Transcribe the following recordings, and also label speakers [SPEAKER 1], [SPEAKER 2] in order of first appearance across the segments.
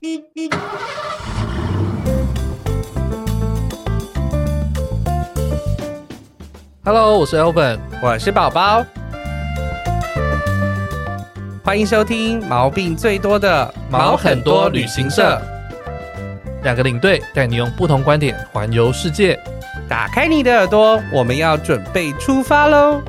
[SPEAKER 1] 滴滴。
[SPEAKER 2] Hello，我是 Open，我是宝宝，
[SPEAKER 3] 欢迎收听毛病最多的
[SPEAKER 2] 毛很多旅行社，两个领队带你用不同观点环游世界。
[SPEAKER 3] 打开你的耳朵，我们要准备出发喽！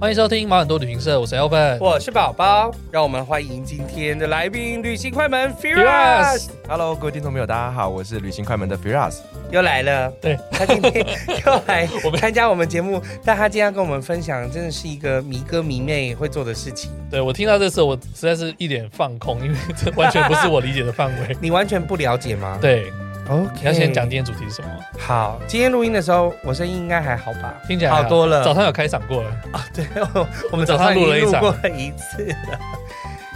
[SPEAKER 2] 欢迎收听毛很多旅行社，我是 Open。
[SPEAKER 3] 我是宝宝，让我们欢迎今天的来宾旅行快门
[SPEAKER 2] Firas
[SPEAKER 3] Firas
[SPEAKER 4] Hello，各位听众朋友，大家好，我是旅行快门的 Firas。
[SPEAKER 3] 又来了。
[SPEAKER 2] 对，
[SPEAKER 3] 他今天又 来我们参加我们节目，但他今天要跟我们分享，真的是一个迷哥迷妹会做的事情。。
[SPEAKER 2] 对我听到这时候，我实在是一脸放空，因为这完全不是我理解的范围
[SPEAKER 3] 你完全不了解吗？
[SPEAKER 2] 对，
[SPEAKER 3] ，OK。
[SPEAKER 2] 你要先讲今天主题是什么？
[SPEAKER 3] 好，今天录音的时候，我声音应该还好吧？
[SPEAKER 2] 听起来
[SPEAKER 3] 好多了
[SPEAKER 2] 早上有开场过了。
[SPEAKER 3] 对，我 我们
[SPEAKER 2] 早
[SPEAKER 3] 早上
[SPEAKER 2] 上录了一
[SPEAKER 3] 已经
[SPEAKER 2] 场
[SPEAKER 3] 录过一次了。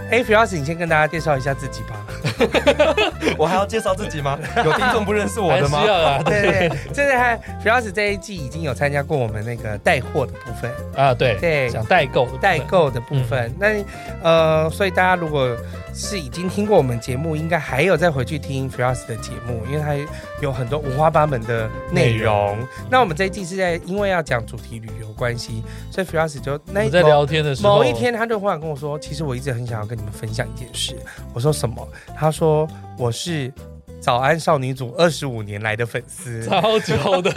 [SPEAKER 3] 哎，Firas，你先跟大家介绍一下自己吧。
[SPEAKER 4] 我还要介绍自己吗？ 有听众不认识我
[SPEAKER 2] 还
[SPEAKER 4] 的
[SPEAKER 2] 需
[SPEAKER 4] 吗？
[SPEAKER 2] 要啊，
[SPEAKER 3] 哦对对，对真的还 Firas 这一季已经有参加过我们那个带货的部分，
[SPEAKER 2] 啊，对
[SPEAKER 3] 对
[SPEAKER 2] 讲代购的部分，
[SPEAKER 3] 代购的部分。
[SPEAKER 2] 嗯
[SPEAKER 3] 那呃，所以大家如果是已经听过我们节目，应该还有再回去听 Firas 的节目，因为它有很多五花八门的内容。
[SPEAKER 2] 嗯
[SPEAKER 3] 那我们这一季是在因为要讲主题旅游关系，所以 Firas 就
[SPEAKER 2] 我
[SPEAKER 3] 那一
[SPEAKER 2] 们在
[SPEAKER 3] 某
[SPEAKER 2] 聊天的时候，
[SPEAKER 3] 某一天，他就忽然跟我说：“其实我一直很想要跟你们分享一件事。”我说：“什么？”他说：“我是早安少女组二十五年来的粉丝。
[SPEAKER 2] 超久 的，”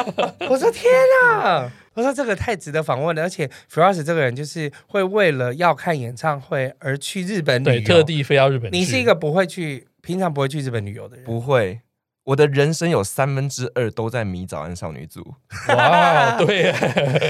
[SPEAKER 3] 我说：“天啊！”我说：“这个太值得访问了。”而且 Firas 这个人就是会为了要看演唱会而去日本旅
[SPEAKER 2] 对，
[SPEAKER 3] 游，
[SPEAKER 2] 特。地飞到日本去。
[SPEAKER 3] 你是一个不会去，平常不会去日本旅游的人。
[SPEAKER 4] 不会，我的人生有三分之二都在迷早安少女组。
[SPEAKER 2] 哇，哦对，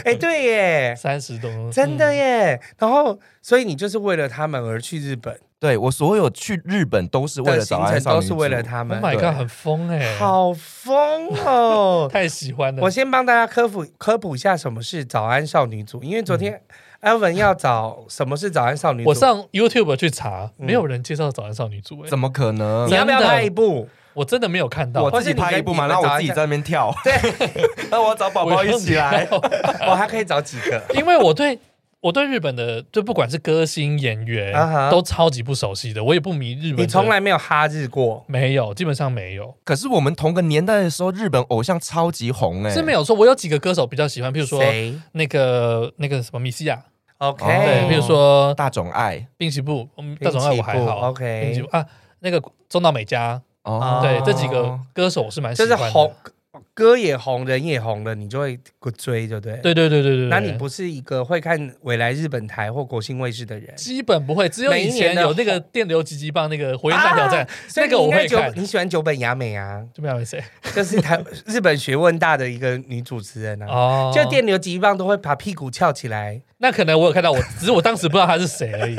[SPEAKER 3] 哎，对耶，
[SPEAKER 2] 三十多，
[SPEAKER 3] 真的
[SPEAKER 2] 嗯
[SPEAKER 3] 耶。然后，所以你就是为了他们而去日本
[SPEAKER 4] 对我所有去日本都是为
[SPEAKER 3] 的
[SPEAKER 4] 了
[SPEAKER 3] 行
[SPEAKER 4] 早安
[SPEAKER 3] 程
[SPEAKER 4] 少
[SPEAKER 3] 都
[SPEAKER 4] 女
[SPEAKER 3] 是
[SPEAKER 4] 组。
[SPEAKER 3] 为了他们
[SPEAKER 2] ，Oh。my
[SPEAKER 4] 对
[SPEAKER 2] god，很疯哎，，
[SPEAKER 3] 好疯哦！
[SPEAKER 2] 太喜欢了
[SPEAKER 3] 我。先帮大家科普科普一下什么是早安少女组，因为昨天 Alvin 要找什么是早安少女组，
[SPEAKER 2] 嗯我上 YouTube 去查，
[SPEAKER 3] 嗯
[SPEAKER 2] 没有人介绍早安少女组、欸，
[SPEAKER 4] 怎么可能
[SPEAKER 3] 你？要不要
[SPEAKER 2] 真的
[SPEAKER 3] 拍一部？
[SPEAKER 2] 我真的没有看到
[SPEAKER 4] 我。
[SPEAKER 3] 或
[SPEAKER 4] 自
[SPEAKER 3] 是
[SPEAKER 4] 己
[SPEAKER 3] 你可以
[SPEAKER 4] 拍一部嘛，
[SPEAKER 3] 你可以
[SPEAKER 4] 让
[SPEAKER 3] 找一
[SPEAKER 4] 我自己
[SPEAKER 3] 下
[SPEAKER 4] 在那边跳。
[SPEAKER 3] 对，
[SPEAKER 4] 那我找宝宝一起来。
[SPEAKER 3] 我还可以找几个。
[SPEAKER 2] 因为我对我对日本的，就不管是歌星、演员
[SPEAKER 3] 啊哈
[SPEAKER 2] 都超级不熟悉的，我也不迷日本的。
[SPEAKER 3] 你从来没有哈日过，
[SPEAKER 2] 没有，基本上没有，
[SPEAKER 4] 可是我们同个年代的时候，日本偶像超级红哎、
[SPEAKER 2] 是没有说。我有几个歌手比较喜欢，譬如说
[SPEAKER 3] 谁
[SPEAKER 2] 那个那个什么米西亚，
[SPEAKER 3] ？OK，
[SPEAKER 4] 哦
[SPEAKER 2] 对，譬如说
[SPEAKER 4] 大冢爱
[SPEAKER 2] 滨崎步，嗯，大总爱我还好，滨崎
[SPEAKER 3] ，OK，
[SPEAKER 2] 步啊，那个中岛美嘉，
[SPEAKER 3] 哦
[SPEAKER 2] 啊对，这几个歌手我是蛮喜
[SPEAKER 3] 就
[SPEAKER 2] 欢
[SPEAKER 3] 是
[SPEAKER 2] 的。
[SPEAKER 3] 红歌也红，人也红了，你就会追，对不对？。
[SPEAKER 2] 对对对对对对。
[SPEAKER 3] 那你不是一个会看未来日本台或国信卫视的人，
[SPEAKER 2] 基本不会，只有
[SPEAKER 3] 每一
[SPEAKER 2] 以前
[SPEAKER 3] 年的啊
[SPEAKER 2] 有那个电流击击棒那个火焰大挑战，
[SPEAKER 3] 所以你
[SPEAKER 2] 那个
[SPEAKER 3] 应
[SPEAKER 2] 我
[SPEAKER 3] 该
[SPEAKER 2] 会
[SPEAKER 3] 久
[SPEAKER 2] 看，
[SPEAKER 3] 你喜欢久本雅美啊，
[SPEAKER 2] 就没有谁
[SPEAKER 3] 就是台 日本学问大的一个女主持人啊。
[SPEAKER 2] 哦
[SPEAKER 3] 就电流极棒都会把屁股翘起来。
[SPEAKER 2] 那可能我有看到，我只是我当时不知道他是谁而已。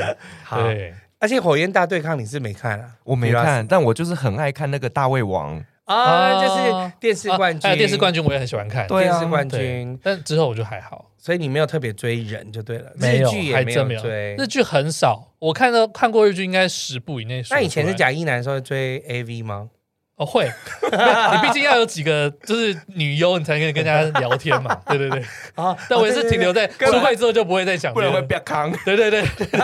[SPEAKER 2] 对，
[SPEAKER 3] 而且火焰大对抗你是没看啊？
[SPEAKER 4] 我没
[SPEAKER 3] Firas
[SPEAKER 4] 看，但我就是很爱看那个大胃王。
[SPEAKER 3] 啊，
[SPEAKER 2] 哦
[SPEAKER 3] 就是电视冠军，
[SPEAKER 2] 还有电视冠军我也很喜欢看，
[SPEAKER 4] 对啊
[SPEAKER 3] 电视冠
[SPEAKER 2] 对
[SPEAKER 3] 军，
[SPEAKER 2] 但之后我就还好，
[SPEAKER 3] 所以你没有特别追人就对了，
[SPEAKER 2] 没
[SPEAKER 3] 日
[SPEAKER 2] 有
[SPEAKER 3] 剧，也
[SPEAKER 2] 还
[SPEAKER 3] 没
[SPEAKER 2] 真没有。
[SPEAKER 3] 追。
[SPEAKER 2] 日剧很少，我看到看过日剧应该十部以内数出
[SPEAKER 3] 那
[SPEAKER 2] 来。
[SPEAKER 3] 以前是假一男的时候追 AV 吗？
[SPEAKER 2] 哦会，你毕竟要有几个就是女优，你才可以跟人家聊天 嘛。对对对，
[SPEAKER 3] 啊，
[SPEAKER 2] 哦但我也是停留
[SPEAKER 3] 在
[SPEAKER 2] 在出会之后就不会再讲
[SPEAKER 4] 不
[SPEAKER 2] 别
[SPEAKER 4] 然会
[SPEAKER 2] 的。
[SPEAKER 4] 被坑。
[SPEAKER 2] 对对对，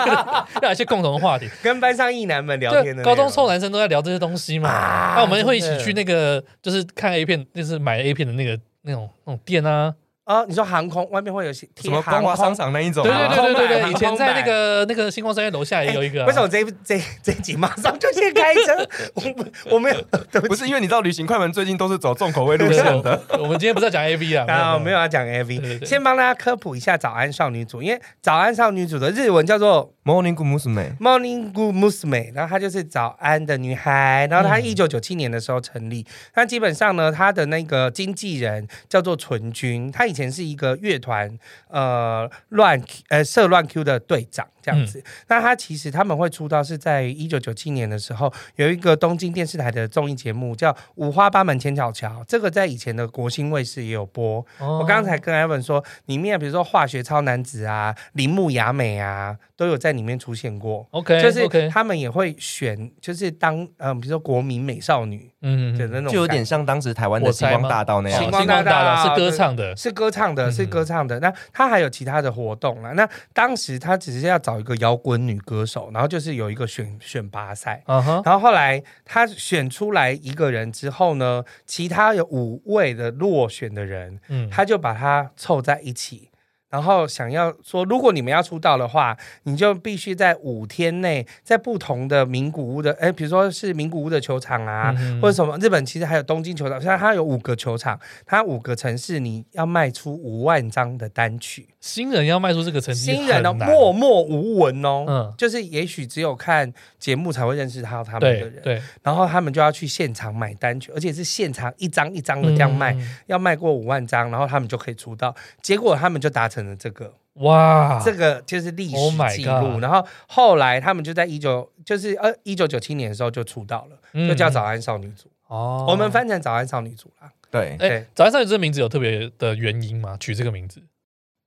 [SPEAKER 2] 要有一些共同的话题。
[SPEAKER 3] 跟班上异男们聊天
[SPEAKER 2] 对，
[SPEAKER 3] 的
[SPEAKER 2] 高中
[SPEAKER 3] 臭
[SPEAKER 2] 臭男生都在聊这些东西嘛。
[SPEAKER 3] 啊
[SPEAKER 2] 那我们会一起
[SPEAKER 3] 真的
[SPEAKER 2] 去那个，就是看 A 片，就是买 A 片的那个那种那种店啊。
[SPEAKER 3] 哦，你说航空外面会有些
[SPEAKER 4] 什
[SPEAKER 3] 贴
[SPEAKER 4] 么
[SPEAKER 3] 航
[SPEAKER 4] 光华商
[SPEAKER 3] 空？
[SPEAKER 4] 场那一种
[SPEAKER 2] 对
[SPEAKER 4] 啊？
[SPEAKER 2] 对
[SPEAKER 3] 航
[SPEAKER 2] 对对对
[SPEAKER 3] 空
[SPEAKER 2] 对，
[SPEAKER 3] 版
[SPEAKER 2] 以前在那个那个星光三院楼下也有一个啊、
[SPEAKER 3] 哎为什么这一这这一集马上就先开车？ 我不我没有，对
[SPEAKER 4] 不
[SPEAKER 3] 起
[SPEAKER 4] 是因为你知道旅行快门最近都是走重口味路线的，
[SPEAKER 2] 我们今天不是要讲 A V 啊？
[SPEAKER 3] 啊，没有要讲
[SPEAKER 2] 对对
[SPEAKER 3] AV，
[SPEAKER 2] 对
[SPEAKER 3] 先帮大家科普一下早安少女组，因为早安少女组的日文叫做
[SPEAKER 4] Morning Good Musume。
[SPEAKER 3] Morning Good Musume，然后她就是早安的女孩，然后她一九九七年的时候成立。那、基本上呢，她的那个经纪人叫做纯君，她以前是一个乐团呃乱呃社乱 Q 的队长，这样子。那他其实他们会出道是在一九九七年的时候，有一个东京电视台的综艺节目叫《五花八门千巧桥》，这个在以前的国新卫视也有播。
[SPEAKER 2] 我
[SPEAKER 3] 我刚才跟
[SPEAKER 2] 哦
[SPEAKER 3] Evan 说，里面比如说化学超男子啊、铃木雅美啊，都有在里面出现过。
[SPEAKER 2] OK，
[SPEAKER 3] 就是
[SPEAKER 2] OK，
[SPEAKER 3] 他们也会选，就是当嗯、呃比如说国民美少女
[SPEAKER 2] 嗯，
[SPEAKER 3] 的那种，
[SPEAKER 4] 就有点像当时台湾的
[SPEAKER 2] 我
[SPEAKER 4] 星
[SPEAKER 2] 猜吗
[SPEAKER 4] 光大道那
[SPEAKER 2] 哦
[SPEAKER 4] 样。
[SPEAKER 2] 星
[SPEAKER 3] 光
[SPEAKER 2] 光大
[SPEAKER 3] 大
[SPEAKER 2] 道
[SPEAKER 3] 道啊
[SPEAKER 2] 是歌唱的，
[SPEAKER 3] 是歌唱的，
[SPEAKER 2] 嗯
[SPEAKER 3] 是歌唱的。那他还有其他的活动啦。那当时他只是要找一个摇滚女歌手，然后就是有一个选选拔赛。
[SPEAKER 2] 啊哈，
[SPEAKER 3] 然后后来他选出来一个人之后呢，其他有五位的落选的人，
[SPEAKER 2] 嗯，
[SPEAKER 3] 他就把它凑在一起，然后想要说，如果你们要出道的话，你就必须在五天内，在不同的名古屋的，哎，比如说是名古屋的球场啊，
[SPEAKER 2] 嗯
[SPEAKER 3] 或者什么，日本其实还有东京球场，像它有五个球场，它五个城市，你要卖出五万张的单曲，
[SPEAKER 2] 新人要迈出这个成绩，
[SPEAKER 3] 新人哦，默默无闻哦。
[SPEAKER 2] 嗯，
[SPEAKER 3] 就是也许只有看节目才会认识到他们的
[SPEAKER 2] 对
[SPEAKER 3] 人，
[SPEAKER 2] 对，
[SPEAKER 3] 然后他们就要去现场买单曲，而且是现场一张一张的这样卖，
[SPEAKER 2] 嗯，
[SPEAKER 3] 要卖过五万张，然后他们就可以出道。结果他们就达成了这个，
[SPEAKER 2] 哇，
[SPEAKER 3] 这个就是历
[SPEAKER 2] Oh my
[SPEAKER 3] 史记录。
[SPEAKER 2] God
[SPEAKER 3] 然后后来他们就在一九，就是呃一九九七年的时候就出道了，
[SPEAKER 2] 嗯
[SPEAKER 3] 就叫早安少女组。
[SPEAKER 2] 哦，
[SPEAKER 3] 我们翻成早安少女组啦。
[SPEAKER 4] 对，
[SPEAKER 2] 哎
[SPEAKER 3] 对，
[SPEAKER 2] 早安少女这个名字有特别的原因吗？取这个名字，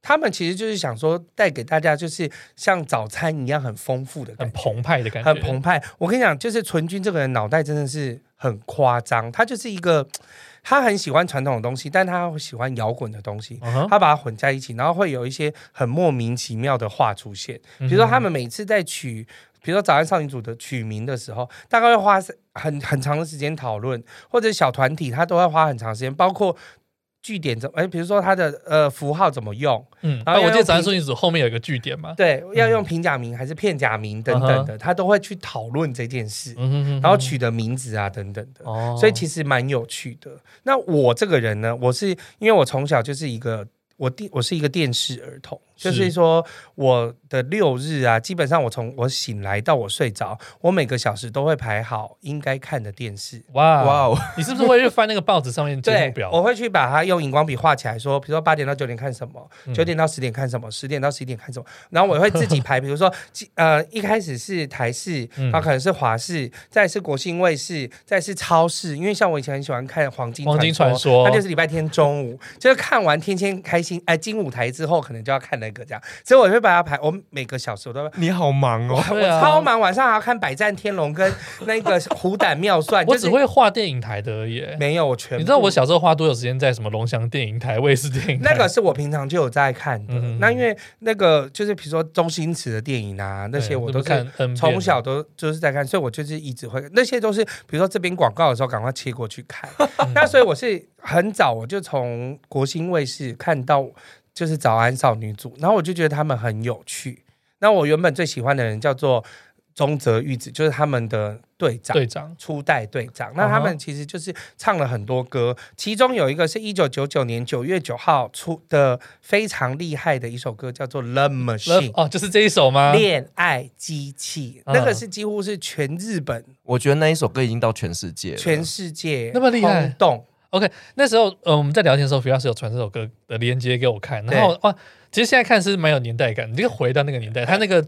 [SPEAKER 3] 他们其实就是想说带给大家就是像早餐一样很丰富的
[SPEAKER 2] 很
[SPEAKER 3] 感觉，
[SPEAKER 2] 澎湃的感觉，
[SPEAKER 3] 很澎湃。我跟你讲，就是纯君这个人脑袋真的是很夸张，他就是一个他很喜欢传统的东西，但他喜欢摇滚的东西。
[SPEAKER 2] 嗯哼，
[SPEAKER 3] 他把它混在一起，然后会有一些很莫名其妙的话出现。比如说，他们每次在取，比如说《早安少女组》的取名的时候，大概会花很很长的时间讨论，或者小团体他都会花很长时间，包括据点怎哎，比如说它的呃符号怎么用，
[SPEAKER 2] 嗯，
[SPEAKER 3] 然
[SPEAKER 2] 啊，
[SPEAKER 3] 后
[SPEAKER 2] 我
[SPEAKER 3] 要
[SPEAKER 2] 记得
[SPEAKER 3] 用
[SPEAKER 2] 早安少女组后面有一个据点嘛，
[SPEAKER 3] 对，要用平假名还是片假名等等的，他都会去讨论这件事，
[SPEAKER 2] 嗯哼哼，
[SPEAKER 3] 然后取的名字啊等等的。
[SPEAKER 2] 哦，
[SPEAKER 3] 所以其实蛮有趣的。那我这个人呢，我是因为我从小就是一个我电我是一个电视儿童，
[SPEAKER 2] 是
[SPEAKER 3] 就是说我的六日啊，基本上我从我醒来到我睡着，我每个小时都会排好应该看的电视。
[SPEAKER 2] 哇
[SPEAKER 4] 哇
[SPEAKER 2] 哇，
[SPEAKER 4] 哦，
[SPEAKER 2] 你是不是会去翻那个报纸上面节
[SPEAKER 3] 对
[SPEAKER 2] 目，表？
[SPEAKER 3] 我会去把它用荧光笔画起来说，比如说八点到九点看什么，
[SPEAKER 2] 嗯
[SPEAKER 3] 九点到十点看什么，十点到十一点看什么，然后我会自己排，比如说 呃一开始是台视，
[SPEAKER 2] 嗯
[SPEAKER 3] 然后可能是华视，再是国信卫视，再是超市，因为像我以前很喜欢看《黄金
[SPEAKER 2] 黄金传
[SPEAKER 3] 说》。
[SPEAKER 2] 说
[SPEAKER 3] 那就，是礼拜天中午，就是看完《天天开心》哎金舞台之后，可能就要看那个这样，所以我会把它排。我每个小时我都
[SPEAKER 2] 啊
[SPEAKER 3] 会，
[SPEAKER 4] 你好忙哦。
[SPEAKER 2] 对
[SPEAKER 3] 我
[SPEAKER 2] 啊
[SPEAKER 3] 超忙，晚上还要看《百战天龙》跟那个《虎胆妙算》，
[SPEAKER 2] 我
[SPEAKER 3] 就是
[SPEAKER 2] 只会画电影台的而已。
[SPEAKER 3] 没有我全部。
[SPEAKER 2] 你知道我小时候花多久时间在什么龙翔电影台、卫视电影台？
[SPEAKER 3] 那个是我平常就有在看的。
[SPEAKER 2] 嗯
[SPEAKER 3] 那因为那个就是比如说周星驰的电影啊，那些
[SPEAKER 2] 对
[SPEAKER 3] 我
[SPEAKER 2] 这
[SPEAKER 3] 都
[SPEAKER 2] 不看嗯
[SPEAKER 3] 是
[SPEAKER 2] N 遍
[SPEAKER 3] 从小都就是在看，所以我就是一直会那些都是比如说这边广告的时候赶快切过去 看。那所以我是很早我就从国新卫视看到就是《早安少女组》，然后我就觉得他们很有趣。那我原本最喜欢的人叫做中泽裕子，就是他们的队长。
[SPEAKER 2] 队长，
[SPEAKER 3] 初代队长。那
[SPEAKER 2] 嗯哼
[SPEAKER 3] 他们其实就是唱了很多歌，其中有一个是一九九九年九月九号出的非常厉害的一首歌，叫做《Love Machine》。
[SPEAKER 2] 哦，就是这一首吗？
[SPEAKER 3] 恋爱机器，
[SPEAKER 2] 嗯
[SPEAKER 3] 那个是几乎是全日本、
[SPEAKER 4] 我觉得那一首歌已经到全世界了，
[SPEAKER 3] 全世界
[SPEAKER 2] 那么厉害
[SPEAKER 3] 轰动，
[SPEAKER 2] 那时候，呃，我们在聊天的时候 f i a s 有传这首歌的连接给我看，然后哇，其实现在看是蛮有年代感，你就回到那个年
[SPEAKER 3] 哎
[SPEAKER 2] 代，他那个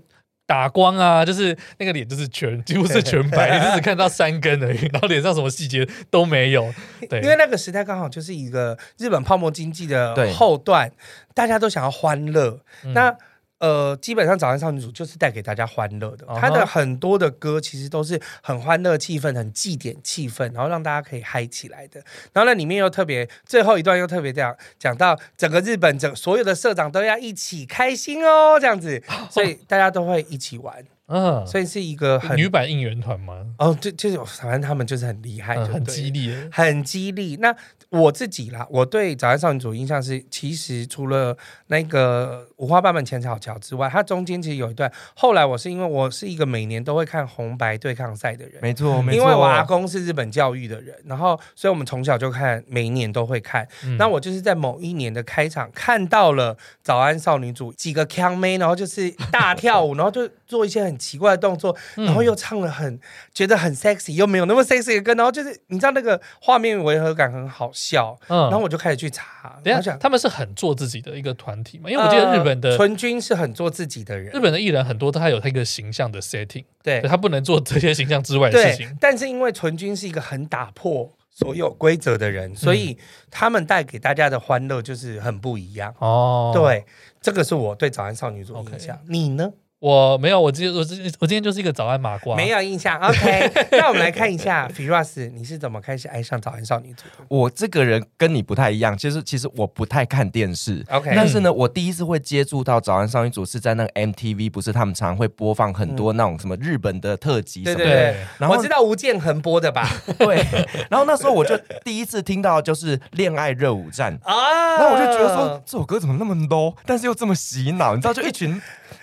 [SPEAKER 2] 打光啊，就是那个脸就是全几乎是全白，你就只看到三 根而已，然后脸上什么细节都没有。对，
[SPEAKER 3] 因为那个时代刚好就是一个日本泡沫经济的
[SPEAKER 4] 对
[SPEAKER 3] 后段，大家都想要欢乐。
[SPEAKER 2] 嗯
[SPEAKER 3] 那呃，基本上《早安少女组》就是带给大家欢乐的
[SPEAKER 2] 嗯，哼
[SPEAKER 3] 她的很多的歌其实都是很欢乐气氛、很祭典气氛，然后让大家可以嗨起来的。然后那里面又特别最后一段又特别这样讲到整个日本整所有的社长都要一起开心哦，这样子， 所以大家都会一起玩，
[SPEAKER 2] 嗯，
[SPEAKER 3] 所以是一个很
[SPEAKER 2] 女版应援团嘛，
[SPEAKER 3] 哦，就就是反正他们就是很厉害，
[SPEAKER 2] 嗯
[SPEAKER 3] 就
[SPEAKER 2] 很
[SPEAKER 3] 对了
[SPEAKER 2] 激烈。
[SPEAKER 3] 很激励。那我自己啦，我对《早安少女组》印象是，其实除了那个五花八门前草桥之外，它中间其实有一段。后来我是因为我是一个每年都会看红白对抗赛的人，
[SPEAKER 4] 没错，
[SPEAKER 2] 哦
[SPEAKER 4] 没错。
[SPEAKER 3] 因为我啊阿公是日本教育的人，然后所以我们从小就看，每一年都会看。
[SPEAKER 2] 嗯
[SPEAKER 3] 那我就是在某一年的开场看到了《早安少女组》几个腔妹，然后就是大跳舞，然后就做一些很奇怪的动作，
[SPEAKER 2] 嗯
[SPEAKER 3] 然后又唱了很觉得很 sexy 又没有那么 sexy 的歌，然后就是你知道那个画面违和感很好笑，
[SPEAKER 2] 嗯
[SPEAKER 3] 然后我就开始去查，
[SPEAKER 2] 等
[SPEAKER 3] 然
[SPEAKER 2] 一
[SPEAKER 3] 后
[SPEAKER 2] 下，
[SPEAKER 3] 想呃
[SPEAKER 2] 他们是很做自己的一个团体嘛，因为我记得日本本的
[SPEAKER 3] 纯君是很做自己的人，
[SPEAKER 2] 日本的艺人很多，他有他一个形象的 setting，
[SPEAKER 3] 对
[SPEAKER 2] 他不能做这些形象之外的事
[SPEAKER 3] 对
[SPEAKER 2] 情。，
[SPEAKER 3] 但是因为纯君是一个很打破所有规则的
[SPEAKER 4] 嗯
[SPEAKER 3] 人，所以他们带给大家的欢乐就是很不一样。
[SPEAKER 2] 哦，，
[SPEAKER 3] 对，这个是我对早安少女组的
[SPEAKER 2] OK
[SPEAKER 3] 印象。你呢？
[SPEAKER 2] 我没有，我今我今我今天就是一个早安麻瓜，
[SPEAKER 3] 没有印象。OK，那 我们来看一下 Firas，你是怎么开始爱上早安少女组的
[SPEAKER 4] 我这个人跟你不太一样，其实其实我不太看电视。
[SPEAKER 3] ？OK，
[SPEAKER 4] 但是呢，我第一次会接触到《早安少女组》是在那个 MTV，不是他们常会播放很多那种什么日本的特辑
[SPEAKER 3] 嗯对
[SPEAKER 4] 什么
[SPEAKER 3] 对
[SPEAKER 4] 的。
[SPEAKER 2] 对
[SPEAKER 3] 对，
[SPEAKER 4] 然后
[SPEAKER 3] 我知道吴建衡播的 吧？
[SPEAKER 4] 对，然后那时候我就第一次听到就是《恋爱热舞战》，
[SPEAKER 3] 啊，
[SPEAKER 4] 然后我就觉得说这首歌怎么那么 low，但是又这么洗脑，你知道，就一群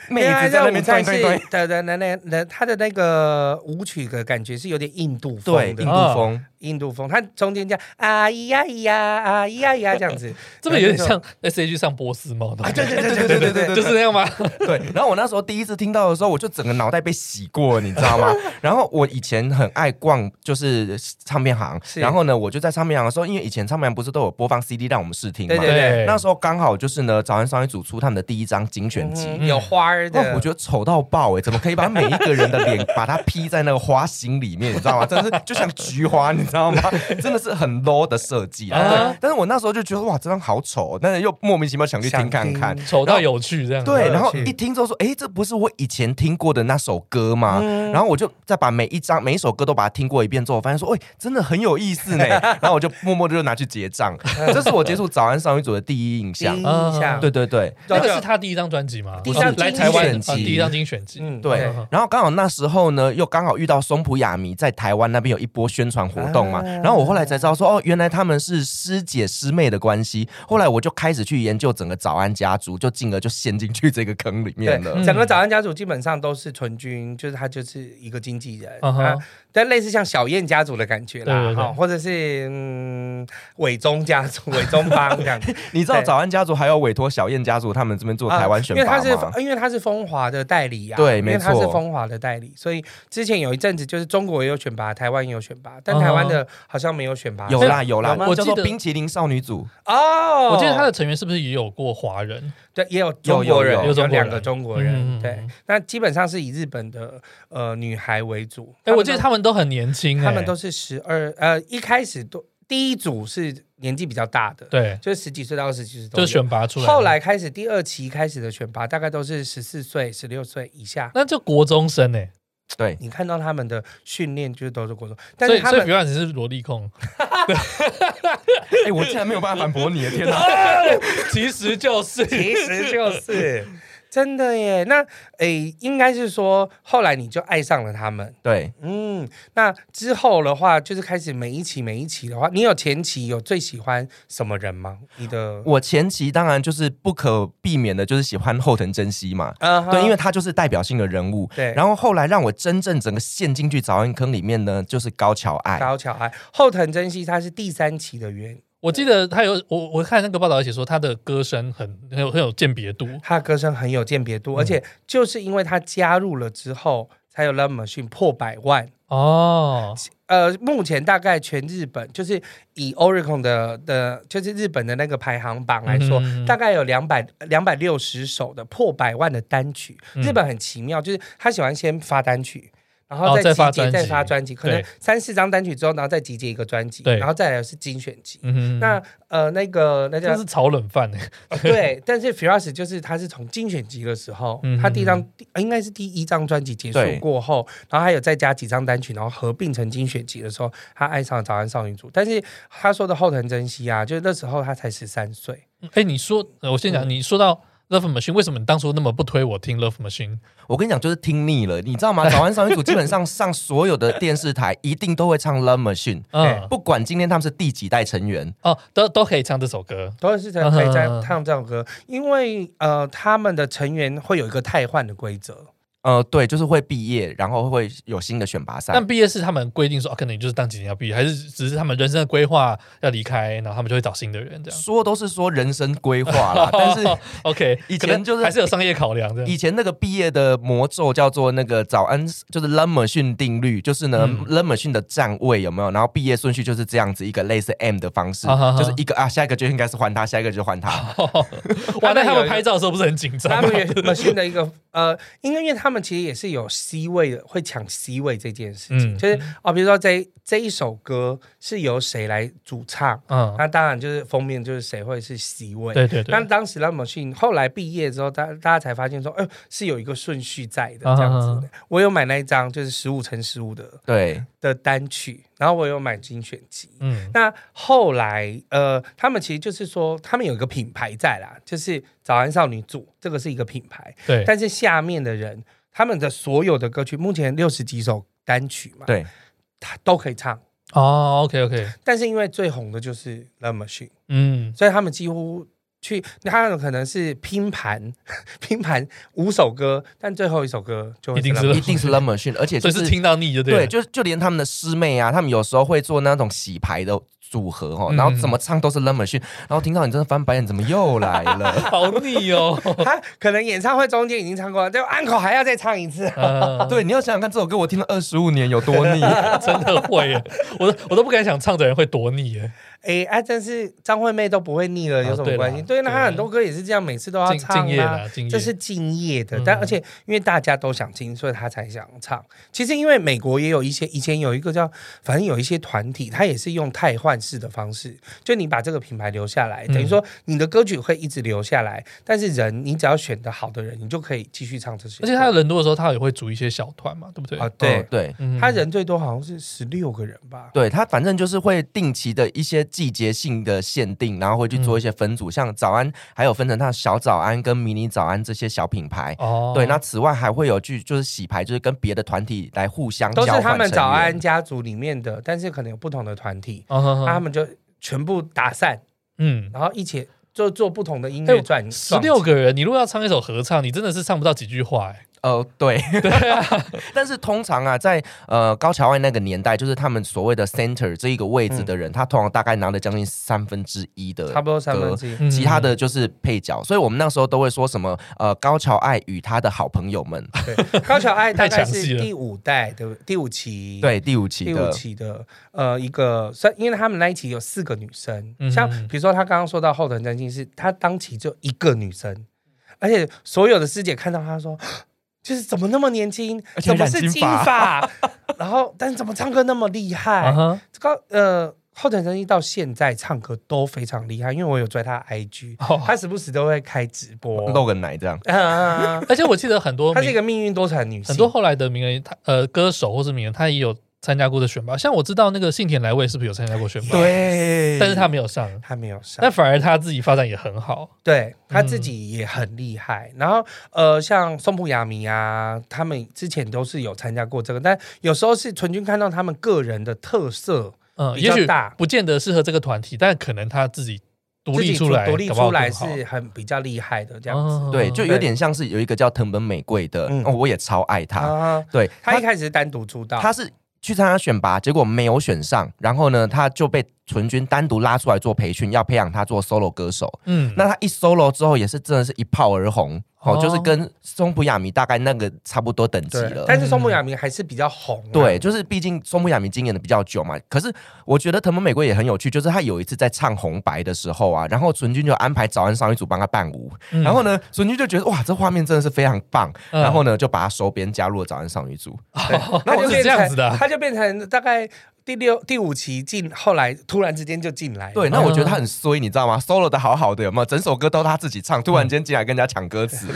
[SPEAKER 4] 妹
[SPEAKER 3] 恋爱
[SPEAKER 4] 子在那
[SPEAKER 3] 热舞
[SPEAKER 4] 边转
[SPEAKER 3] 战
[SPEAKER 4] 转
[SPEAKER 3] 是
[SPEAKER 4] 转，
[SPEAKER 3] 对对，那那那他的那个舞曲的感觉是有点印度
[SPEAKER 4] 对，
[SPEAKER 3] 风
[SPEAKER 4] 印
[SPEAKER 3] 的，
[SPEAKER 4] 度风。
[SPEAKER 3] 印度风，它中间这样啊咿呀咿呀啊咿呀咿呀这样子，
[SPEAKER 2] 这个有点像 S H 上波斯猫的
[SPEAKER 3] 啊，，对对对对对对对对，
[SPEAKER 2] 就是那样吗？
[SPEAKER 4] 对，然后我那时候第一次听到的时候，我就整个脑袋被洗过，你知道 吗？然后我以前很爱逛，就是唱片行。
[SPEAKER 3] 是
[SPEAKER 4] 然后呢，我就在唱片行的时候，因为以前唱片行不是都有播放 CD 让我们试听嘛？
[SPEAKER 3] 对对对
[SPEAKER 4] 那时候刚好就是呢，早安商业组出他们的第一张精选集。
[SPEAKER 3] 嗯有花儿
[SPEAKER 4] 哇
[SPEAKER 3] 的，，
[SPEAKER 4] 我觉得丑到爆哎、怎么可以把每一个人的脸 把它 P 在那个花心里面，你知道吗？真是就像菊花，你知道吗？真的是很 low 的设计啊！
[SPEAKER 2] 啊
[SPEAKER 4] 对，但是我那时候就觉得哇，这张好丑哦，但是又莫名其妙想去听看看
[SPEAKER 3] 想听。
[SPEAKER 2] 丑到有趣这样。
[SPEAKER 4] 对，
[SPEAKER 3] 很
[SPEAKER 4] 然后
[SPEAKER 3] 有趣
[SPEAKER 4] 一听之后说，诶，这不是我以前听过的那首歌吗？
[SPEAKER 3] 嗯
[SPEAKER 4] 然后我就再把每一张每一首歌都把它听过一遍之后，我发现说，哎，真的很有意思 呢。然后我就默默地就拿去结账，这是我接触早安少女组的第一印
[SPEAKER 3] 嗯第一
[SPEAKER 4] 象。
[SPEAKER 3] 印象，
[SPEAKER 4] 对对对
[SPEAKER 2] 那个是他第一张专辑吗？
[SPEAKER 3] 啊第一张
[SPEAKER 2] 来台湾
[SPEAKER 4] 精选
[SPEAKER 2] 啊
[SPEAKER 4] 集
[SPEAKER 2] 第一张精选集，
[SPEAKER 3] 嗯
[SPEAKER 4] 对
[SPEAKER 2] 嗯，
[SPEAKER 4] 然后刚好那时候呢，又刚好遇到松浦亚弥在台湾那边有一波宣传活动嘛，
[SPEAKER 3] 啊
[SPEAKER 4] 然后我后来才知道说，哦，原来他们是师姐师妹的关系。后来我就开始去研究整个早安家族，就进而就陷进去这个坑里面了
[SPEAKER 2] 嗯。
[SPEAKER 3] 对，整个早安家族基本上都是纯君，就是他就是一个经纪人，
[SPEAKER 2] 嗯哼
[SPEAKER 3] 啊但类似像小燕家族的感觉
[SPEAKER 2] 对
[SPEAKER 3] 啦
[SPEAKER 2] 对，对
[SPEAKER 3] 哈，或者是嗯伟忠家族、伟忠帮这样子，
[SPEAKER 4] 你知道
[SPEAKER 3] 对
[SPEAKER 4] 早安家族还有委托小燕家族他们这边做台湾选
[SPEAKER 3] 啊因为
[SPEAKER 4] 拔
[SPEAKER 3] 他是
[SPEAKER 4] 吗？
[SPEAKER 3] 因为他是风华的代理呀、啊
[SPEAKER 4] 对
[SPEAKER 3] 因
[SPEAKER 4] 没
[SPEAKER 3] 为他是
[SPEAKER 4] 错
[SPEAKER 3] 风华的代理，所以之前有一阵子就是中国也有选拔，台湾也有选拔，但台湾
[SPEAKER 2] 哦
[SPEAKER 3] 的好像没有选拔。
[SPEAKER 4] 有啦有啦，
[SPEAKER 2] 吗
[SPEAKER 4] 我叫
[SPEAKER 2] 我
[SPEAKER 4] 做
[SPEAKER 2] 记得
[SPEAKER 4] 冰淇淋少女组，
[SPEAKER 3] 哦，
[SPEAKER 2] 我记得他的成员是不是也有过华人？
[SPEAKER 3] 对也有中国人，
[SPEAKER 4] 有有
[SPEAKER 2] 有
[SPEAKER 3] 两
[SPEAKER 2] 有
[SPEAKER 3] 个中国
[SPEAKER 2] 嗯
[SPEAKER 3] 人，对，那基本上是以日本的呃女孩为主。
[SPEAKER 2] 哎，我记得
[SPEAKER 3] 他
[SPEAKER 2] 他们都很年轻，
[SPEAKER 3] 们
[SPEAKER 2] 哎
[SPEAKER 3] 他们都是十二呃一开始都第一组是年纪比较大的，
[SPEAKER 2] 对，
[SPEAKER 3] 就是十几岁到二十几岁都
[SPEAKER 2] 就
[SPEAKER 3] 有，
[SPEAKER 2] 是选拔出来的。
[SPEAKER 3] 后来开始第二期开始的选拔，大概都是十四岁、十六岁以下。
[SPEAKER 2] 那就国中生哎，
[SPEAKER 4] 对，
[SPEAKER 3] 你看到他们的训练就是都是国中，但
[SPEAKER 2] 所
[SPEAKER 3] 是
[SPEAKER 2] 以
[SPEAKER 3] 他
[SPEAKER 2] 所以
[SPEAKER 3] 们
[SPEAKER 2] 比方只是萝莉 控，
[SPEAKER 4] 哎，我竟然没有办法反驳你，天哪！
[SPEAKER 2] 其实就是
[SPEAKER 3] 其实就是真的耶。那诶，应该是说后来你就爱上了他们。
[SPEAKER 4] 对，
[SPEAKER 3] 嗯，那之后的话，就是开始每一期每一期的话，你有前期有最喜欢什么人吗？你的
[SPEAKER 4] 我前期当然就是不可避免的，就是喜欢后藤真希嘛。
[SPEAKER 3] 啊哈
[SPEAKER 4] 对，因为他就是代表性的人物。
[SPEAKER 3] 对
[SPEAKER 4] 然后后来让我真正整个陷进去早安坑里面呢，就是高桥爱。
[SPEAKER 3] 高桥爱、后藤真希，他是第三期的原，
[SPEAKER 2] 我记得他有我我看那个报道有写说他的歌声很很有很有鉴别度，
[SPEAKER 3] 他的歌声很有鉴别度，
[SPEAKER 4] 嗯
[SPEAKER 3] 而且就是因为他加入了之后，才有 Love Machine 破百万。
[SPEAKER 2] 哦，
[SPEAKER 3] 呃，目前大概全日本就是以 Oricon 的的，就是日本的那个排行榜来说，
[SPEAKER 2] 嗯
[SPEAKER 3] 大概有两百两百六十首的破百万的单曲。
[SPEAKER 2] 嗯
[SPEAKER 3] 日本很奇妙，就是他喜欢先发单曲。然
[SPEAKER 2] 哦
[SPEAKER 3] 后
[SPEAKER 2] 再
[SPEAKER 3] 集
[SPEAKER 2] 发
[SPEAKER 3] 结
[SPEAKER 2] 专
[SPEAKER 3] 再
[SPEAKER 2] 辑
[SPEAKER 3] 发专辑，可能
[SPEAKER 2] 对
[SPEAKER 3] 三四张单曲之后，然后再集结一个专辑，
[SPEAKER 2] 对
[SPEAKER 3] 然后再来是精选集。
[SPEAKER 2] 嗯哼，
[SPEAKER 3] 那呃，那个那
[SPEAKER 2] 这
[SPEAKER 3] 叫
[SPEAKER 2] 是炒冷饭 哎，
[SPEAKER 3] 对，但是 Firas 就是他是从精选集的时候，
[SPEAKER 2] 嗯
[SPEAKER 3] 他第一张第应该是第一张专辑结束
[SPEAKER 4] 对
[SPEAKER 3] 过后，然后还有再加几张单曲，然后合并成精选集的时候，他爱上了早安少女组。但是他说的后藤真希啊，就是那时候他才十三岁，
[SPEAKER 2] 哎，你说呃我先讲，你说到 Love Machine，为什么你当初那么不推我听 Love Machine？
[SPEAKER 4] 我跟你讲，就是听腻了，你知 道吗？早安少女组基本上上所有的电视台一定都会唱《Love Machine》，
[SPEAKER 2] 嗯，
[SPEAKER 4] 不管今天他们是第几代成员。
[SPEAKER 2] 哦，都都可以唱这首歌，
[SPEAKER 3] 都是在可以在
[SPEAKER 2] 嗯
[SPEAKER 3] 唱这首歌，因为呃，他们的成员会有一个汰换的规则。
[SPEAKER 4] 呃，对，就是会毕业，然后会有新的选拔赛
[SPEAKER 2] 但。毕业是他们规定说，啊、可能你就是当几年要毕业，还是只是他们人生的规划要离开，然后他们就会找新的人这样。
[SPEAKER 4] 说都是说人生规划 啦，但是
[SPEAKER 2] OK，
[SPEAKER 4] 以前
[SPEAKER 2] 可能
[SPEAKER 4] 就是
[SPEAKER 2] 还是有商业考量这 样。
[SPEAKER 4] 以前那个毕业的魔咒叫做那个早安，就是 l a m e r 逊定律，就是呢、
[SPEAKER 2] 嗯
[SPEAKER 4] l a m e r 逊的站位有没有？然后毕业顺序就是这样子，一个类似 M 的方式，
[SPEAKER 2] 啊哈哈
[SPEAKER 4] 就是一个啊，下一个就应该是换他，下一个就换他。
[SPEAKER 2] 哇，那
[SPEAKER 3] 他
[SPEAKER 2] 他
[SPEAKER 3] 们有一
[SPEAKER 2] 们
[SPEAKER 3] 个
[SPEAKER 2] 拍照的时候不是很紧张
[SPEAKER 3] 他
[SPEAKER 2] 吗
[SPEAKER 3] 们？也 machine 的一个呃，因为因为他们其实也是有 C 位的，会抢 C 位这件事情，
[SPEAKER 2] 嗯
[SPEAKER 3] 就是哦，比如说这这一首歌是由谁来主唱，
[SPEAKER 2] 嗯，
[SPEAKER 3] 那当然就是封面就是谁会是 C 位。
[SPEAKER 2] 对对
[SPEAKER 3] 那
[SPEAKER 2] 对，
[SPEAKER 3] 当时 l a m a c h i n 后来毕业之后，大大家才发现说，哎、是有一个顺序在的
[SPEAKER 2] 啊
[SPEAKER 3] 这样
[SPEAKER 2] 啊
[SPEAKER 3] 子
[SPEAKER 2] 啊
[SPEAKER 3] 的。我有买那一张就是十五乘十五的
[SPEAKER 4] 对，
[SPEAKER 3] 的单曲，然后我有买精选集。
[SPEAKER 2] 嗯
[SPEAKER 3] 那后来，呃，他们其实就是说，他们有一个品牌在啦，就是早安少女组，这个是一个品牌。
[SPEAKER 2] 对，
[SPEAKER 3] 但是下面的人，他们的所有的歌曲，目前六十几首单曲嘛，
[SPEAKER 4] 对，
[SPEAKER 3] 他都可以唱。
[SPEAKER 2] 哦，OK OK，
[SPEAKER 3] 但是因为最红的就是《The Machine》，
[SPEAKER 2] 嗯，
[SPEAKER 3] 所以他们几乎去，他们可能是拼盘， 拼盘五首歌，但最后一首歌就会
[SPEAKER 2] 一定是
[SPEAKER 3] Love Machine
[SPEAKER 4] 一定是 l a m e r 逊，而且
[SPEAKER 2] 所
[SPEAKER 4] 就
[SPEAKER 2] 以是听到腻就对
[SPEAKER 4] 对，
[SPEAKER 2] 了。
[SPEAKER 4] 就就连他们的师妹啊，他们有时候会做那种洗牌的组合哦，
[SPEAKER 2] 嗯
[SPEAKER 4] 然后怎么唱都是 l a m e r 逊，然后听到你真的翻白眼，怎么又来了？
[SPEAKER 2] 好腻哦。
[SPEAKER 3] 他可能演唱会中间已经唱过了，就安口还要再唱一次。
[SPEAKER 2] 嗯
[SPEAKER 4] 对，你要想想看，这首歌我听了二十五年有多 腻。
[SPEAKER 2] 真的会耶，我都我都不敢想唱的人会多腻耶。
[SPEAKER 3] 哎，哎，真是张惠妹都不会腻了，有什么关系？
[SPEAKER 2] 啊
[SPEAKER 3] 对，
[SPEAKER 2] 对啦
[SPEAKER 3] 那她很多歌也是这样，每次都要
[SPEAKER 2] 敬
[SPEAKER 3] 唱
[SPEAKER 2] 敬业
[SPEAKER 3] 啊。
[SPEAKER 2] 啦，敬业。
[SPEAKER 3] 这是敬业的，
[SPEAKER 2] 嗯
[SPEAKER 3] 但而且因为大家都想听，所以他才想唱。其实因为美国也有一些，以前有一个叫，反正有一些团体，他也是用汰换式的方式，就你把这个品牌留下来，
[SPEAKER 2] 嗯
[SPEAKER 3] 等于说你的歌曲会一直留下来，但是人你只要选的好的人，你就可以继续唱这些歌。
[SPEAKER 2] 而且他人多的时候，他也会组一些小团嘛，对不对？
[SPEAKER 3] 啊，对
[SPEAKER 4] 嗯，对。
[SPEAKER 2] 嗯
[SPEAKER 3] 他人最多好像是十六个人吧。
[SPEAKER 4] 对他，反正就是会定期的一些季节性的限定，然后会去做一些分组，像早安，还有分成像小早安跟迷你早安这些小品牌。
[SPEAKER 2] 哦，
[SPEAKER 4] 对，那此外还会有去就是洗牌，就是跟别的团体来互相
[SPEAKER 3] 都是
[SPEAKER 4] 交换
[SPEAKER 3] 他们
[SPEAKER 4] 成
[SPEAKER 3] 早
[SPEAKER 4] 员
[SPEAKER 3] 安家族里面的，但是可能有不同的团体，
[SPEAKER 2] 哦呵呵
[SPEAKER 3] 那他们就全部打散，
[SPEAKER 2] 嗯。
[SPEAKER 3] 然后一起就做不同的音
[SPEAKER 2] 哎
[SPEAKER 3] 乐
[SPEAKER 2] 呦
[SPEAKER 3] 转。
[SPEAKER 2] 十六个人，你如果要唱一首合唱，你真的是唱不到几句话 哎。
[SPEAKER 4] 呃，对，
[SPEAKER 2] 对啊，
[SPEAKER 4] 但是通常啊，在呃高桥爱那个年代，就是他们所谓的 center 这一个位置的人，他通常大概拿了将近三分之一的，
[SPEAKER 3] 嗯差不多三分之一。
[SPEAKER 2] 嗯
[SPEAKER 4] 其他的就是配角，所以我们那时候都会说什么呃高桥爱与他的好朋友们，
[SPEAKER 3] 对，高桥哎爱大概
[SPEAKER 2] 太详细
[SPEAKER 3] 是
[SPEAKER 2] 了
[SPEAKER 3] 第五代，对不 对？第五期，，
[SPEAKER 4] 对第五期
[SPEAKER 3] 第五
[SPEAKER 4] 的，
[SPEAKER 3] 期的呃一个，算因为他们那一期有四个女生，
[SPEAKER 2] 嗯
[SPEAKER 3] 像比如说他刚刚说到后藤真心是，他当期就一个女生，而且所有的师姐看到他说。 就是怎么那么年轻，
[SPEAKER 4] 而且
[SPEAKER 3] 怎么
[SPEAKER 4] 染
[SPEAKER 3] 是
[SPEAKER 4] 金
[SPEAKER 3] 金
[SPEAKER 4] 发
[SPEAKER 3] 发？ 然后，但怎么唱歌那么厉害
[SPEAKER 2] 啊？哈
[SPEAKER 3] 这个呃，后藤真一到现在唱歌都非常厉害，因为我有追他的 IG，、
[SPEAKER 2] 哦
[SPEAKER 3] 他时不时都会开直播。
[SPEAKER 4] 露个奶这样。
[SPEAKER 3] 啊 啊啊
[SPEAKER 2] 而且我记得很多
[SPEAKER 3] 她是一
[SPEAKER 2] 名
[SPEAKER 3] 个命运多舛的女性，
[SPEAKER 2] 很多后来的名人，他呃歌手或是名人，他也有参加过的选拔。像我知道那个幸田来未是不是有参加过选拔？，
[SPEAKER 4] 对，
[SPEAKER 2] 但是他没有上，
[SPEAKER 3] 她没有上
[SPEAKER 2] 但。反而他自己发展也很好。
[SPEAKER 3] 对他自己也很厉害。然后呃，像松浦亚弥啊，他们之前都是有参加过这个，但有时候是纯君看到他们个人的特色
[SPEAKER 2] 嗯，
[SPEAKER 3] 比
[SPEAKER 2] 也
[SPEAKER 3] 较
[SPEAKER 2] 许
[SPEAKER 3] 大，
[SPEAKER 2] 不见得适合这个团体，但可能他自己独立
[SPEAKER 3] 自己
[SPEAKER 2] 出来，
[SPEAKER 3] 独立
[SPEAKER 2] 搞不好
[SPEAKER 3] 出来
[SPEAKER 2] 更好
[SPEAKER 3] 是很比较厉害的这样子。
[SPEAKER 2] 哦
[SPEAKER 4] 对，就有
[SPEAKER 3] 对
[SPEAKER 4] 点像是有一个叫藤本美贵的，
[SPEAKER 3] 嗯
[SPEAKER 4] 哦，我也超爱他。
[SPEAKER 3] 啊，
[SPEAKER 4] 对，
[SPEAKER 3] 他
[SPEAKER 4] 他
[SPEAKER 3] 一开始是单独出道，
[SPEAKER 4] 他是去参加选拔，结果没有选上，然后呢，他就被纯君单独拉出来做培训，要培养他做 solo 歌手。
[SPEAKER 2] 嗯，
[SPEAKER 4] 那他一 solo 之后，也是真的是一炮而红，哦，
[SPEAKER 2] 哦
[SPEAKER 4] 就是跟松浦亚弥大概那个差不多等级
[SPEAKER 3] 对
[SPEAKER 4] 了，。
[SPEAKER 3] 但是松浦亚弥还是比较红、啊。
[SPEAKER 4] 对，就是毕竟松浦亚弥经营的比较久嘛。可是我觉得藤本美贵也很有趣，就是他有一次在唱红白的时候啊，然后纯君就安排早安少女组帮他伴舞，
[SPEAKER 2] 嗯
[SPEAKER 4] 然后呢，纯君就觉得哇，这画面真的是非常棒，
[SPEAKER 2] 嗯
[SPEAKER 4] 然后呢就把他收编加入了早安少女组。
[SPEAKER 3] 对，
[SPEAKER 2] 那
[SPEAKER 3] 他
[SPEAKER 2] 我
[SPEAKER 3] 就是变
[SPEAKER 2] 这样
[SPEAKER 3] 成
[SPEAKER 2] 子的 啊
[SPEAKER 3] 他就变成大概第六、第五期进，后来突然之间就进来。
[SPEAKER 4] 对，
[SPEAKER 2] 嗯
[SPEAKER 4] 那我觉得他很衰，你知道吗？solo 的好好的，有没有？整首歌都他自己唱，突然间进来跟人家抢歌词，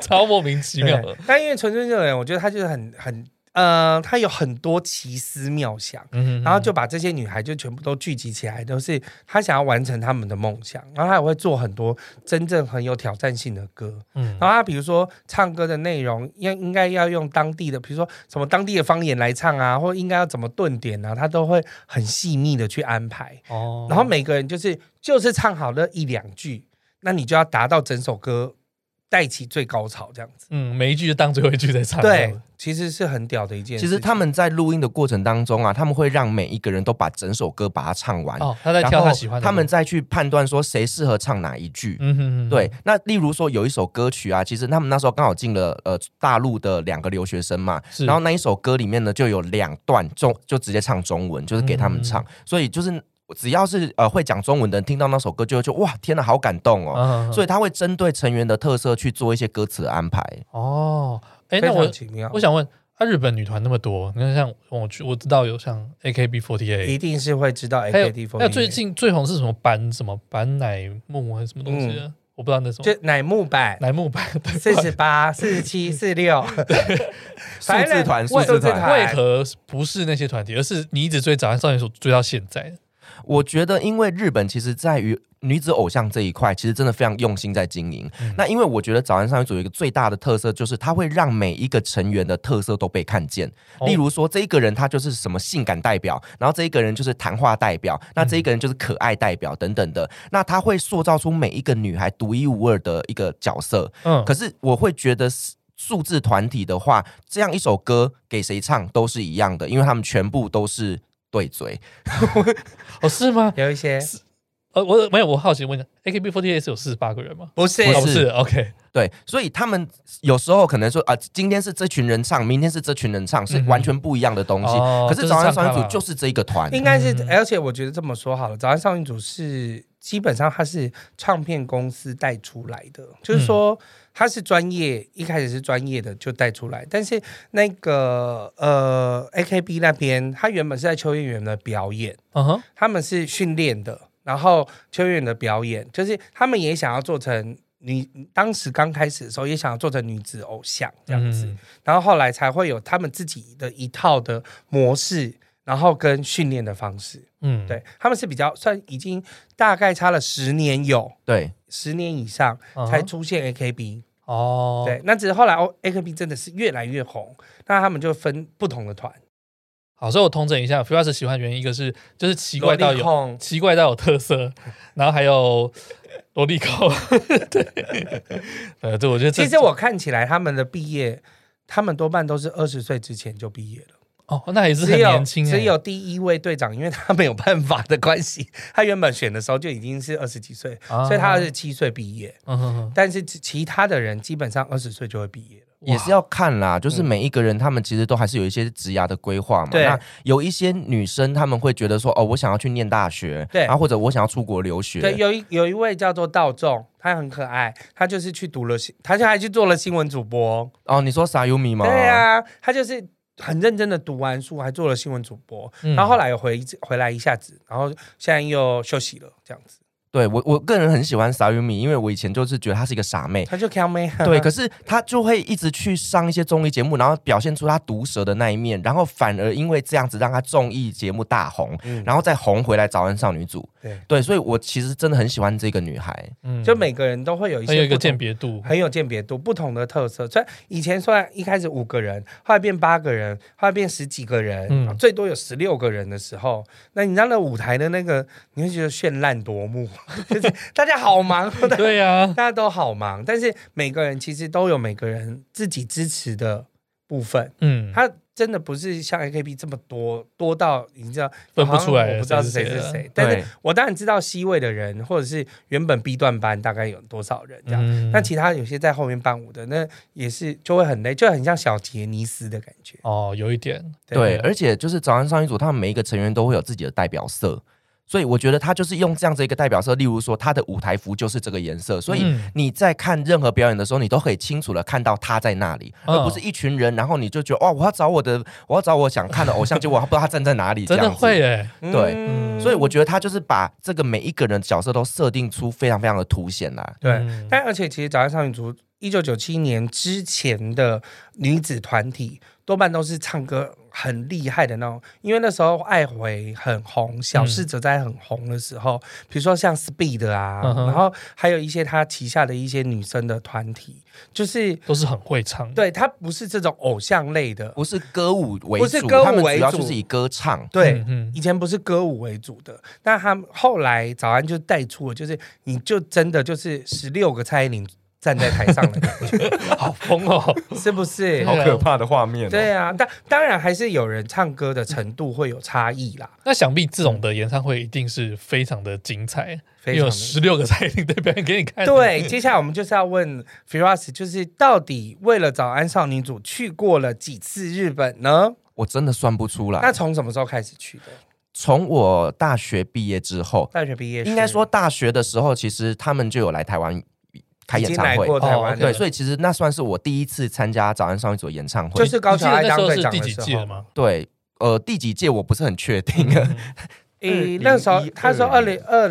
[SPEAKER 2] 超莫名其妙的
[SPEAKER 3] 对。但因为纯粹这种人，我觉得他就是很很呃，他有很多奇思妙想，
[SPEAKER 2] 嗯
[SPEAKER 3] 然后就把这些女孩就全部都聚集起来，都是他想要完成他们的梦想，然后他也会做很多真正很有挑战性的歌。
[SPEAKER 2] 嗯
[SPEAKER 3] 然后他比如说唱歌的内容，应应该要用当地的，比如说什么当地的方言来唱啊，或应该要怎么顿点啊，他都会很细腻的去安排。
[SPEAKER 2] 哦
[SPEAKER 3] 然后每个人就是就是唱好了一两句，那你就要达到整首歌带起最高潮这样子。
[SPEAKER 2] 嗯，每一句就当最后一句在唱。
[SPEAKER 3] 对，，其实是很屌的一件事
[SPEAKER 4] 其
[SPEAKER 3] 情。
[SPEAKER 4] 实他们在录音的过程当中啊，他们会让每一个人都把整首歌把它唱完，
[SPEAKER 2] 哦，他在
[SPEAKER 4] 然
[SPEAKER 2] 挑
[SPEAKER 4] 后
[SPEAKER 2] 他喜欢的歌。
[SPEAKER 4] 他们再去判断说谁适合唱哪一句。
[SPEAKER 2] 嗯哼哼，
[SPEAKER 4] 对，那例如说有一首歌曲啊，其实他们那时候刚好进了呃大陆的两个留学生嘛，
[SPEAKER 2] 是
[SPEAKER 4] 然后那一首歌里面呢就有两段中就直接唱中文，就是给他们
[SPEAKER 2] 嗯
[SPEAKER 4] 唱，所以就是只要是呃会讲中文的人听到那首歌就会觉得哇天哪好感动哦，
[SPEAKER 2] 嗯，嗯
[SPEAKER 4] 所以他会针对成员的特色去做一些歌词的安排。
[SPEAKER 2] 哦，哎，
[SPEAKER 3] 非
[SPEAKER 2] 那我
[SPEAKER 3] 常奇妙
[SPEAKER 2] 我，想问，啊，日本女团那么多，你看像我去我知道有像 A K B 4 8
[SPEAKER 3] 一定是会知道
[SPEAKER 2] 还有
[SPEAKER 3] AKT48。
[SPEAKER 2] 还有最近最红是什么板什么板乃木还是什么东西
[SPEAKER 3] 嗯
[SPEAKER 2] 的，我不知道那什
[SPEAKER 3] 就
[SPEAKER 2] 么
[SPEAKER 3] 乃木 坂。
[SPEAKER 2] 乃木板。对
[SPEAKER 3] 四十八、四十七、四 六，
[SPEAKER 4] 数字团，数
[SPEAKER 3] 为
[SPEAKER 4] 字
[SPEAKER 3] 数字
[SPEAKER 4] 团
[SPEAKER 3] 团，
[SPEAKER 2] 为何不是那些团体，而是你一直追《早安少年》所追到现在的？
[SPEAKER 4] 我觉得，因为日本其实在于女子偶像这一块，其实真的非常用心在经营。
[SPEAKER 2] 嗯
[SPEAKER 4] 那因为我觉得早安少女组有一个最大的特色，就是它会让每一个成员的特色都被看见。
[SPEAKER 2] 哦
[SPEAKER 4] 例如说，这一个人他就是什么性感代表，然后这一个人就是谈话代表，那这一个人就是可爱代表等等的。那他会塑造出每一个女孩独一无二的一个角色。
[SPEAKER 2] 嗯，
[SPEAKER 4] 可是我会觉得是数字团体的话，这样一首歌给谁唱都是一样的，因为他们全部都是对嘴。
[SPEAKER 2] 哦，是吗？
[SPEAKER 3] 有一些
[SPEAKER 2] 呃，我没有，我好奇问一下，AKB48 是有四十八个人吗？
[SPEAKER 3] 不是
[SPEAKER 2] 哦，
[SPEAKER 4] 不
[SPEAKER 2] 不
[SPEAKER 4] 是
[SPEAKER 2] 是，OK，
[SPEAKER 4] 对，所以他们有时候可能说啊、今天是这群人唱，明天是这群人唱，是
[SPEAKER 2] 嗯哼
[SPEAKER 4] 完全不一样的东西。
[SPEAKER 2] 哦
[SPEAKER 4] 可
[SPEAKER 2] 就是是
[SPEAKER 4] 早安
[SPEAKER 2] 唱
[SPEAKER 4] 双人
[SPEAKER 2] 咖
[SPEAKER 4] 组
[SPEAKER 2] 啦
[SPEAKER 4] 就是这一个团，
[SPEAKER 3] 应该是，
[SPEAKER 2] 嗯
[SPEAKER 3] 而且我觉得这么说好了，早安少女组是基本上它是唱片公司带出来的，就是说
[SPEAKER 2] 嗯
[SPEAKER 3] 它是专业，一开始是专业的就带出来，但是那个呃 AKB 那边，它原本是在秋叶原的表演，
[SPEAKER 2] 嗯哼，
[SPEAKER 3] 他们是训练的，然后秋叶原的表演，就是他们也想要做成女，当时刚开始的时候也想要做成女子偶像这样子，
[SPEAKER 2] 嗯
[SPEAKER 3] 然后后来才会有他们自己的一套的模式，然后跟训练的方式。
[SPEAKER 2] 嗯，
[SPEAKER 3] 对，他们是比较算已经大概差了十年有
[SPEAKER 4] 对，
[SPEAKER 3] 十年以上
[SPEAKER 2] 嗯哼，
[SPEAKER 3] 才出现 AKB，、
[SPEAKER 2] 哦，
[SPEAKER 3] 对，那只是后来哦 AKB 真的是越来越红，那他们就分不同的团，
[SPEAKER 2] 好，所以我统整一下，Fuse 喜欢的原因，一个是就是奇怪到
[SPEAKER 3] 萝莉
[SPEAKER 2] 有
[SPEAKER 3] 控
[SPEAKER 2] 奇怪到有特色，然后还有萝莉控，对，呃，这我觉得 这
[SPEAKER 3] 其实我看起来他们的毕业，他们多半都是二十岁之前就毕业了。
[SPEAKER 2] 哦，那也是很
[SPEAKER 3] 只有
[SPEAKER 2] 年轻欸，
[SPEAKER 3] 只有第一位队长，因为他没有办法的关系， 他原本选的时候就已经是二十几岁，
[SPEAKER 2] 啊
[SPEAKER 3] 所以他二十七岁毕业。
[SPEAKER 2] 嗯哼哼
[SPEAKER 3] 但是其其他的人基本上二十岁就会毕业了。
[SPEAKER 4] 也是要看啦，就是每一个人他们其实都还是有一些职涯的规划嘛。
[SPEAKER 3] 对
[SPEAKER 4] 那有一些女生她们会觉得说，哦，我想要去念大学，
[SPEAKER 3] 对
[SPEAKER 4] 然后或者我想要出国留学，
[SPEAKER 3] 对，有一有一位叫做道仲，他很可爱，他就是去读了新，他就还去做了新闻主播。
[SPEAKER 4] 哦，你说傻优米吗？
[SPEAKER 3] 对啊，他就是很认真的读完书，还做了新闻主播，
[SPEAKER 2] 嗯
[SPEAKER 3] 然后后来又回回来一下子，然后现在又休息了，这样子。
[SPEAKER 4] 对我我个人很喜欢傻优米，因为我以前就是觉得她是一个傻妹，
[SPEAKER 3] 他就 c a m
[SPEAKER 4] 对，可是他就会一直去上一些综艺节目，然后表现出他毒舌的那一面，然后反而因为这样子让他综艺节目大红，
[SPEAKER 3] 嗯
[SPEAKER 4] 然后再红回来早安少女组。
[SPEAKER 3] 对
[SPEAKER 4] 对，所以我其实真的很喜欢这个女孩。
[SPEAKER 2] 嗯
[SPEAKER 3] 就每个人都会有一些
[SPEAKER 2] 很有一个
[SPEAKER 3] 不同
[SPEAKER 2] 鉴别度，
[SPEAKER 3] 很有鉴别度，不同的特色。所以以前虽然一开始五个人，后来变八个人，后来变十几个人，
[SPEAKER 2] 嗯
[SPEAKER 3] 最多有十六个人的时候，那你知道那舞台的那个，你会觉得绚烂夺目， 就是大家好忙，大家
[SPEAKER 2] 对啊呀，
[SPEAKER 3] 大家都好忙，但是每个人其实都有每个人自己支持的部分，
[SPEAKER 2] 嗯，
[SPEAKER 3] 他。真的不是像 AKB 这么多多到你知道
[SPEAKER 2] 分不出来
[SPEAKER 3] 好像我不知道是谁
[SPEAKER 2] 谁啊是
[SPEAKER 3] 是
[SPEAKER 2] 谁
[SPEAKER 3] 谁，但
[SPEAKER 4] 对
[SPEAKER 3] 是，我当然知道 C 位的人，或者是原本 B 段班大概有多少人这样，
[SPEAKER 2] 嗯
[SPEAKER 3] 那其他有些在后面伴舞的，那也是就会很累，就很像小杰尼斯的感觉。
[SPEAKER 2] 哦，有一点，
[SPEAKER 4] 对，而且就是早安少女组，他们每一个成员都会有自己的代表色。所以我觉得他就是用这样子一个代表色，例如说他的舞台服就是这个颜色，所以
[SPEAKER 2] 嗯
[SPEAKER 4] 你在看任何表演的时候，你都可以清楚的看到他在那 里，
[SPEAKER 2] 嗯
[SPEAKER 4] 而不是一群人，然后你就觉得哇，我要找我的，我要找我想看的 偶像，结果他不知道他站在哪里，
[SPEAKER 2] 真
[SPEAKER 4] 这
[SPEAKER 2] 的
[SPEAKER 4] 样子
[SPEAKER 2] 会哎，
[SPEAKER 4] 对
[SPEAKER 3] 嗯
[SPEAKER 4] 所以我觉得他就是把这个每一个人的角色都设定出非常非常的凸显啦。
[SPEAKER 3] 对，
[SPEAKER 2] 嗯
[SPEAKER 3] 但而且其实早安少女族一九九七年之前的女子团体多半都是唱歌很厉害的那种，因为那时候爱回很红，
[SPEAKER 4] 嗯
[SPEAKER 3] 小侍者在很红的时候，比如说像 Speed 啊，
[SPEAKER 2] 嗯哼
[SPEAKER 3] 然后还有一些她旗下的一些女生的团体，就是
[SPEAKER 2] 都是很会唱，，
[SPEAKER 3] 对她不是这种偶像类的，
[SPEAKER 4] 不是歌舞为主，
[SPEAKER 3] 不是歌舞
[SPEAKER 4] 他们
[SPEAKER 3] 为
[SPEAKER 4] 主要
[SPEAKER 3] 主
[SPEAKER 4] 就是以歌唱。
[SPEAKER 3] 对，
[SPEAKER 2] 嗯
[SPEAKER 3] 以前不是歌舞为主的，那他们后来早安就带出了，就是你就真的就是十六个蔡依林站在台上的感 觉，
[SPEAKER 2] 好疯 哦！
[SPEAKER 3] 是不是？
[SPEAKER 4] 好可怕的画面、哦。
[SPEAKER 3] 对啊，但当然还是有人唱歌的程度会有差异啦。
[SPEAKER 2] 那想必这种的演唱会一定是非常的精彩，
[SPEAKER 3] 非常
[SPEAKER 2] 有
[SPEAKER 3] 的
[SPEAKER 2] 十六个才艺在表演给你看。
[SPEAKER 3] 对，接下来我们就是要问 Firas，就是到底为了早安少女组去过了几次日本呢？
[SPEAKER 4] 我真的算不出
[SPEAKER 2] 啊
[SPEAKER 3] 那
[SPEAKER 4] 来。
[SPEAKER 3] 从什么时候开始去的？
[SPEAKER 4] 从我大学毕业之后，
[SPEAKER 3] 大学毕业时
[SPEAKER 4] 应该说大学的时候，其实他们就有来台湾开
[SPEAKER 3] 已
[SPEAKER 4] 演
[SPEAKER 3] 经
[SPEAKER 4] 唱
[SPEAKER 3] 来
[SPEAKER 4] 会
[SPEAKER 3] 过。台湾
[SPEAKER 2] 哦
[SPEAKER 3] 了，
[SPEAKER 4] 对，所以其实那算是我第一次参加早安少女组的演唱会。
[SPEAKER 3] 就是高
[SPEAKER 2] 你记
[SPEAKER 3] 桥
[SPEAKER 2] 得
[SPEAKER 3] 爱
[SPEAKER 2] 那
[SPEAKER 3] 当
[SPEAKER 2] 时候
[SPEAKER 3] 队
[SPEAKER 2] 是
[SPEAKER 3] 长
[SPEAKER 2] 第
[SPEAKER 3] 的
[SPEAKER 2] 几
[SPEAKER 3] 时
[SPEAKER 2] 届了
[SPEAKER 3] 候。
[SPEAKER 2] 吗？嗯
[SPEAKER 4] 对，呃，第几届我不是很确定。啊
[SPEAKER 3] 嗯诶，那时候
[SPEAKER 4] 2012
[SPEAKER 3] 他说二零二，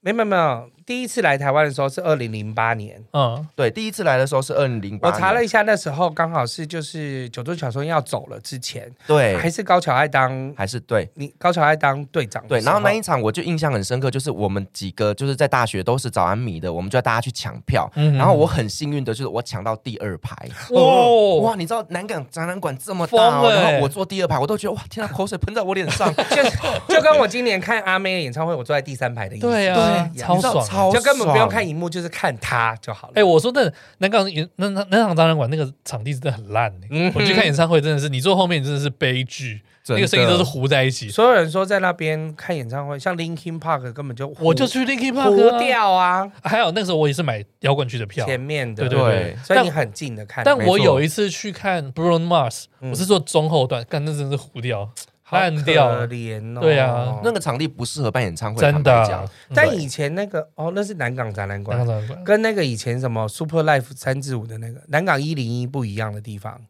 [SPEAKER 3] 没有没有没有，第一次来台湾的时候是二零零八年。
[SPEAKER 2] 嗯，
[SPEAKER 4] 对，第一次来的时候是二零零八，
[SPEAKER 3] 我查了一下，那时候刚好是就是九州小松要走了之前，还
[SPEAKER 4] 对，
[SPEAKER 3] 是高桥爱当
[SPEAKER 4] 还是对。
[SPEAKER 3] 你高桥爱当队长的
[SPEAKER 4] 对，
[SPEAKER 3] 时
[SPEAKER 4] 然
[SPEAKER 3] 候
[SPEAKER 4] 后那一场我就印象很深刻，就是我们几个就是在大学都是早安迷的，我们就要大家去抢票，
[SPEAKER 2] 嗯
[SPEAKER 4] 然后我很幸运的就是我抢到第二排，
[SPEAKER 2] 哇哦
[SPEAKER 4] 哇，你知道南港展览馆这么大、
[SPEAKER 2] 疯
[SPEAKER 4] 哦，
[SPEAKER 2] 了
[SPEAKER 4] 然
[SPEAKER 2] 欸
[SPEAKER 4] 后我坐第二排，我都觉得哇，天啊，口水喷在我脸 上，
[SPEAKER 3] 就就跟我今年看阿妹的演唱会，我坐在第三排的意思，
[SPEAKER 2] 对啊，
[SPEAKER 3] 对
[SPEAKER 2] 超
[SPEAKER 4] 你知道
[SPEAKER 2] 爽的。
[SPEAKER 4] 超
[SPEAKER 3] 就根本不用
[SPEAKER 4] 爽
[SPEAKER 3] 看荧幕，就是看她就好了。
[SPEAKER 2] 哎，我说那南港演那那南港展览馆那个场地真的很烂欸
[SPEAKER 3] 嗯哼
[SPEAKER 2] 我去看演唱会真的是，你坐后面真的是悲剧，那
[SPEAKER 4] 真的
[SPEAKER 2] 个声音都是糊在一起。
[SPEAKER 3] 所有人说在那边看演唱会，像 Linkin Park 根本就
[SPEAKER 2] 我就去 Linkin
[SPEAKER 3] 糊
[SPEAKER 2] Park 啊
[SPEAKER 3] 掉啊，
[SPEAKER 2] 还有那时候我也是买摇滚区的票，
[SPEAKER 3] 前面的
[SPEAKER 2] 对对对
[SPEAKER 4] 对。
[SPEAKER 3] 所以
[SPEAKER 2] 但
[SPEAKER 3] 你很近的看，
[SPEAKER 2] 但
[SPEAKER 4] 没
[SPEAKER 2] 我
[SPEAKER 4] 错
[SPEAKER 2] 有一次去看 Bruno Mars，
[SPEAKER 3] 嗯
[SPEAKER 2] 我是坐中后段，干那真的是糊掉、烂
[SPEAKER 3] 好可
[SPEAKER 2] 掉。
[SPEAKER 3] 怜哦。
[SPEAKER 2] 对啊
[SPEAKER 4] 那个场地不适合办演唱会，
[SPEAKER 2] 真的
[SPEAKER 4] 坦白讲
[SPEAKER 3] 但以前那个哦，那是南港展览
[SPEAKER 2] 嗯南港
[SPEAKER 3] 馆，
[SPEAKER 2] 展览馆
[SPEAKER 3] 跟那个以前什么 Super Life 三至五的那个南港一零一不一样的地方，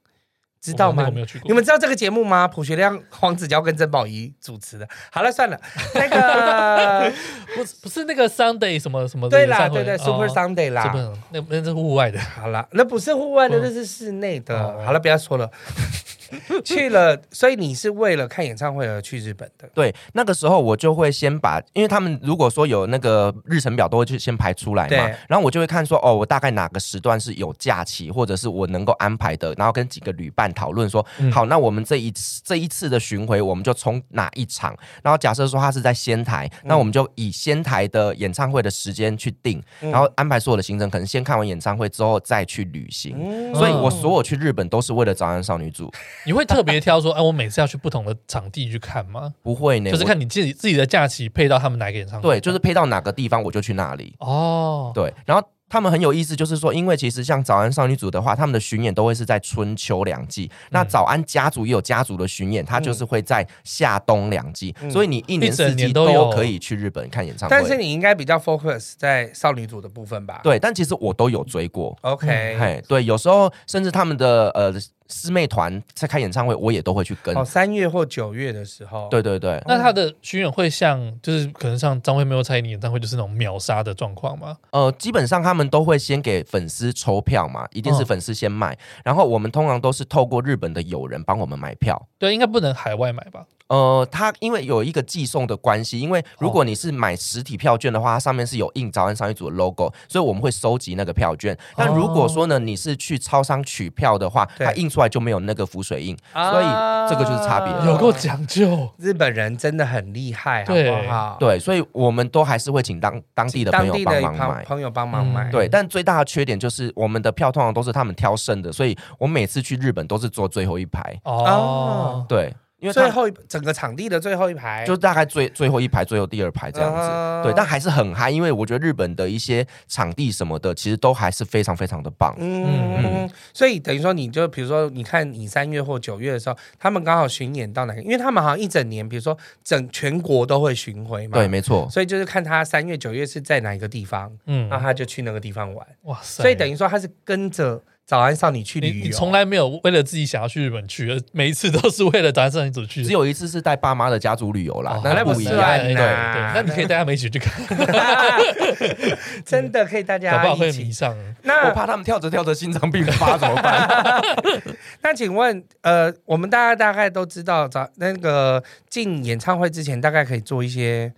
[SPEAKER 3] 知道
[SPEAKER 2] 我
[SPEAKER 3] 吗
[SPEAKER 2] 那个？没有去过。
[SPEAKER 3] 你们知道这个节目吗？朴学亮、黄子佼跟曾宝仪主持的。好了， 算了，那个
[SPEAKER 2] 不是不是那个 Sunday 什么什么的
[SPEAKER 3] 对
[SPEAKER 2] 演
[SPEAKER 3] 啦，
[SPEAKER 2] 唱
[SPEAKER 3] 对
[SPEAKER 2] 会
[SPEAKER 3] 对，Super Sunday
[SPEAKER 2] 哦
[SPEAKER 3] 啦，
[SPEAKER 2] Super- 那那是户外的。
[SPEAKER 3] 好了，那不是户外的，
[SPEAKER 2] 嗯
[SPEAKER 3] 那是室内的。
[SPEAKER 2] 哦
[SPEAKER 3] 好了，不要说 了。去了，所以你是为了看演唱会而去日本的。
[SPEAKER 4] 对，那个时候我就会先把，因为他们如果说有那个日程表，都会去先排出来
[SPEAKER 3] 对
[SPEAKER 4] 嘛。然后我就会看说，哦，我大概哪个时段是有假期，或者是我能够安排的，然后跟几个旅伴讨论说，
[SPEAKER 2] 嗯
[SPEAKER 4] 好，那我们这一次这一次的巡回，我们就冲哪一场？然后假设说他是在仙台，那我们就以仙台的演唱会的时间去定，
[SPEAKER 3] 嗯
[SPEAKER 4] 然后安排所有的行程，可能先看完演唱会之后再去旅行。
[SPEAKER 3] 嗯
[SPEAKER 4] 所以我所有去日本都是为了早安少女组，
[SPEAKER 2] 你会特别挑说，哎、我每次要去不同的场地去看吗？
[SPEAKER 4] 不会呢，
[SPEAKER 2] 就是
[SPEAKER 4] 我
[SPEAKER 2] 看你自己自己的假期配到他们哪个演唱会。
[SPEAKER 4] 对，就是配到哪个地方我就去哪里。
[SPEAKER 2] 哦，
[SPEAKER 4] 对，然后他们很有意思，就是说，因为其实像早安少女组的话，他们的巡演都会是在春秋两季。那早安家族也有家族的巡演，它就是会在夏冬两季，
[SPEAKER 3] 嗯
[SPEAKER 4] 所以你一
[SPEAKER 2] 一
[SPEAKER 4] 年四
[SPEAKER 2] 整年
[SPEAKER 4] 季
[SPEAKER 2] 都有
[SPEAKER 4] 都可以去日本看演唱会。
[SPEAKER 3] 但是你应该比较 focus 在少女组的部分吧？
[SPEAKER 4] 对，但其实我都有追过。
[SPEAKER 2] 嗯
[SPEAKER 3] ，OK。
[SPEAKER 4] 嘿，对，有时候甚至他们的呃师妹团在开演唱会，我也都会去跟。
[SPEAKER 3] 哦，三月或九月的时候，
[SPEAKER 4] 对对对，
[SPEAKER 2] 那他的巡演会像，就是可能像张惠妹或蔡依林演唱会，就是那种秒杀的状况吗？
[SPEAKER 4] 呃，基本上他们都会先给粉丝抽票嘛，一定是
[SPEAKER 2] 嗯
[SPEAKER 4] 粉丝先买，然后我们通常都是透过日本的友人帮我们买票。
[SPEAKER 2] 对，应该不能海外买吧？
[SPEAKER 4] 呃，它因为有一个寄送的关系，因为如
[SPEAKER 3] 哦
[SPEAKER 4] 果你是买实体票券的话，它上面是有印早安商业组的 logo，所以我们会收集那个票券。但如果说呢，你是去超商取票的话，
[SPEAKER 3] 哦对
[SPEAKER 4] 它印出来就没有那个浮水印，
[SPEAKER 3] 啊，
[SPEAKER 4] 所以这个就是差别了
[SPEAKER 2] 嗯有够讲究。
[SPEAKER 3] 日本人真的很厉害，好
[SPEAKER 2] 对
[SPEAKER 3] 不好？，
[SPEAKER 4] 对，所以我们都还是会请当当地的朋
[SPEAKER 3] 当
[SPEAKER 4] 友
[SPEAKER 3] 地
[SPEAKER 4] 帮
[SPEAKER 3] 的
[SPEAKER 4] 忙
[SPEAKER 3] 朋
[SPEAKER 4] 买。
[SPEAKER 3] 朋友帮忙买，
[SPEAKER 2] 嗯
[SPEAKER 4] 对，但最大的缺点就是我们的票通常都是他们挑剩的，所以我每次去日本都是坐最后一排。
[SPEAKER 3] 啊
[SPEAKER 2] 哦，
[SPEAKER 4] 对，因为他
[SPEAKER 3] 最后一整个场地的最后一排，
[SPEAKER 4] 就大概最最后一排、最后第二排这样子。
[SPEAKER 3] 啊
[SPEAKER 4] 对，但还是很嗨，因为我觉得日本的一些场地什么的，其实都还是非常非常的棒。
[SPEAKER 3] 嗯，所以等于说，你就比如说，你看你三月或九月的时候，他们刚好巡演到哪个？因为他们好像一整年，比如说整全国都会巡回嘛。
[SPEAKER 4] 对，。没错，
[SPEAKER 3] 所以就是看他三月、九月是在哪一个地方，
[SPEAKER 2] 嗯
[SPEAKER 3] 那，他就去那个地方玩。
[SPEAKER 2] 哇
[SPEAKER 3] 啊
[SPEAKER 2] 塞！
[SPEAKER 3] 所以等于说他是跟着早安少女去
[SPEAKER 2] 你
[SPEAKER 3] 旅
[SPEAKER 2] 你
[SPEAKER 3] 游，
[SPEAKER 2] 从来没有为了自己想要去日本去，而每一次都是为了打算你组去。
[SPEAKER 4] 只有一次是带爸妈的家族旅游啦
[SPEAKER 2] 哦，
[SPEAKER 4] 那
[SPEAKER 3] 那
[SPEAKER 4] 不
[SPEAKER 3] 不
[SPEAKER 4] 一
[SPEAKER 3] 是
[SPEAKER 4] 样。
[SPEAKER 3] 啊
[SPEAKER 2] 对对，
[SPEAKER 3] 啦
[SPEAKER 2] 那你可以带他们一起去 看，
[SPEAKER 3] 真的可以大
[SPEAKER 2] 搞不
[SPEAKER 3] 家
[SPEAKER 2] 好会
[SPEAKER 3] 一
[SPEAKER 2] 迷
[SPEAKER 3] 起。
[SPEAKER 2] 上。
[SPEAKER 4] 我
[SPEAKER 3] 那
[SPEAKER 4] 怕他们跳着跳着心脏病发怎么 办？
[SPEAKER 3] 那请问，呃，我们大家大概都知道，早那个进演唱会之前大概可以做一些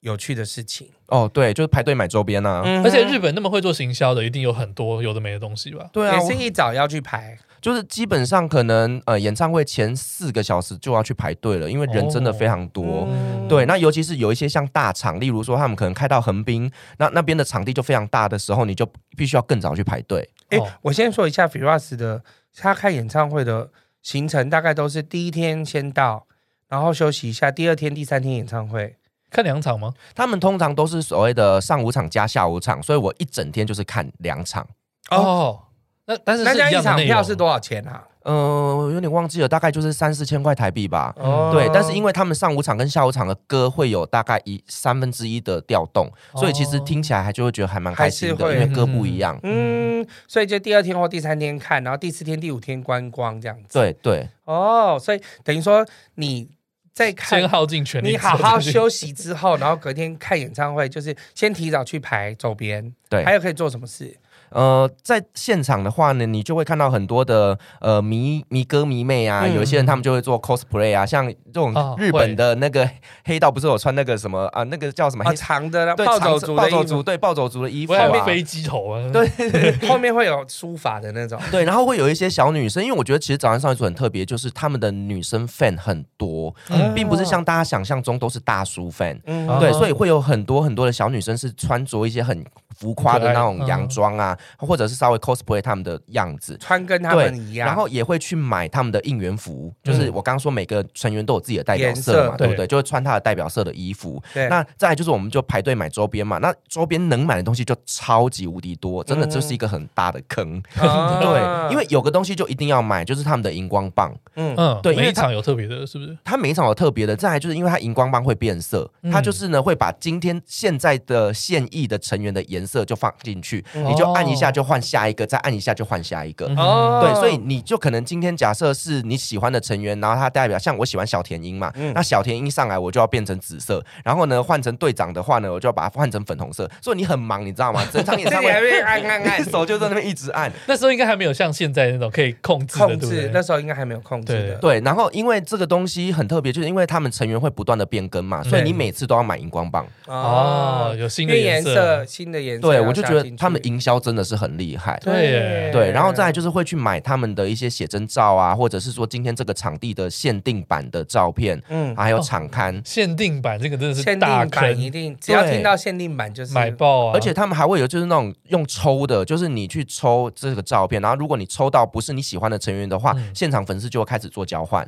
[SPEAKER 3] 有趣的事情。
[SPEAKER 4] 哦，对，就是排队买周边啊。
[SPEAKER 3] 嗯
[SPEAKER 2] 而且日本那么会做行销的，一定有很多有的没的东西吧？
[SPEAKER 4] 对啊，
[SPEAKER 3] 也
[SPEAKER 4] 我
[SPEAKER 3] 是一早要去排，
[SPEAKER 4] 就是基本上可能呃演唱会前四个小时就要去排队了，因为人真的非常多。
[SPEAKER 3] 哦嗯
[SPEAKER 2] 哦
[SPEAKER 4] 对，那尤其是有一些像大厂，例如说他们可能开到横滨，那那边的场地就非常大的时候，你就必须要更早去排队。
[SPEAKER 3] 哎、
[SPEAKER 2] 哦
[SPEAKER 3] 我先说一下 Firas 的，他开演唱会的行程大概都是第一天先到，然后休息一下，第二天、第三天演唱会。
[SPEAKER 2] 看两场吗？
[SPEAKER 4] 他们通常都是所谓的上午场加下午场，所以我一整天就是看两场。
[SPEAKER 3] 哦
[SPEAKER 2] 哦，那但是
[SPEAKER 3] 那
[SPEAKER 2] 是
[SPEAKER 3] 这样
[SPEAKER 2] 一
[SPEAKER 3] 一
[SPEAKER 2] 样的
[SPEAKER 3] 场
[SPEAKER 2] 内容
[SPEAKER 3] 票是多少钱啊？
[SPEAKER 4] 呃，我有点忘记了，大概就是三四千块台币吧。
[SPEAKER 2] 哦
[SPEAKER 4] 对，但是因
[SPEAKER 3] 为
[SPEAKER 4] 为他们上午场跟下午场的歌会有大概一三分之一的调动，
[SPEAKER 2] 哦
[SPEAKER 4] 所以其实听起来还就会觉得还蛮开心
[SPEAKER 3] 哦还
[SPEAKER 4] 的，
[SPEAKER 3] 是
[SPEAKER 4] 因
[SPEAKER 3] 会
[SPEAKER 4] 为歌不一样。
[SPEAKER 3] 嗯，所以就第二天或第三天看，然后第四天、第五天观光这样子。
[SPEAKER 4] 对对，
[SPEAKER 3] 哦，所以等于说你在
[SPEAKER 2] 先
[SPEAKER 3] 看。
[SPEAKER 2] 耗尽全力，
[SPEAKER 3] 你好好
[SPEAKER 2] 做这件事
[SPEAKER 3] 休息之后，然后隔天看演唱会，就是先提早去排周边。
[SPEAKER 4] 对
[SPEAKER 3] 还有可以做什么事？
[SPEAKER 4] 呃，在现场的话呢，你就会看到很多的呃迷迷哥迷妹啊，
[SPEAKER 3] 嗯
[SPEAKER 4] 有一些人他们就会做 cosplay 啊，像这
[SPEAKER 2] 哦
[SPEAKER 4] 种日本的那个黑道不是有穿那个什么啊，那个叫什么
[SPEAKER 3] 啊，
[SPEAKER 4] 黑
[SPEAKER 3] 长的
[SPEAKER 4] 对
[SPEAKER 3] 暴走
[SPEAKER 4] 长
[SPEAKER 3] 族的
[SPEAKER 4] 暴
[SPEAKER 3] 衣服
[SPEAKER 4] 走族对暴走族的衣服
[SPEAKER 2] 我要
[SPEAKER 4] 啊。
[SPEAKER 2] 飞机头啊，
[SPEAKER 4] 对
[SPEAKER 3] 后面会有书法的 那种。
[SPEAKER 4] 对，然后会有一些小女生，因为我觉得其实早安少女组很特别，就是他们的女生 fan 很多，
[SPEAKER 2] 嗯
[SPEAKER 4] 并不是像大家想象中都是大叔 fan。
[SPEAKER 3] 嗯
[SPEAKER 2] 啊
[SPEAKER 4] 对，
[SPEAKER 2] 嗯
[SPEAKER 4] 所以会有很多很多的小女生是穿着一些很浮夸的那
[SPEAKER 2] 很可
[SPEAKER 4] 种
[SPEAKER 2] 爱
[SPEAKER 4] 洋装啊，或者是稍微 cosplay 他们的样子。
[SPEAKER 3] 穿跟他们一样，
[SPEAKER 4] 然后也会去买他们的应援服，就是我刚刚说每个成员都有自己的代表嗯色
[SPEAKER 3] 颜
[SPEAKER 4] 嘛，
[SPEAKER 3] 色
[SPEAKER 4] 对不对？就会穿他的代表色的衣服。
[SPEAKER 3] 对，
[SPEAKER 4] 那再来就是我们就排队买周边嘛，那周边能买的东西就超级无敌多，真的就是一个很大的坑。
[SPEAKER 3] 啊
[SPEAKER 4] 对，因为有个东西就一定要买，就是他们的荧光棒，
[SPEAKER 3] 嗯
[SPEAKER 2] 嗯，
[SPEAKER 4] 对因为
[SPEAKER 2] 每一
[SPEAKER 4] 它
[SPEAKER 2] 场有特别的，是不是？
[SPEAKER 4] 它每一场有特别的。再来就是因为它荧光棒会变色，它就是呢会把今天现在的现役的成员的颜色就放进去，
[SPEAKER 3] 嗯
[SPEAKER 4] 你就按一下就换下一个，再按一下就换下一个。
[SPEAKER 2] 嗯
[SPEAKER 3] 哦，
[SPEAKER 4] 对，所以你就可能今天假设是你喜欢的成员，然后他代表像我喜欢小田英嘛，
[SPEAKER 3] 嗯
[SPEAKER 4] 那小田英上来我就要变成紫色，然后呢换成队长的话呢，我就要把它换成粉红色，所以你很忙，你知 道吗？整场演
[SPEAKER 3] 自己
[SPEAKER 4] 唱
[SPEAKER 3] 还
[SPEAKER 4] 会。
[SPEAKER 3] 会按按按
[SPEAKER 4] 手就在那边一直 按，
[SPEAKER 2] 那时候应该还没有像现在那种可以控制的，
[SPEAKER 3] 控
[SPEAKER 2] 对不
[SPEAKER 3] 制
[SPEAKER 2] 对，
[SPEAKER 3] 那时候应该还没有控制的，
[SPEAKER 4] 对，然后因为这个东西很特别，就是因为他们成员会不断的变更嘛，
[SPEAKER 3] 嗯
[SPEAKER 4] 所以你每次都要买荧光棒。
[SPEAKER 2] 哦，，有新
[SPEAKER 3] 啊因
[SPEAKER 2] 的
[SPEAKER 3] 为颜
[SPEAKER 2] 色
[SPEAKER 3] 色，，新的颜色
[SPEAKER 4] 对，
[SPEAKER 3] 要下进去，
[SPEAKER 4] 我就觉得他们的营销真的是很厉害。
[SPEAKER 2] 对耶
[SPEAKER 4] 对，然后再来就是会去买他们的一些写真照啊，或者是说今天这个场地的限定版的照片，
[SPEAKER 3] 嗯，
[SPEAKER 4] 还有场刊。
[SPEAKER 2] 限定版这个真的是
[SPEAKER 3] 限
[SPEAKER 2] 大
[SPEAKER 3] 定版
[SPEAKER 2] 坑
[SPEAKER 3] 一，定，只要
[SPEAKER 4] 对
[SPEAKER 3] 听到限定版就是
[SPEAKER 2] 买爆啊！
[SPEAKER 4] 而且他们还会有就是那种用抽的，就是你去抽这个照片，然后如果你抽到不是你喜欢的成员的话，
[SPEAKER 2] 嗯
[SPEAKER 4] 现场粉丝就会开始做交换。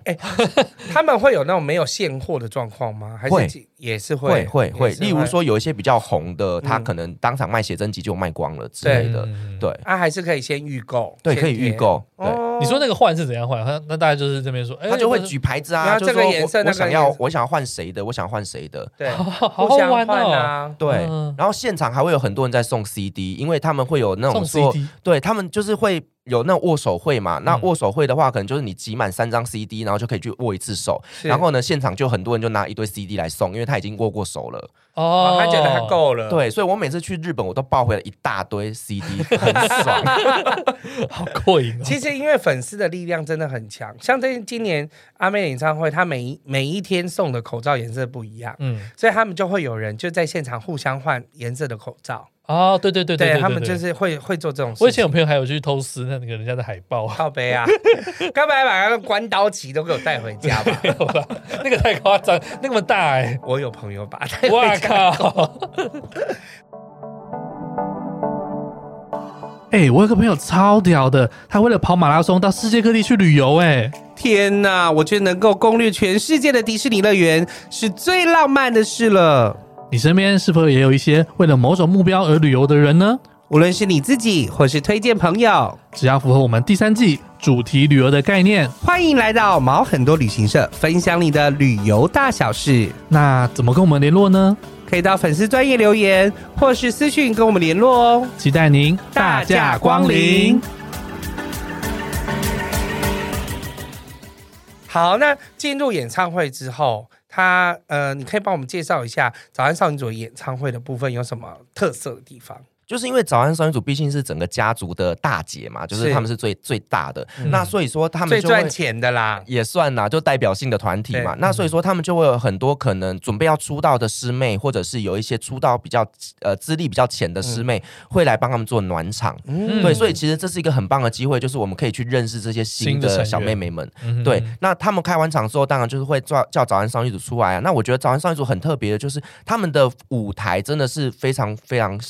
[SPEAKER 3] 他们会有那种没有现货的状况吗？还
[SPEAKER 4] 会
[SPEAKER 3] 是几也是
[SPEAKER 4] 会会
[SPEAKER 3] 也是
[SPEAKER 4] 会，例如说有一些比较红的，他
[SPEAKER 3] 嗯
[SPEAKER 4] 可能当场卖写真集就卖光了之
[SPEAKER 3] 对
[SPEAKER 4] 类的。
[SPEAKER 2] 嗯，
[SPEAKER 4] 对
[SPEAKER 3] 啊，还是可以先预购，
[SPEAKER 4] 对，
[SPEAKER 3] 先
[SPEAKER 4] 可以预
[SPEAKER 3] 贴，
[SPEAKER 4] 购。对，
[SPEAKER 3] 哦
[SPEAKER 2] 你说那个换是怎样换？他那大家就是这边说，哎，
[SPEAKER 4] 他就会
[SPEAKER 2] 我
[SPEAKER 4] 举牌子
[SPEAKER 3] 然
[SPEAKER 4] 啊，
[SPEAKER 3] 后
[SPEAKER 4] 就
[SPEAKER 3] 这
[SPEAKER 4] 是
[SPEAKER 3] 个
[SPEAKER 4] 说
[SPEAKER 3] 颜色
[SPEAKER 4] 我
[SPEAKER 3] 那
[SPEAKER 4] 我
[SPEAKER 3] 个
[SPEAKER 4] 想要
[SPEAKER 3] 颜色
[SPEAKER 4] 我想要换谁的，我想要换谁的。
[SPEAKER 3] 对，
[SPEAKER 2] 好好好
[SPEAKER 3] 互
[SPEAKER 2] 好
[SPEAKER 3] 相
[SPEAKER 2] 玩
[SPEAKER 3] 换
[SPEAKER 2] 哦，
[SPEAKER 3] 啊，
[SPEAKER 4] 对，
[SPEAKER 2] 嗯
[SPEAKER 4] 然后现场还会有很多人在送 CD，因为他们会有那
[SPEAKER 2] 送
[SPEAKER 4] 种做
[SPEAKER 2] CD
[SPEAKER 4] 对他们就是会有那种握手会嘛，那
[SPEAKER 2] 嗯
[SPEAKER 4] 握手会的话，可能就是你集满三张 CD，然后就可以去握一次手。
[SPEAKER 3] 是
[SPEAKER 4] 然后呢，现场就很多人就拿一堆 CD 来送，因为他已经握过手了。
[SPEAKER 2] 哦
[SPEAKER 3] 哦，他觉得他够了，
[SPEAKER 4] 对，所以我每次去日本，我都抱回来一大堆 CD，很 爽。
[SPEAKER 2] 好过瘾哦。
[SPEAKER 3] 其实，因为粉丝的力量真的很强，像这今年阿妹演唱会，她每一每一天送的口罩颜色不一样，
[SPEAKER 2] 嗯，
[SPEAKER 3] 所以他们就会有人就在现场互相换颜色的口罩。
[SPEAKER 2] 哦，对对对对，
[SPEAKER 3] 他们
[SPEAKER 2] 对
[SPEAKER 3] 就是会会做这种事情。
[SPEAKER 2] 我以前有朋友还有去偷撕那个人家的海报，
[SPEAKER 3] 靠背啊， 该不会把他的关刀旗都给我带回家吧？
[SPEAKER 2] 没有啦那个太夸张，那么大哎、
[SPEAKER 3] 我有朋友把他
[SPEAKER 2] 欸，哇靠！ 哎、我有个朋友超屌的，他为了跑马拉松到世界各地去旅游、哎，
[SPEAKER 3] 天哪！我觉得能够攻略全世界的迪士尼乐园是最浪漫的事了。
[SPEAKER 2] 你身边是否也有一些为了某种目标而旅游的人呢？
[SPEAKER 3] 无论是你自己或是推荐朋友，
[SPEAKER 2] 只要符合我们第三季主题旅游的概念，
[SPEAKER 3] 欢迎来到毛很多旅行社，分享你的旅游大小事。
[SPEAKER 2] 那怎么跟我们联络呢？
[SPEAKER 3] 可以到粉丝专业留言，或是私讯跟我们联络哦。
[SPEAKER 2] 期待您
[SPEAKER 3] 大驾光临。好，那进入演唱会之后，他呃，你可以帮我们介绍一下早安少女组演唱会的部分有什么特色的地方？
[SPEAKER 4] 就是因为早安少女组毕竟是整个家族的大姐嘛，就是
[SPEAKER 3] 是
[SPEAKER 4] 他们是最最大的，
[SPEAKER 3] 嗯
[SPEAKER 4] 那所以说他们
[SPEAKER 3] 最
[SPEAKER 4] 就会
[SPEAKER 3] 赚钱的啦，
[SPEAKER 4] 也算啦，就代表性的团体
[SPEAKER 2] 嗯
[SPEAKER 4] 嘛。那所以说，他们就会有很多可能准备要出道的师妹，或者是有一些出道比较呃资历比较浅
[SPEAKER 2] 嗯
[SPEAKER 4] 的师妹，会来帮他们做暖场。
[SPEAKER 3] 嗯，
[SPEAKER 4] 对，所以其实这是一个很棒的机会，就是我们可以去认识这些新
[SPEAKER 2] 新的成
[SPEAKER 4] 的
[SPEAKER 2] 员
[SPEAKER 4] 小妹妹们。
[SPEAKER 2] 嗯哼
[SPEAKER 4] 对，那他们开完场之后，当然就是会叫叫早安少女组出来啊。那我觉得早安少女组很特别的，就是他们的舞台真的是非常非常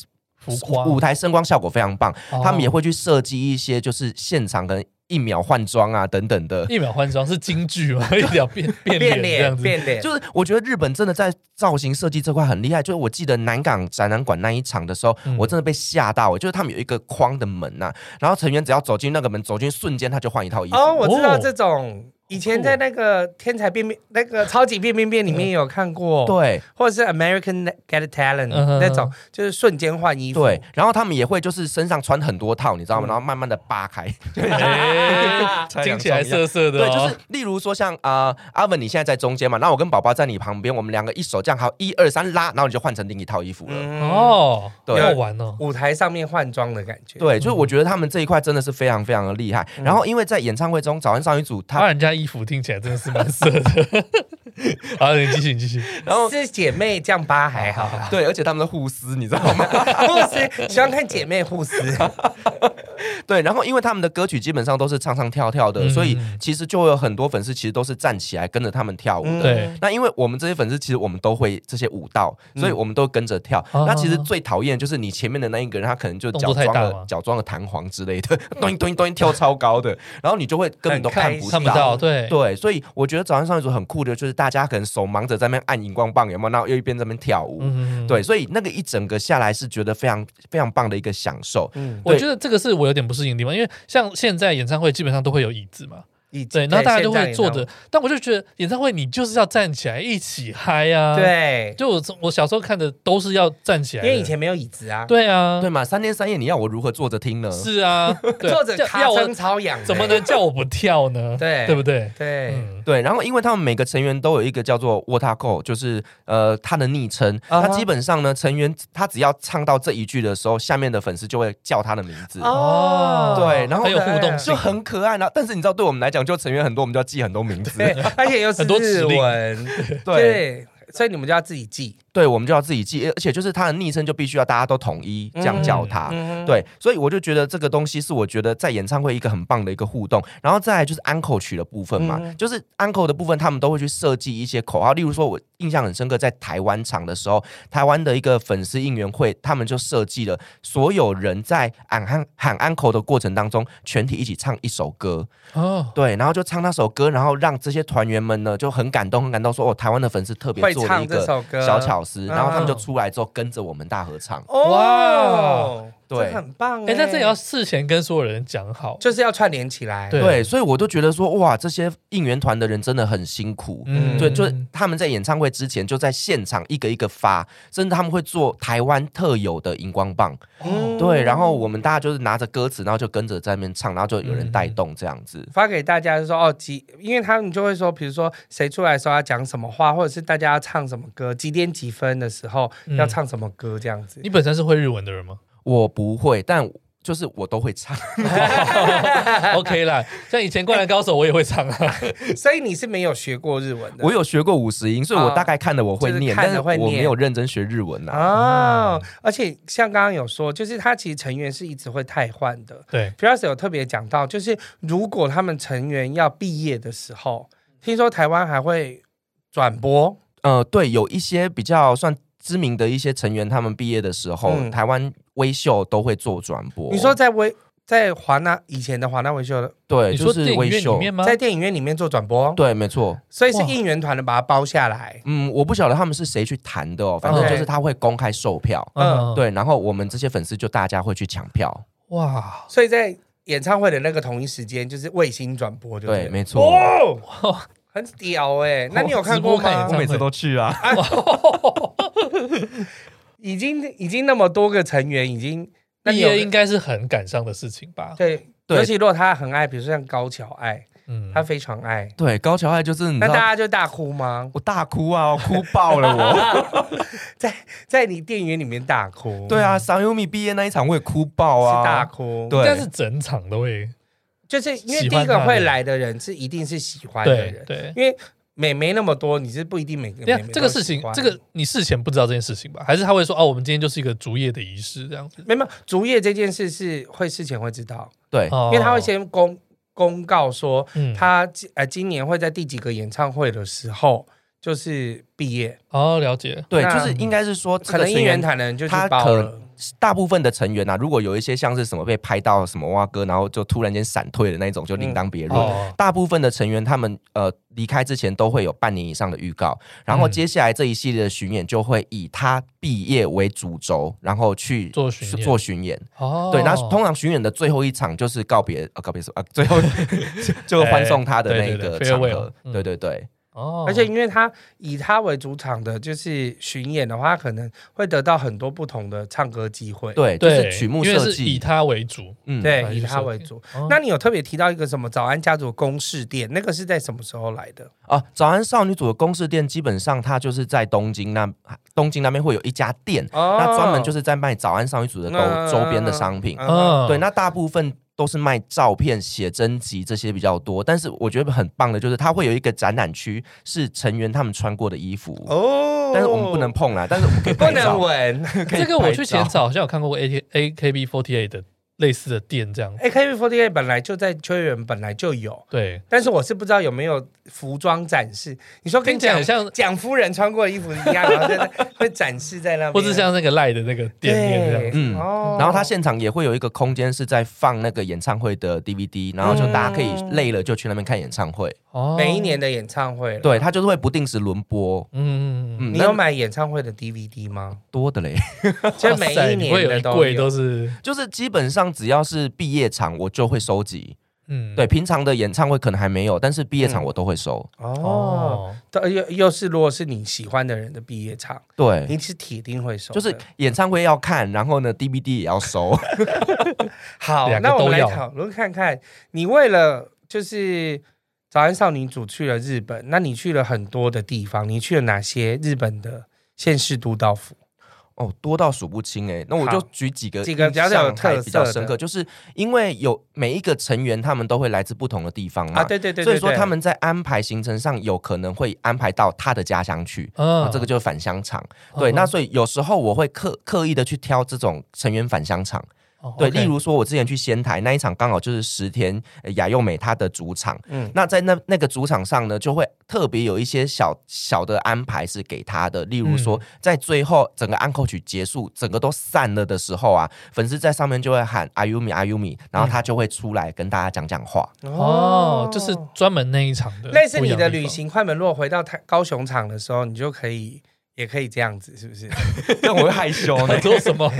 [SPEAKER 2] 浮夸，
[SPEAKER 4] 舞台声光效果非常棒。
[SPEAKER 2] 哦
[SPEAKER 4] 他们也会去设计一些就是现场可能一秒换装啊等等的，
[SPEAKER 2] 一秒换装是京剧嘛，一秒 变变
[SPEAKER 3] 变
[SPEAKER 2] 脸这样
[SPEAKER 3] 脸
[SPEAKER 2] 子，
[SPEAKER 3] 变脸，
[SPEAKER 4] 就是我觉得日本真的在造型设计这块很厉害。就是我记得南港展览馆那一场的时候，
[SPEAKER 2] 嗯
[SPEAKER 4] 我真的被吓到欸，就是他们有一个框的门呐、啊然后成员只要走进那个门，走进瞬间他就换一套衣服。
[SPEAKER 3] 哦，我知道
[SPEAKER 2] 哦
[SPEAKER 3] 这种。以前在那个《天才变变》那个《超级变变变》里面有看过，，
[SPEAKER 4] 对
[SPEAKER 3] 或者是《American Get Talent
[SPEAKER 2] 嗯》哼
[SPEAKER 3] 那种，就是瞬间换衣服，
[SPEAKER 4] 对，然后他们也会就是身上穿很多套，你知道吗？然后慢慢的扒开，
[SPEAKER 2] 哎听起来涩涩的
[SPEAKER 4] 对，就
[SPEAKER 2] 哦，
[SPEAKER 4] 是例如说像啊、呃阿文你现在在中间嘛，那我跟宝宝在你旁边，我们两个一手这样，好一二三拉，然后你就换成另一套衣服了。
[SPEAKER 3] 嗯，
[SPEAKER 2] 哦，好
[SPEAKER 4] 对
[SPEAKER 2] 好玩哦，
[SPEAKER 3] 舞台上面换装的感觉，，
[SPEAKER 4] 对，就是我觉得他们这一块真的是非常非常的厉害。然后因为在演唱会中，早安少女组他
[SPEAKER 2] 他人家衣服听起来真的是蛮色的。好，你继续，你继续。
[SPEAKER 4] 然后
[SPEAKER 3] 是姐妹这样扒还好啦，
[SPEAKER 4] 对，而且他们的互撕，你知道吗？
[SPEAKER 3] 护士喜欢看姐妹 护士，
[SPEAKER 4] 对，然后因为他们的歌曲基本上都是唱唱跳跳的，
[SPEAKER 2] 嗯
[SPEAKER 4] 所以其实就有很多粉丝其实都是站起来跟着他们跳舞的。
[SPEAKER 3] 嗯
[SPEAKER 2] 对，
[SPEAKER 4] 那因为我们这些粉丝，其实我们都会这些舞蹈，所以我们都跟着跳。
[SPEAKER 2] 嗯哦
[SPEAKER 4] 那其实最讨厌就是你前面的那一个人，他可能就
[SPEAKER 2] 动
[SPEAKER 4] 脚
[SPEAKER 2] 作太
[SPEAKER 4] 装
[SPEAKER 2] 大
[SPEAKER 4] 了
[SPEAKER 2] 吗
[SPEAKER 4] 脚装了弹簧之类的，咚咚咚跳超高的，然后你就会根本都
[SPEAKER 3] 很
[SPEAKER 4] 看
[SPEAKER 3] 开
[SPEAKER 4] 不
[SPEAKER 3] 心
[SPEAKER 4] 啊
[SPEAKER 2] 看不到，对，
[SPEAKER 4] 对，所以我觉得早上上一组很酷的，就是大家可能手忙着在那边按荧光棒，有没有？然后又一边在那边跳舞，
[SPEAKER 2] 嗯，
[SPEAKER 4] 对，所以那个一整个下来是觉得非常非常棒的一个享受。
[SPEAKER 3] 嗯，
[SPEAKER 2] 我
[SPEAKER 4] 对
[SPEAKER 2] 觉得这个是我有点不适应的地方，因为像现在演唱会基本上都会有椅子嘛，
[SPEAKER 3] 以
[SPEAKER 2] 对，
[SPEAKER 3] 前
[SPEAKER 2] 然后大家都
[SPEAKER 3] 现
[SPEAKER 2] 会
[SPEAKER 3] 在
[SPEAKER 2] 坐
[SPEAKER 3] 也
[SPEAKER 2] 着，但我就觉得演唱会你就是要站起来一起嗨
[SPEAKER 3] 那，样，
[SPEAKER 2] 啊，
[SPEAKER 3] 对，
[SPEAKER 2] 就我我小时候看的都是要站起来
[SPEAKER 3] 因
[SPEAKER 2] 的，
[SPEAKER 3] 为以前没有椅子啊，
[SPEAKER 2] 对啊
[SPEAKER 4] 对，嘛，三天三夜你要我如何坐着听呢？
[SPEAKER 2] 是啊，对
[SPEAKER 3] 坐着
[SPEAKER 2] 要
[SPEAKER 3] 卡
[SPEAKER 2] 要我
[SPEAKER 3] 声超痒的，
[SPEAKER 2] 怎么能叫我不跳呢？
[SPEAKER 3] 对
[SPEAKER 2] 对不对？
[SPEAKER 3] 对，
[SPEAKER 2] 嗯，
[SPEAKER 4] 对，然后因为他们每个成员都有一个叫做 w a t a k o 就是呃他的昵称。
[SPEAKER 3] 啊哈
[SPEAKER 4] 他基本上呢，成员他只要唱到这一句的时候，下面的粉丝就会叫他的名字。
[SPEAKER 2] 哦
[SPEAKER 4] 对然后
[SPEAKER 2] 很有互动
[SPEAKER 4] 就
[SPEAKER 2] 性，
[SPEAKER 4] 很可爱啦，但是你知道，对我们来讲，就成员很多，我们就要记很多名字。
[SPEAKER 3] 对，而且又是
[SPEAKER 2] 很多指
[SPEAKER 3] 日
[SPEAKER 2] 令
[SPEAKER 3] 文，对，所以你们就要自己记。
[SPEAKER 4] 对，我们就要自己记，而且就是他的昵称就必须要大家都统一这样叫
[SPEAKER 2] 啊
[SPEAKER 4] 他。
[SPEAKER 3] 嗯，
[SPEAKER 4] 对，所以我就觉得这个东西是我觉得在演唱会一个很棒的一个互动，然后再来就是 uncle 曲的部分嘛，
[SPEAKER 3] 嗯
[SPEAKER 4] 就是 uncle 的部分，他们都会去设计一些口号，例如说我印象很深刻，在台湾场的时候，台湾的一个粉丝应援会，他们就设计了所有人在喊喊喊 uncle 的过程当中，全体一起唱一首歌，
[SPEAKER 2] 哦，
[SPEAKER 4] 对，然后就唱那首歌，然后让这些团员们呢就很感动，很感动说，哦，台湾的粉丝特别
[SPEAKER 3] 会
[SPEAKER 4] 做了
[SPEAKER 3] 唱
[SPEAKER 4] 一
[SPEAKER 3] 这
[SPEAKER 4] 个
[SPEAKER 3] 首歌
[SPEAKER 4] 小巧思，然后他们就
[SPEAKER 2] 嗯
[SPEAKER 4] 出来之后跟着我们大合唱。
[SPEAKER 3] 哦，
[SPEAKER 4] 对
[SPEAKER 3] 这很棒欸。
[SPEAKER 2] 哎，那这也要事前跟所有人讲好，
[SPEAKER 3] 就是要串联起来。
[SPEAKER 2] 对
[SPEAKER 4] 对，所以我都觉得说，哇，这些应援团的人真的很辛苦。
[SPEAKER 3] 嗯
[SPEAKER 4] 对，就是他们在演唱会之前就在现场一个一个发，甚至他们会做台湾特有的荧光棒。
[SPEAKER 3] 嗯
[SPEAKER 4] 对，然后我们大家就是拿着歌词，然后就跟着在那边唱，然后就有人带动这样子。
[SPEAKER 3] 发给大家就说哦几，因为他们就会说，比如说谁出来的时候要讲什么话，或者是大家要唱什么歌，几点几分的时候
[SPEAKER 2] 嗯
[SPEAKER 3] 要唱什么歌这样子。
[SPEAKER 2] 你本身是会日文的人 吗
[SPEAKER 4] 我不会，但就是我都会唱。
[SPEAKER 2] 哦？OK 啦，像以前《灌篮高手》我也会唱啊，
[SPEAKER 3] 所以你是没有学过日文的。
[SPEAKER 4] 我有学过五十音，所以我大概看了我会
[SPEAKER 3] 啊就是
[SPEAKER 4] 念，
[SPEAKER 3] 看
[SPEAKER 4] 但
[SPEAKER 3] 了
[SPEAKER 4] 是
[SPEAKER 3] 会
[SPEAKER 4] 我没
[SPEAKER 3] 念
[SPEAKER 4] 有认真学日文啊呐、
[SPEAKER 3] 哦，而且像刚刚有说，就是他其实成员是一直会汰换的。
[SPEAKER 2] 对，
[SPEAKER 3] f i r s 有特别讲到，就是如果他们成员要毕业的时候，听说台湾还会转播，
[SPEAKER 4] 呃，对，有一些比较算知名的一些成员，他们毕业的时候，
[SPEAKER 3] 嗯
[SPEAKER 4] 台湾微秀都会做转播。
[SPEAKER 3] 你说在微在华纳以前的华纳维修的，
[SPEAKER 4] 对，
[SPEAKER 2] 你
[SPEAKER 4] 就
[SPEAKER 2] 说
[SPEAKER 4] 是
[SPEAKER 2] 电影
[SPEAKER 4] 微
[SPEAKER 2] 院里
[SPEAKER 4] 秀。
[SPEAKER 2] 面吗？嗯
[SPEAKER 3] 在电影院里面做转播，
[SPEAKER 4] 对，没错。
[SPEAKER 3] 所以是
[SPEAKER 2] 哇
[SPEAKER 3] 应援团的把它包下来。
[SPEAKER 4] 嗯，我不晓得他们是谁去谈的哦，反正就是他会公开售票。
[SPEAKER 2] 嗯，
[SPEAKER 4] 对，然后我们这些粉丝就大家会去抢票，
[SPEAKER 2] 哇，
[SPEAKER 3] 所以在演唱会的那个同一时间，就是卫星转播就
[SPEAKER 4] 对，
[SPEAKER 3] 对，
[SPEAKER 4] 没错。
[SPEAKER 3] 哦，很屌哎、那你有看过
[SPEAKER 2] 直播看
[SPEAKER 3] 吗
[SPEAKER 2] 演？唱会
[SPEAKER 4] 都去啊，
[SPEAKER 3] 已经已经那么多个成员，已经 那
[SPEAKER 2] 毕
[SPEAKER 3] 你有
[SPEAKER 2] 业应该是很感伤的事情吧？
[SPEAKER 3] 对，
[SPEAKER 4] 对
[SPEAKER 3] 尤其如果他很爱，比如说像高桥爱，
[SPEAKER 2] 嗯
[SPEAKER 3] 他非常爱。
[SPEAKER 4] 对，高桥爱就是你
[SPEAKER 3] 那
[SPEAKER 4] 知
[SPEAKER 3] 大
[SPEAKER 4] 道，
[SPEAKER 3] 家就大哭吗？
[SPEAKER 4] 我大哭啊，我哭爆了我。
[SPEAKER 3] 在你电影院里面大哭，
[SPEAKER 4] 对啊，赏优米毕业那一场我也哭爆啊，
[SPEAKER 3] 是大哭。
[SPEAKER 4] 对
[SPEAKER 2] 应该是整场都会
[SPEAKER 3] 就是因为
[SPEAKER 2] 喜
[SPEAKER 3] 第
[SPEAKER 2] 欢
[SPEAKER 3] 一个
[SPEAKER 2] 他
[SPEAKER 3] 会
[SPEAKER 2] 的
[SPEAKER 3] 来的人是一定是喜欢的
[SPEAKER 2] 对
[SPEAKER 3] 人，
[SPEAKER 2] 对。
[SPEAKER 3] 因为美眉那么多，你是不一定每个
[SPEAKER 2] 对
[SPEAKER 3] 妹
[SPEAKER 2] 呀
[SPEAKER 3] 妹都，
[SPEAKER 2] 这个事情
[SPEAKER 3] 喜，欢
[SPEAKER 2] 这个你事前不知道这件事情吧？还是他会说哦，我们今天就是一个竹叶的仪式这样子？
[SPEAKER 3] 没有没有竹叶这件事是会事前会知道，
[SPEAKER 4] 对
[SPEAKER 2] 哦
[SPEAKER 3] 因为他会先公公告说
[SPEAKER 2] 嗯
[SPEAKER 3] 他今呃今年会在第几个演唱会的时候就是毕业，
[SPEAKER 2] 哦，了解，
[SPEAKER 4] 对，
[SPEAKER 3] 那
[SPEAKER 4] 就是应该是说这
[SPEAKER 3] 可
[SPEAKER 4] 个
[SPEAKER 3] 能
[SPEAKER 4] 成
[SPEAKER 3] 应援
[SPEAKER 4] 员
[SPEAKER 3] 团的人就去
[SPEAKER 4] 他
[SPEAKER 3] 包
[SPEAKER 4] 可
[SPEAKER 3] 了。
[SPEAKER 4] 大部分的成员啊，如果有一些像是什么被拍到什么蛙哥，然后就突然间闪退的那种，就另当别论。
[SPEAKER 2] 哦，
[SPEAKER 4] 大部分的成员他们呃离开之前都会有半年以上的预告，
[SPEAKER 2] 嗯
[SPEAKER 4] 然后接下来这一系列的巡演就会以他毕业为主轴，然后去
[SPEAKER 2] 做巡演
[SPEAKER 4] 做巡演。
[SPEAKER 2] 哦，
[SPEAKER 4] 对，那通常巡演的最后一场就是告别，呃，告别是 啊，最后 就欢送他的那
[SPEAKER 2] 对对
[SPEAKER 4] 个
[SPEAKER 2] 对
[SPEAKER 4] 场
[SPEAKER 2] farewell，
[SPEAKER 4] 合。
[SPEAKER 2] 嗯
[SPEAKER 4] 对对对，
[SPEAKER 2] 哦，
[SPEAKER 3] 而且，因为他以他为主场的，就是巡演的话，他可能会得到很多不同的唱歌机会。
[SPEAKER 4] 对，就
[SPEAKER 2] 对，
[SPEAKER 4] 是曲目
[SPEAKER 2] 因为
[SPEAKER 4] 设
[SPEAKER 2] 是以
[SPEAKER 4] 计，
[SPEAKER 2] 他为主，还
[SPEAKER 4] 嗯，
[SPEAKER 3] 对，
[SPEAKER 2] 是
[SPEAKER 3] 以他
[SPEAKER 2] 设
[SPEAKER 3] 为
[SPEAKER 2] 计
[SPEAKER 3] 主。
[SPEAKER 2] 哦
[SPEAKER 3] 那你有特别提到一个什么“早安家族公式店”，那个是在什么时候来的？
[SPEAKER 4] 啊，早安少女组的公式店基本上它就是在东京那东京那边会有一家店，
[SPEAKER 3] 哦
[SPEAKER 4] 那专门就是在卖早安少女组的
[SPEAKER 3] 嗯
[SPEAKER 4] 周周边的商品。
[SPEAKER 3] 嗯
[SPEAKER 2] 嗯，
[SPEAKER 4] 对，那大部分都是卖照片、写真集这些比较多，但是我觉得很棒的就是它会有一个展览区是成员他们穿过的衣服，
[SPEAKER 3] 哦
[SPEAKER 4] 但是我们不能碰啦，但是我们可以
[SPEAKER 3] 不
[SPEAKER 4] 拍
[SPEAKER 3] 能哦
[SPEAKER 4] 照。
[SPEAKER 3] 闻。
[SPEAKER 2] 这个我去
[SPEAKER 4] 拍照
[SPEAKER 2] 浅草好像有看过 A K A K B forty eight 的类似的店这样
[SPEAKER 3] 哎
[SPEAKER 2] 子，
[SPEAKER 3] AKB48 本来就在秋叶原本来就有，
[SPEAKER 2] 对，
[SPEAKER 3] 但是我是不知道有没有服装展示。你说跟
[SPEAKER 2] 听起来
[SPEAKER 3] 蒋
[SPEAKER 2] 很像
[SPEAKER 3] 蒋夫人穿过的衣服一样，然后在那会展示在那边，
[SPEAKER 2] 或是像那个赖的那个店面这样
[SPEAKER 3] 对
[SPEAKER 2] 子，
[SPEAKER 4] 嗯
[SPEAKER 3] 哦
[SPEAKER 4] 然后它现场也会有一个空间是在放那个演唱会的 DVD，然后就大家可以
[SPEAKER 3] 嗯
[SPEAKER 4] 累了就去那边看演唱会。
[SPEAKER 2] 哦
[SPEAKER 3] 每一，年的演唱会，，
[SPEAKER 4] 对，它就是会不定时轮播。
[SPEAKER 2] 嗯嗯嗯，
[SPEAKER 4] 嗯，
[SPEAKER 3] 你
[SPEAKER 4] 那
[SPEAKER 3] 有买演唱会的 DVD 吗？
[SPEAKER 4] 多的嘞？
[SPEAKER 3] 就嗯每
[SPEAKER 2] 哇塞
[SPEAKER 3] 一
[SPEAKER 2] 你
[SPEAKER 3] 年
[SPEAKER 2] 会有
[SPEAKER 3] 的
[SPEAKER 2] 一柜
[SPEAKER 3] 有。
[SPEAKER 2] 都是，
[SPEAKER 4] 就是基本上只要是毕业场，我就会收集。
[SPEAKER 2] 嗯，
[SPEAKER 4] 对，平常的演唱会可能还没有，但是毕业
[SPEAKER 3] 嗯
[SPEAKER 4] 场我都会收。
[SPEAKER 3] 哦，
[SPEAKER 2] 哦，
[SPEAKER 3] 都又又是如果是你喜欢的人的毕业场，
[SPEAKER 4] 对，
[SPEAKER 3] 你是铁定会收的，
[SPEAKER 4] 就是演唱会要看，然后呢，DVD 也要收。
[SPEAKER 3] 好，
[SPEAKER 2] 两个
[SPEAKER 3] 那我
[SPEAKER 2] 都
[SPEAKER 3] 们来
[SPEAKER 2] 要
[SPEAKER 3] 讨论看看，你为了就是早安少女组去了日本，那你去了很多的地方，你去了哪些日本的县市都道府？
[SPEAKER 4] 哦，多到数不清哎、那我就
[SPEAKER 3] 好
[SPEAKER 4] 举几个
[SPEAKER 3] 几个比较有
[SPEAKER 4] 印象还
[SPEAKER 3] 特
[SPEAKER 4] 比较
[SPEAKER 3] 色
[SPEAKER 4] 深
[SPEAKER 3] 的
[SPEAKER 4] 刻，就是因为有每一个成员他们都会来自不同的地方嘛，
[SPEAKER 3] 啊，对对对对
[SPEAKER 4] 嗯所以说
[SPEAKER 3] 对
[SPEAKER 4] 他们在安排行程上有可能会安排到他的家乡去。啊
[SPEAKER 2] 嗯，
[SPEAKER 4] 这个就是返乡场，对，
[SPEAKER 2] 嗯
[SPEAKER 4] 那所以有时候我会刻刻意的去挑这种成员返乡场，
[SPEAKER 2] 哦
[SPEAKER 4] 对
[SPEAKER 2] OK
[SPEAKER 4] 例如说我之前去仙台那一场，刚好就是石田呃雅佑美她的主场，
[SPEAKER 3] 嗯
[SPEAKER 4] 嗯，那在那那个主场上呢，就会特别有一些小小的安排是给她的，例如说在最后整个安扣曲结束，整个都散了的时候啊，粉丝在上面就会喊阿尤米阿尤米，然后他就会出来跟大家讲讲话，
[SPEAKER 2] 哦，就是专门那一场的，
[SPEAKER 3] 类似你
[SPEAKER 2] 不一样
[SPEAKER 3] 的
[SPEAKER 2] 地
[SPEAKER 3] 旅
[SPEAKER 2] 方，
[SPEAKER 3] 行快门，如果回到台高雄场的时候，你就可以。也可以这样子，是 不是？
[SPEAKER 4] 但我会害羞呢
[SPEAKER 2] 你，做什么？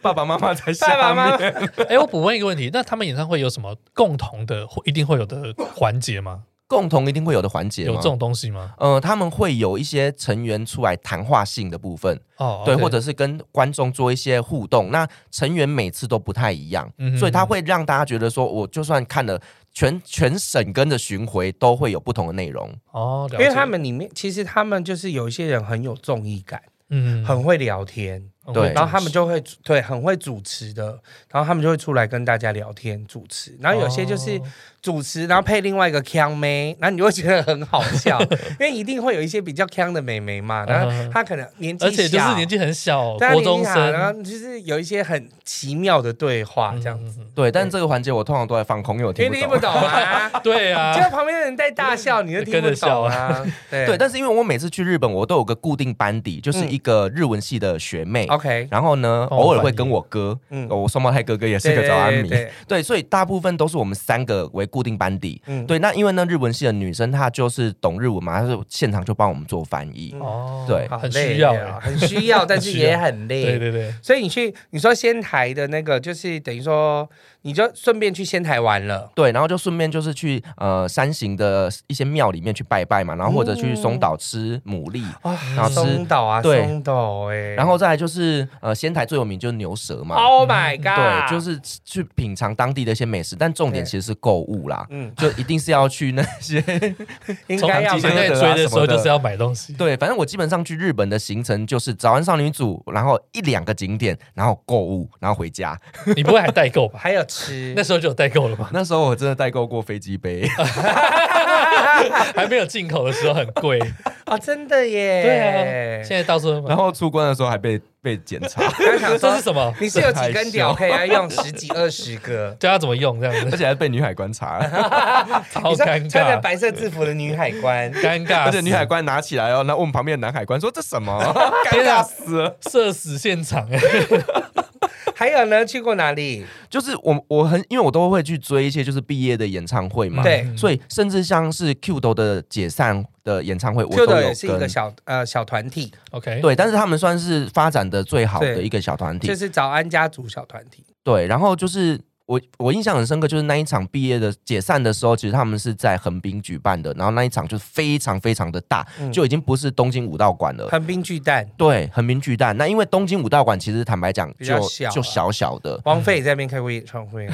[SPEAKER 4] 爸爸妈妈在
[SPEAKER 3] 爸爸
[SPEAKER 4] 下
[SPEAKER 3] 妈
[SPEAKER 4] 面。
[SPEAKER 3] 妈
[SPEAKER 2] 哎，我补问一个问题，那他们演唱会有什么共同的，或一定会有的环节吗？
[SPEAKER 4] 共同一定会有的环节
[SPEAKER 2] 有
[SPEAKER 4] 吗
[SPEAKER 2] 这种东西吗？
[SPEAKER 4] 呃，他们会有一些成员出来谈话性的部分，
[SPEAKER 2] 哦，
[SPEAKER 4] 对，
[SPEAKER 2] OK
[SPEAKER 4] 或者是跟观众做一些互动。那成员每次都不太一样，
[SPEAKER 2] 嗯哼
[SPEAKER 4] 所以他会让大家觉得说，我就算看了全全省跟着巡回，都会有不同的内容。
[SPEAKER 2] 哦，了
[SPEAKER 3] 因
[SPEAKER 2] 解
[SPEAKER 3] 为他们里面其实他们就是有一些人很有综艺感，
[SPEAKER 2] 嗯
[SPEAKER 3] 很会聊天，
[SPEAKER 2] 很
[SPEAKER 4] 对
[SPEAKER 2] 会
[SPEAKER 3] 然后他们
[SPEAKER 2] 主持
[SPEAKER 3] 就会主对很会主持的，然后他们就会出来跟大家聊天主持，然后有些就是
[SPEAKER 2] 哦
[SPEAKER 3] 主持，然后配另外一个腔妹，然后你就会觉得很好笑， 因为一定会有一些比较腔的妹妹嘛，然
[SPEAKER 2] 嗯
[SPEAKER 3] 后她可能年纪
[SPEAKER 2] 而且就是
[SPEAKER 3] 小
[SPEAKER 2] 年纪很小，
[SPEAKER 3] 对啊
[SPEAKER 2] 国中
[SPEAKER 3] 年纪小然后
[SPEAKER 2] 生
[SPEAKER 3] 就是有一些很奇妙的对话这样子，，
[SPEAKER 2] 嗯嗯
[SPEAKER 4] 对，但这个环节我通常都在放空，因为我
[SPEAKER 3] 因
[SPEAKER 4] 听
[SPEAKER 3] 为
[SPEAKER 4] 不
[SPEAKER 3] 听不
[SPEAKER 4] 懂。
[SPEAKER 3] 懂啊
[SPEAKER 2] 嗯。 对 啊
[SPEAKER 3] 就，旁边的人在大笑，你就听
[SPEAKER 2] 跟
[SPEAKER 3] 不
[SPEAKER 2] 着笑
[SPEAKER 3] 懂嗯啊。对
[SPEAKER 4] 对，但是因为我每次去日本，我都有个固定班底，就是一个日文系的学妹，
[SPEAKER 3] OK，
[SPEAKER 4] 然后呢，
[SPEAKER 2] 帮我
[SPEAKER 4] 偶尔
[SPEAKER 2] 翻
[SPEAKER 4] 会
[SPEAKER 2] 译
[SPEAKER 4] 跟我哥，
[SPEAKER 3] 哦嗯
[SPEAKER 4] 哦我双胞胎哥哥也是
[SPEAKER 3] 对
[SPEAKER 4] 个早安
[SPEAKER 3] 对
[SPEAKER 4] 迷，
[SPEAKER 3] 对，
[SPEAKER 4] 对，所以大部分都是我们三个为固定班底。
[SPEAKER 3] 嗯，
[SPEAKER 4] 对，那因为呢，日文系的女生她就是懂日文嘛，她是现场就帮我们做翻译。
[SPEAKER 3] 嗯
[SPEAKER 2] 哦
[SPEAKER 4] 对
[SPEAKER 3] 好
[SPEAKER 2] 很
[SPEAKER 3] 累
[SPEAKER 2] 需要
[SPEAKER 3] 啊
[SPEAKER 2] 欸，
[SPEAKER 3] 很需要，但是
[SPEAKER 2] 很需要
[SPEAKER 3] 也很累。
[SPEAKER 2] 对对对，
[SPEAKER 3] 所以你去，你说仙台的那个，就是等于说，你就顺便去仙台玩了。
[SPEAKER 4] 对，然后就顺便就是去呃山形的一些庙里面去拜拜嘛，然后或者去松岛吃牡蛎，
[SPEAKER 3] 哇
[SPEAKER 4] 然后吃
[SPEAKER 3] 松岛啊，
[SPEAKER 4] 对
[SPEAKER 3] 松岛哎、
[SPEAKER 4] 然后再来就是就是呃仙台最有名就是牛舌嘛，
[SPEAKER 3] Oh my god！
[SPEAKER 4] 对，就是去品尝当地的一些美食，但重点
[SPEAKER 3] 对
[SPEAKER 4] 其实是购物啦，
[SPEAKER 3] 嗯，
[SPEAKER 4] 就一定是要去那 些
[SPEAKER 3] 应
[SPEAKER 2] 从
[SPEAKER 3] 该要
[SPEAKER 2] 几
[SPEAKER 4] 极
[SPEAKER 2] 年
[SPEAKER 4] 限
[SPEAKER 3] 买
[SPEAKER 2] 内
[SPEAKER 4] 内
[SPEAKER 2] 追的时候就是要买东西，
[SPEAKER 4] 对，反正我基本上去日本的行程就是早安少女组，然后一两个景点，然后购物，然后回家。
[SPEAKER 2] 你不会还代购 吧？
[SPEAKER 3] 还有吃
[SPEAKER 2] 那。时候就有代购 了吧？
[SPEAKER 4] 那时候我真的代购过飞机杯，
[SPEAKER 2] 还没有进口的时候很 贵，
[SPEAKER 3] 哦，真的耶！
[SPEAKER 2] 对啊，现在到处都买
[SPEAKER 4] 然。后出关的时候还被被检查，
[SPEAKER 3] 在想
[SPEAKER 2] 这
[SPEAKER 3] 说
[SPEAKER 2] 是，什么？
[SPEAKER 3] 你是有几根 屌可以要用十几二十个？
[SPEAKER 2] 教他怎么用这 样
[SPEAKER 4] 而
[SPEAKER 2] 子，
[SPEAKER 4] 且还被女海关查，
[SPEAKER 2] 超
[SPEAKER 3] 你说
[SPEAKER 2] 尴
[SPEAKER 3] 穿着
[SPEAKER 2] 尬，
[SPEAKER 3] 白色制服的女海关，
[SPEAKER 2] 尴尬死。
[SPEAKER 4] 而且女海关拿起来哦，那问旁边的男海关说这什么，尴尬死了。
[SPEAKER 2] 啊社死现场 哎，
[SPEAKER 3] 还有呢？去过哪里？
[SPEAKER 4] 就是我我很因为我都会去追一些就是毕业的演唱会嘛，
[SPEAKER 3] 嗯对
[SPEAKER 4] 所以甚至像是 Q 斗的解散的演唱会，我
[SPEAKER 3] 就
[SPEAKER 4] 都
[SPEAKER 3] 的
[SPEAKER 4] 有
[SPEAKER 3] 也是一个
[SPEAKER 4] 跟。
[SPEAKER 3] 小呃小团体，
[SPEAKER 2] ，OK，
[SPEAKER 4] 对，但是他们算是发展的最好的
[SPEAKER 3] 对
[SPEAKER 4] 一个小团体，
[SPEAKER 3] 就是早安家族小团体。
[SPEAKER 4] 对，然后就是我我印象很深刻，就是那一场毕业的解散的时候，其实他们是在横滨举办的，然后那一场就非常非常的大，
[SPEAKER 3] 嗯
[SPEAKER 4] 就已经不是东京武道馆了。
[SPEAKER 3] 横滨巨蛋，
[SPEAKER 4] 对，横滨巨蛋。那因为东京武道馆其实坦白讲
[SPEAKER 3] 比
[SPEAKER 4] 就
[SPEAKER 3] 较小啊
[SPEAKER 4] 就小小的，
[SPEAKER 3] 王菲也在那边开过演唱会，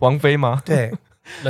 [SPEAKER 4] 王菲吗？
[SPEAKER 3] 嗯对，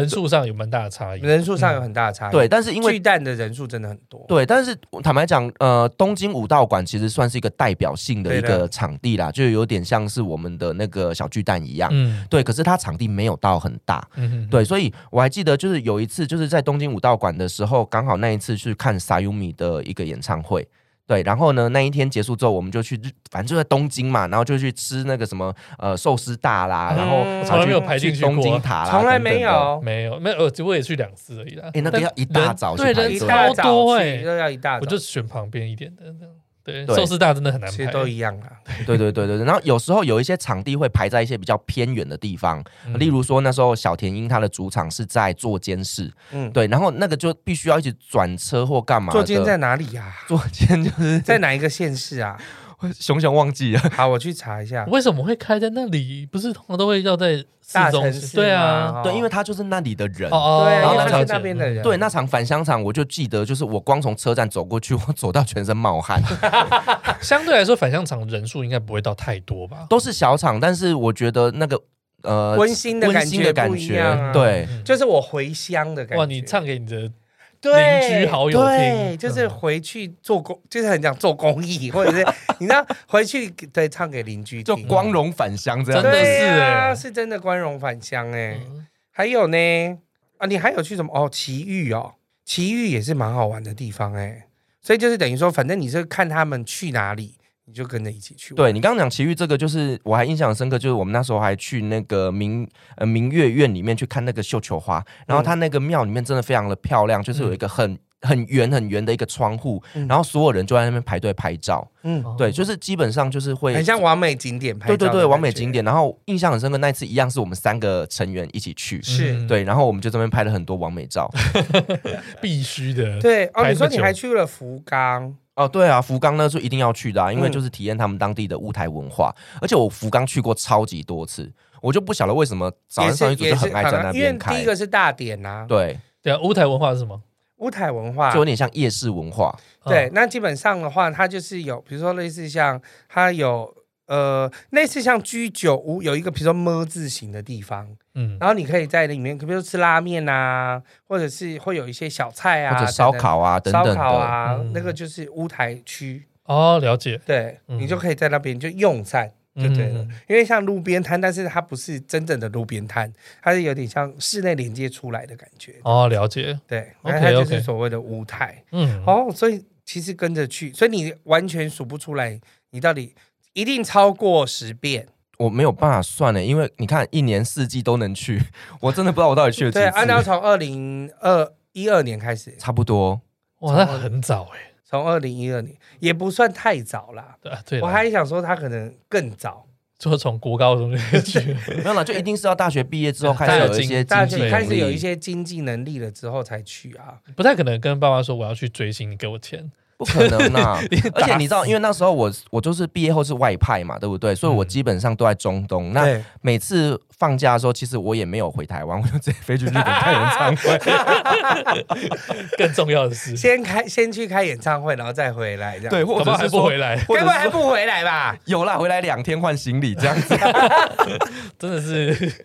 [SPEAKER 2] 人数上有蛮大的差异。
[SPEAKER 3] 人数上有很大的差异。
[SPEAKER 4] 对，，但是因为
[SPEAKER 3] 巨蛋的人数真的很多。
[SPEAKER 4] 对，但是坦白讲，呃，东京武道馆其实算是一个代表性的一
[SPEAKER 3] 对
[SPEAKER 4] 个
[SPEAKER 3] 的
[SPEAKER 4] 场地啦，就有点像是我们的那个小巨蛋一样。
[SPEAKER 2] 嗯
[SPEAKER 4] 对，可是它场地没有到很大，
[SPEAKER 2] 嗯哼，
[SPEAKER 4] 对，所以我还记得，就是有一次，就是在东京武道馆的时候，刚好那一次去看 Sayumi 的一个演唱会。对，然后呢，那一天结束之后，我们就去日，反正就在东京嘛，然后就去吃那个什么呃寿司大啦，然后
[SPEAKER 3] 嗯
[SPEAKER 4] 啊
[SPEAKER 2] 从来没有
[SPEAKER 4] 去
[SPEAKER 2] 排进去
[SPEAKER 4] 去东
[SPEAKER 2] 过啊
[SPEAKER 4] 京塔啦，
[SPEAKER 3] 从来
[SPEAKER 4] 等等
[SPEAKER 3] 没
[SPEAKER 4] 的。
[SPEAKER 3] 有，
[SPEAKER 2] 没有没呃有，我也去两次而已啦。
[SPEAKER 4] 哎那个
[SPEAKER 2] 但
[SPEAKER 4] 要一大
[SPEAKER 2] 人
[SPEAKER 4] 早去
[SPEAKER 2] 对，
[SPEAKER 4] 排
[SPEAKER 2] 人
[SPEAKER 3] 一
[SPEAKER 4] 队
[SPEAKER 3] 大
[SPEAKER 2] 超多
[SPEAKER 3] 早
[SPEAKER 2] 哎
[SPEAKER 3] 去，都要一大
[SPEAKER 2] 我
[SPEAKER 3] 早，
[SPEAKER 2] 就选旁边一点的那种。对，
[SPEAKER 4] 对
[SPEAKER 2] 寿司大真的很难
[SPEAKER 3] 欸其
[SPEAKER 2] 排
[SPEAKER 3] 实，都一样啊。
[SPEAKER 4] 对对对对对。然后有时候有一些场地会排在一些比较偏远的地方，
[SPEAKER 2] 嗯
[SPEAKER 4] 例如说那时候小田樱她的主场是在座间市，
[SPEAKER 3] 嗯，
[SPEAKER 4] 对，然后那个就必须要一直转车或干嘛的。
[SPEAKER 3] 坐间在哪里呀？
[SPEAKER 4] 座间就是
[SPEAKER 3] 在哪一个县市啊？
[SPEAKER 4] 熊熊忘记了。
[SPEAKER 3] 好，我去查一下。
[SPEAKER 2] 为什么会开在那里？不是通常都会要在
[SPEAKER 3] 大
[SPEAKER 2] 市中
[SPEAKER 3] 城
[SPEAKER 2] 心？
[SPEAKER 3] 市
[SPEAKER 2] 对啊，
[SPEAKER 3] 嘛，哦
[SPEAKER 4] 对，因为他就是那里的人。
[SPEAKER 2] 哦哦，
[SPEAKER 3] 对，啊
[SPEAKER 4] 然
[SPEAKER 3] 因
[SPEAKER 4] 后
[SPEAKER 3] 为
[SPEAKER 4] 那
[SPEAKER 3] 他
[SPEAKER 2] 了
[SPEAKER 3] 是
[SPEAKER 2] 解嗯
[SPEAKER 3] 那边的人，
[SPEAKER 4] 对，那场返乡场，我就记得，就是我光从车站走过去，我走到全身冒汗，
[SPEAKER 2] 啊相对来说，返乡场人数应该不会到太多吧？
[SPEAKER 4] 都是小场，但是我觉得那个呃
[SPEAKER 3] 温馨的
[SPEAKER 4] 温
[SPEAKER 3] 感
[SPEAKER 4] 馨的
[SPEAKER 3] 觉
[SPEAKER 4] 感
[SPEAKER 3] 不一样啊
[SPEAKER 4] 觉，对，
[SPEAKER 2] 嗯
[SPEAKER 3] 就是我回乡的感觉。
[SPEAKER 2] 哇，你唱给你的
[SPEAKER 3] 对
[SPEAKER 2] 邻居好友
[SPEAKER 3] 对，
[SPEAKER 2] 听
[SPEAKER 3] 就是
[SPEAKER 2] 嗯
[SPEAKER 3] 回去做公，就是很想做公益，或者是你知道回去对唱给邻居
[SPEAKER 4] 就
[SPEAKER 3] 听，啊
[SPEAKER 4] 光荣返乡这样
[SPEAKER 2] 真的
[SPEAKER 4] 子。
[SPEAKER 3] 对啊
[SPEAKER 2] 是欸
[SPEAKER 3] 是真的光荣返乡哎。
[SPEAKER 2] 嗯
[SPEAKER 3] 还有呢，啊，你还有去什么？哦，奇遇哦，奇遇也是蛮好玩的地方哎。所以就是等于说，反正你是看他们去哪里，你就跟着一起去玩。
[SPEAKER 4] 对你刚刚讲奇遇这个，就是我还印象很深刻，就是我们那时候还去那个明呃明月院里面去看那个绣球花，
[SPEAKER 3] 嗯
[SPEAKER 4] 然后它那个庙里面真的非常的漂亮，就是有一个很很圆很圆的一个窗户，
[SPEAKER 3] 嗯
[SPEAKER 4] 然后所有人就在那边排队拍照，
[SPEAKER 2] 哦
[SPEAKER 3] 嗯，
[SPEAKER 4] 对，就是基本上就是会
[SPEAKER 3] 很像完美景点拍
[SPEAKER 4] 对
[SPEAKER 3] 照
[SPEAKER 4] 对
[SPEAKER 3] 的
[SPEAKER 4] 对，完美
[SPEAKER 3] 感觉
[SPEAKER 4] 景点。然后印象很深刻，那一次一样是我们三个成员一起去，
[SPEAKER 3] 是
[SPEAKER 2] 嗯
[SPEAKER 4] 对，然后我们就这边拍了很多完美照。
[SPEAKER 2] 必须的，
[SPEAKER 3] 对哦，
[SPEAKER 2] 拍
[SPEAKER 3] 你
[SPEAKER 2] 那么
[SPEAKER 3] 说你
[SPEAKER 2] 久
[SPEAKER 3] 还去了福冈，
[SPEAKER 4] 哦，对啊，福冈呢是一定要去的、啊，因为
[SPEAKER 3] 嗯
[SPEAKER 4] 就是体验他们当地的舞台文化。而且我福冈去过超级多次，我就不晓得为什么早
[SPEAKER 3] 也
[SPEAKER 4] 安上一
[SPEAKER 3] 是
[SPEAKER 4] 组
[SPEAKER 3] 也
[SPEAKER 4] 就是很爱在那
[SPEAKER 3] 因为
[SPEAKER 4] 边
[SPEAKER 3] 第
[SPEAKER 4] 开
[SPEAKER 3] 一。个是大典啊，
[SPEAKER 4] 对，
[SPEAKER 2] 对啊，乌台文化是什么？
[SPEAKER 3] 乌台文化
[SPEAKER 4] 就有点嗯像夜市文化，
[SPEAKER 3] 对，那基本上的话，它就是有，比如说类似像它有呃，类似像居酒屋有一个，比如说么字形的地方，
[SPEAKER 2] 嗯，嗯，
[SPEAKER 3] 然后你可以在里面，比如说吃拉面啊，或者是会有一些小菜啊，
[SPEAKER 4] 或者烧、烤啊等
[SPEAKER 3] 烧
[SPEAKER 4] 等的。
[SPEAKER 3] 烤啊，
[SPEAKER 2] 嗯
[SPEAKER 3] 那个就是乌台区，
[SPEAKER 2] 哦，了解，
[SPEAKER 3] 对、
[SPEAKER 2] 嗯
[SPEAKER 3] 你就可以在那边就用餐。就对了，
[SPEAKER 2] 嗯
[SPEAKER 3] 因为像路边摊，但是它不是真正的路边摊，它是有点像室内连接出来的感觉。
[SPEAKER 2] 哦，了解，
[SPEAKER 3] 对，那
[SPEAKER 2] OK，
[SPEAKER 3] 它就
[SPEAKER 2] OK
[SPEAKER 3] 是所谓的舞台。
[SPEAKER 2] 嗯，
[SPEAKER 3] 哦，所以其实跟着去，所以你完全数不出来，你到底一定超过十遍。
[SPEAKER 4] 我没有办法算欸呢，因为你看一年四季都能去，我真的不知道我到底去了几
[SPEAKER 3] 对，啊按照
[SPEAKER 4] 次。
[SPEAKER 3] 从二零二一二年开始，
[SPEAKER 4] 差不多，
[SPEAKER 2] 哇，那很早哎，
[SPEAKER 3] 从二零一二年也不算太早啦。
[SPEAKER 2] 对啊对啦，
[SPEAKER 3] 我还想说他可能更早，
[SPEAKER 2] 就从国高中就 去，
[SPEAKER 4] 没有啦，就一定是要大学毕业之后开
[SPEAKER 2] 大
[SPEAKER 4] 始
[SPEAKER 2] 家
[SPEAKER 4] 有
[SPEAKER 2] 有
[SPEAKER 4] 一些
[SPEAKER 2] 经
[SPEAKER 3] 啊大
[SPEAKER 4] 经
[SPEAKER 3] 家
[SPEAKER 4] 济
[SPEAKER 3] 就
[SPEAKER 2] 济
[SPEAKER 3] 开始
[SPEAKER 4] 能力
[SPEAKER 3] 有一些经济能力了之后才去啊。
[SPEAKER 2] 不太可能跟爸妈说我要去追星，你给我钱，
[SPEAKER 4] 不可能啦
[SPEAKER 2] 你打！
[SPEAKER 4] 而且你知道，因为那时候我我就是毕业后是外派嘛，对不对？所以我基本上都在中东。那
[SPEAKER 3] 嗯对，
[SPEAKER 4] 每次放假的时候，其实我也没有回台湾，我就直接飞去日本看演唱会。
[SPEAKER 2] 更重要的是，
[SPEAKER 3] 先开先去开演唱会，然后再回来这样。
[SPEAKER 4] 对，，或
[SPEAKER 2] 搞不好
[SPEAKER 4] 者
[SPEAKER 2] 还
[SPEAKER 4] 是
[SPEAKER 2] 不
[SPEAKER 4] 说
[SPEAKER 2] 回来，
[SPEAKER 3] 该不会还不回来 吧？
[SPEAKER 4] 有啦，回来两天换行李这样子。
[SPEAKER 2] 真的是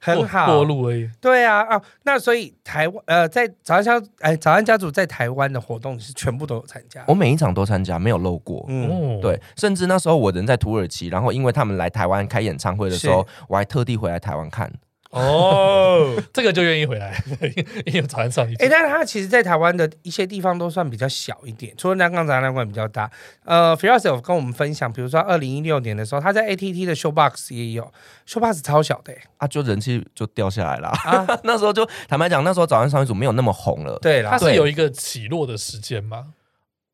[SPEAKER 3] 很好，
[SPEAKER 2] 过路而已。
[SPEAKER 3] 对啊，啊，那所以台湾呃，在早安家哎早安家族在台湾的活动你是全部都有参加，
[SPEAKER 4] 我每一场都参加，没有漏过。
[SPEAKER 3] 嗯，
[SPEAKER 2] 哦，
[SPEAKER 4] 对，甚至那时候我人在土耳其，然后因为他们来台湾开演唱会的时候，我还特地回来台湾看。
[SPEAKER 3] 哦，
[SPEAKER 2] 这个就愿意回来， 因为有早上上一
[SPEAKER 3] 哎，
[SPEAKER 2] 次。
[SPEAKER 3] 但是它其实，在台湾的一些地方都算比较小一点，除了南港展览馆比较大。呃 f i r a s 有跟我们分享，比如说二零一六年的时候，他在 ATT 的 Showbox 也有，Showbox 超小的、欸，
[SPEAKER 4] 啊，就人气就掉下来啦。
[SPEAKER 3] 啊
[SPEAKER 4] 那时候就坦白讲，那时候早安上一组没有那么红了。
[SPEAKER 3] 对
[SPEAKER 2] 它
[SPEAKER 3] 啦，
[SPEAKER 2] 啊是有一个起落的时间嘛？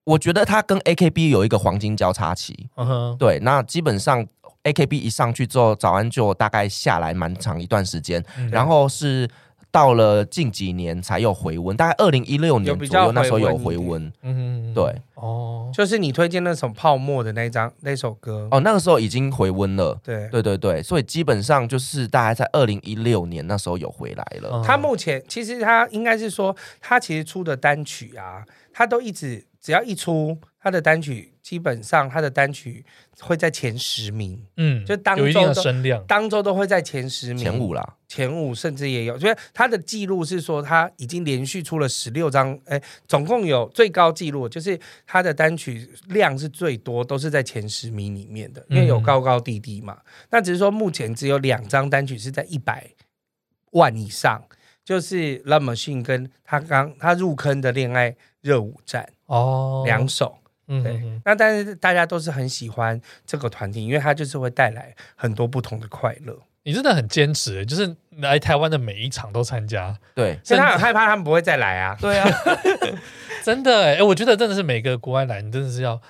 [SPEAKER 4] 我觉得他跟 AKB 有一个黄金交叉期。
[SPEAKER 2] 嗯哼，
[SPEAKER 4] 对，那基本上 AKB 一上去之后，早安就大概下来蛮长一段时间，
[SPEAKER 2] 嗯
[SPEAKER 4] 然后是到了近几年才有回温，大概二零一六
[SPEAKER 3] 有
[SPEAKER 4] 年
[SPEAKER 3] 比
[SPEAKER 4] 左
[SPEAKER 3] 较
[SPEAKER 4] 右那时候有
[SPEAKER 3] 回温一
[SPEAKER 4] 回
[SPEAKER 3] 点
[SPEAKER 4] 温。
[SPEAKER 2] 嗯，
[SPEAKER 4] 对，
[SPEAKER 2] 哦，
[SPEAKER 3] 就是你推荐那首《泡沫》的那一张那首歌，
[SPEAKER 4] 哦，那个时候已经回温了。
[SPEAKER 3] 对，
[SPEAKER 4] 对对对，所以基本上就是大概在二零一六年那时候有回来了。
[SPEAKER 2] 嗯
[SPEAKER 3] 他目前其实他应该是说，他其实出的单曲啊，他都一直只要一出他的单曲，基本上他的单曲会在前十名，
[SPEAKER 2] 嗯，
[SPEAKER 3] 就当
[SPEAKER 2] 有一定的
[SPEAKER 3] 周都
[SPEAKER 2] 声量，
[SPEAKER 3] 当周都会在前十名、
[SPEAKER 4] 前五啦，
[SPEAKER 3] 前五甚至也有，就是他的记录是说他已经连续出了十六张，哎，总共有最高记录就是他的单曲量是最多，都是在前十名里面的，因为有
[SPEAKER 2] 嗯
[SPEAKER 3] 高高低低嘛。那只是说目前只有两张单曲是在一百万以上，就是《La Machine》跟他刚他入坑的《恋爱热舞战
[SPEAKER 2] 哦》，
[SPEAKER 3] 两首。
[SPEAKER 2] 嗯
[SPEAKER 3] 对
[SPEAKER 2] 嗯嗯
[SPEAKER 3] 那但是大家都是很喜欢这个团体，因为它就是会带来很多不同的快乐。
[SPEAKER 2] 你真的很坚持欸，就是来台湾的每一场都参加，
[SPEAKER 4] 对
[SPEAKER 3] 所以他很害怕他们不会再来啊。
[SPEAKER 4] 对啊，
[SPEAKER 2] 真的哎、欸我觉得真的是每个国外来，你真的是要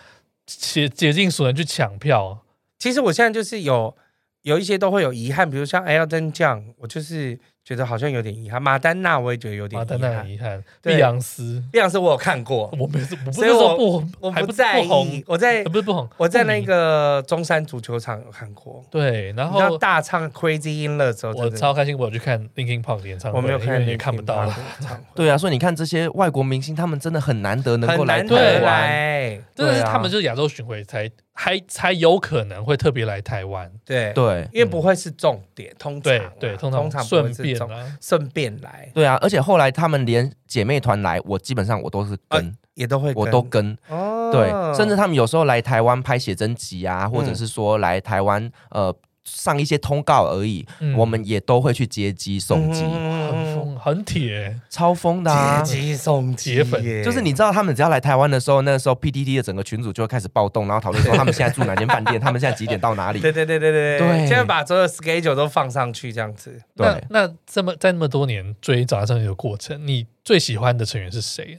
[SPEAKER 2] 竭竭尽所能去抢票。
[SPEAKER 3] 其实我现在就是有有一些都会有遗憾，比如哎像 Elton John，我就是觉得好像有点遗憾。马丹娜我也觉得有点
[SPEAKER 2] 马丹
[SPEAKER 3] 遗
[SPEAKER 2] 娜啊很
[SPEAKER 3] 憾。
[SPEAKER 2] 遗憾，
[SPEAKER 3] 对
[SPEAKER 2] 碧昂斯，
[SPEAKER 3] 亮是我有看过，
[SPEAKER 2] 我没有，我不是
[SPEAKER 3] 所以
[SPEAKER 2] 说
[SPEAKER 3] 我
[SPEAKER 2] 不，
[SPEAKER 3] 我
[SPEAKER 2] 还
[SPEAKER 3] 不在
[SPEAKER 2] 不红
[SPEAKER 3] 意，，我在
[SPEAKER 2] 呃不是不红，
[SPEAKER 3] 我在那
[SPEAKER 2] 不明
[SPEAKER 3] 个中山足球场有看过，
[SPEAKER 2] 对，然
[SPEAKER 3] 你知道
[SPEAKER 2] 后
[SPEAKER 3] 大唱 Crazy in Love 之后，
[SPEAKER 2] 我
[SPEAKER 3] 真的
[SPEAKER 2] 超开心，我有去看 Linkin Park 的演唱会，
[SPEAKER 3] 我没有
[SPEAKER 2] 因
[SPEAKER 3] 看，
[SPEAKER 2] 为也看不到了，
[SPEAKER 3] 演 唱会，
[SPEAKER 4] 对啊，所以你看这些外国明星，他们真的很难得能够
[SPEAKER 3] 很
[SPEAKER 4] 来
[SPEAKER 3] 难
[SPEAKER 4] 台
[SPEAKER 3] 得
[SPEAKER 4] 湾。
[SPEAKER 3] 来，
[SPEAKER 2] 真的是
[SPEAKER 4] 对啊
[SPEAKER 2] 他们就是亚洲巡回才还才有可能会特别来台湾，
[SPEAKER 3] 对，
[SPEAKER 4] 对，
[SPEAKER 3] 因为不会是重点，通常
[SPEAKER 2] 对
[SPEAKER 3] 啊
[SPEAKER 2] 对，
[SPEAKER 3] 通
[SPEAKER 2] 通常
[SPEAKER 3] 不
[SPEAKER 2] 顺
[SPEAKER 3] 会是
[SPEAKER 2] 便
[SPEAKER 3] 重
[SPEAKER 2] 啊，
[SPEAKER 3] 顺便来
[SPEAKER 4] 对啊，而且后来他们连姐妹团来，我基本上我都是跟，
[SPEAKER 3] 也都啊会跟，
[SPEAKER 4] 我都跟。
[SPEAKER 3] 哦，
[SPEAKER 4] 对，甚至他们有时候来台湾拍写真集啊，或者是说来台湾呃上一些通告而已，
[SPEAKER 2] 嗯
[SPEAKER 4] 我们也都会去接机
[SPEAKER 3] 嗯
[SPEAKER 4] 送机，
[SPEAKER 2] 很
[SPEAKER 3] 很
[SPEAKER 2] 疯很铁，
[SPEAKER 4] 超疯的啊！
[SPEAKER 3] 接机送机
[SPEAKER 2] 铁粉
[SPEAKER 3] 耶
[SPEAKER 4] 就是你知道，他们只要来台湾的时候，那个时候 PDD 的整个群组就会开始暴动，然后讨论说他们现在住哪间 饭店，他们现在几点到哪里。
[SPEAKER 3] 对对对对对
[SPEAKER 4] 对
[SPEAKER 3] 现在把所有 schedule 都放上去，这样子。
[SPEAKER 2] 那
[SPEAKER 4] 对
[SPEAKER 2] 欸那这么在那么多年追早上有过程，你最喜欢的成员是谁？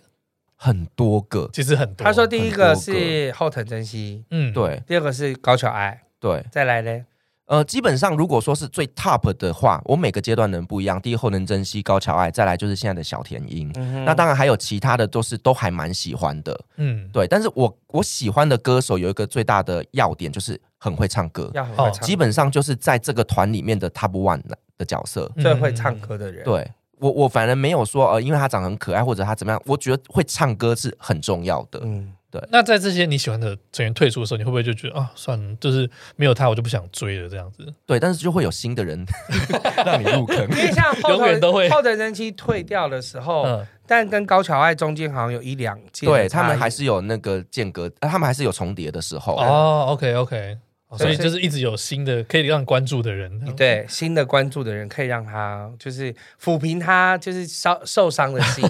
[SPEAKER 4] 很多个，
[SPEAKER 2] 其实很多。
[SPEAKER 3] 他说第一个是后藤真希，
[SPEAKER 2] 嗯，
[SPEAKER 4] 对
[SPEAKER 3] 第二个是高桥爱，
[SPEAKER 4] 对，
[SPEAKER 3] 再来嘞，
[SPEAKER 4] 呃，基本上如果说是最 top 的话，我每个阶段的人不一样。第一后能珍惜高桥爱，再来就是现在的小田英。
[SPEAKER 3] 嗯
[SPEAKER 4] 那当然还有其他的，都是都还蛮喜欢的，
[SPEAKER 2] 嗯，
[SPEAKER 4] 对。但是我我喜欢的歌手有一个最大的要点，就是很会唱歌，
[SPEAKER 3] 要很会
[SPEAKER 2] 哦
[SPEAKER 3] 唱，
[SPEAKER 4] 基本上就是在这个团里面的 top one 的的角色。
[SPEAKER 2] 嗯
[SPEAKER 3] 最会唱。歌的人。
[SPEAKER 4] 对我我反而没有说呃，因为他长得很可爱或者他怎么样，我觉得会唱歌是很重要的。
[SPEAKER 3] 嗯，
[SPEAKER 2] 那在这些你喜欢的成员退出的时候，你会不会就觉得啊，算了，就是没有他我就不想追了这样子？
[SPEAKER 4] 对，但是就会有新的人 让你入坑。
[SPEAKER 3] 因为像后
[SPEAKER 2] 永远都会
[SPEAKER 3] 藤后藤真希退掉的时候，
[SPEAKER 2] 嗯，
[SPEAKER 3] 但跟高桥爱中间好像有一两届的差异，
[SPEAKER 4] 对他们还是有那个间隔，呃他们还是有重叠的时候。
[SPEAKER 2] 哦，OK OK，所
[SPEAKER 3] 对
[SPEAKER 2] 以就是一直有新的可以让你关注的人。，
[SPEAKER 3] 对新的关注的人可以让他就是抚平他就是受受伤的心。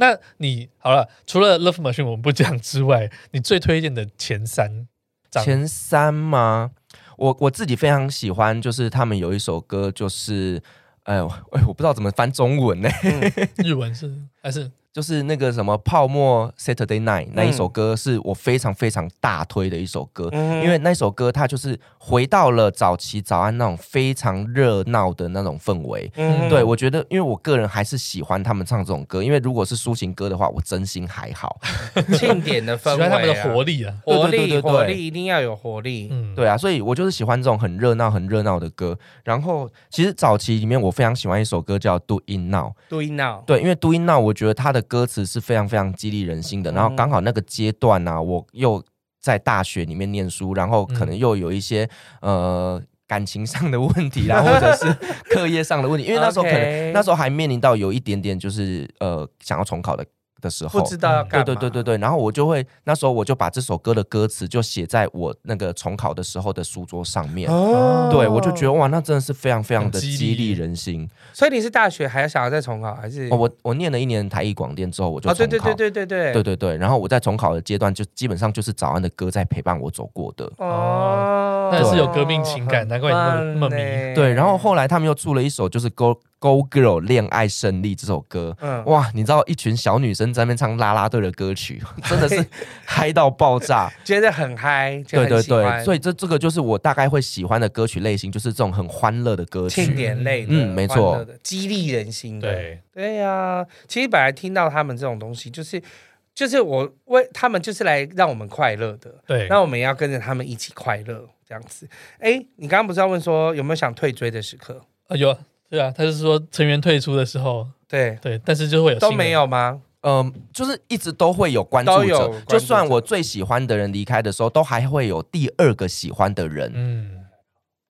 [SPEAKER 2] 那你好了，除了 Love Machine 我们不讲之外，你最推荐的前三，长
[SPEAKER 4] 前三吗？我我自己非常喜欢，就是他们有一首呃歌，就是哎呦，哎，我不知道怎么翻中文呢、
[SPEAKER 2] 日文是还是
[SPEAKER 4] 就是那个什么泡沫 Saturday Night 那一首歌，是我非常非常大推的一首歌，
[SPEAKER 3] 嗯
[SPEAKER 4] 因为那首歌它就是回到了早期早安那种非常热闹的那种氛围。
[SPEAKER 3] 嗯
[SPEAKER 4] 对，我觉得，因为我个人还是喜欢他们唱这种歌，因为如果是抒情歌的话，我真心还好。
[SPEAKER 3] 嗯庆典的氛
[SPEAKER 2] 喜
[SPEAKER 3] 围、啊，
[SPEAKER 2] 欢他们的活力啊，
[SPEAKER 3] 活
[SPEAKER 4] 对对
[SPEAKER 3] 力，
[SPEAKER 4] 对对对
[SPEAKER 3] 活力一定要有活力。
[SPEAKER 2] 嗯，
[SPEAKER 4] 对啊，所以我就是喜欢这种很热闹、很热闹的歌。然后，其实早期里面我非常喜欢一首歌叫《Do In Now》，
[SPEAKER 3] 对闹，
[SPEAKER 4] 对，因为《Do It Now》，我觉得它的歌词是非常非常激励人心的。然
[SPEAKER 3] 嗯
[SPEAKER 4] 后刚好那个阶段呢、我又在大学里面念书，然后
[SPEAKER 3] 嗯
[SPEAKER 4] 可能又有一些、呃感情上的问题啦，或者是 课业上的问题，因为那时候可能
[SPEAKER 3] OK
[SPEAKER 4] 那时候还面临到有一点点就是呃想要重考的的时候
[SPEAKER 3] 不。知道要干
[SPEAKER 4] 对
[SPEAKER 3] 嘛。
[SPEAKER 4] 对对对对，然后我就会那时候我就把这首歌的歌词就写在我那个重考的时候的书桌上面，
[SPEAKER 3] 哦
[SPEAKER 4] 对我就觉得哇，那真的是非常非常
[SPEAKER 2] 很
[SPEAKER 4] 的
[SPEAKER 2] 激
[SPEAKER 4] 激
[SPEAKER 2] 励
[SPEAKER 4] 励人心。
[SPEAKER 3] 所以你是大学还想要再重考，还是？
[SPEAKER 4] 哦，我我念了一年台艺广电之后，我就
[SPEAKER 3] 哦，对
[SPEAKER 4] 重
[SPEAKER 3] 对
[SPEAKER 4] 考
[SPEAKER 3] 对。对对对
[SPEAKER 4] 对对对，然后我在重考的阶段，就基本上就是早安的歌在陪伴我走过的。
[SPEAKER 3] 哦，
[SPEAKER 2] 那也是有革命情感
[SPEAKER 3] 很
[SPEAKER 2] 难怪你那么
[SPEAKER 3] 棒
[SPEAKER 2] 那么迷
[SPEAKER 3] 呢
[SPEAKER 4] 对，然后后来他们又出了一首就是《Go Go Girl 恋爱胜利》这首歌，
[SPEAKER 3] 嗯，
[SPEAKER 4] 哇，你知道一群小女生在那边唱啦啦队的歌曲，真的是嗨到爆炸。
[SPEAKER 3] 觉得很嗨，就
[SPEAKER 4] 对
[SPEAKER 3] 很
[SPEAKER 4] 对
[SPEAKER 3] 喜欢
[SPEAKER 4] 对，所以这这个就是我大概会喜欢的歌曲类型，就是这种很欢乐的歌
[SPEAKER 3] 庆
[SPEAKER 4] 曲。
[SPEAKER 3] 典类的，
[SPEAKER 4] 嗯没错
[SPEAKER 3] 欢乐的，激励人心的。
[SPEAKER 2] 对，
[SPEAKER 3] 对呀、其实本来听到他们这种东西，就是就是我为他们就是来让我们快乐的，
[SPEAKER 2] 对，
[SPEAKER 3] 那我们也要跟着他们一起快乐这样子。哎，你刚刚不是要问说有没有想退追的时刻？
[SPEAKER 2] 啊有啊对啊，他是说成员退出的时候，
[SPEAKER 3] 对，
[SPEAKER 2] 对，但是就会有
[SPEAKER 3] 都
[SPEAKER 2] 新的
[SPEAKER 3] 没有吗？
[SPEAKER 4] 嗯，就是一直都会有关注
[SPEAKER 3] 都有
[SPEAKER 4] 者
[SPEAKER 3] 关，注
[SPEAKER 4] 就算
[SPEAKER 3] 者
[SPEAKER 4] 我最喜欢的人离开的时候，都还会有第二个喜欢的人。
[SPEAKER 2] 嗯，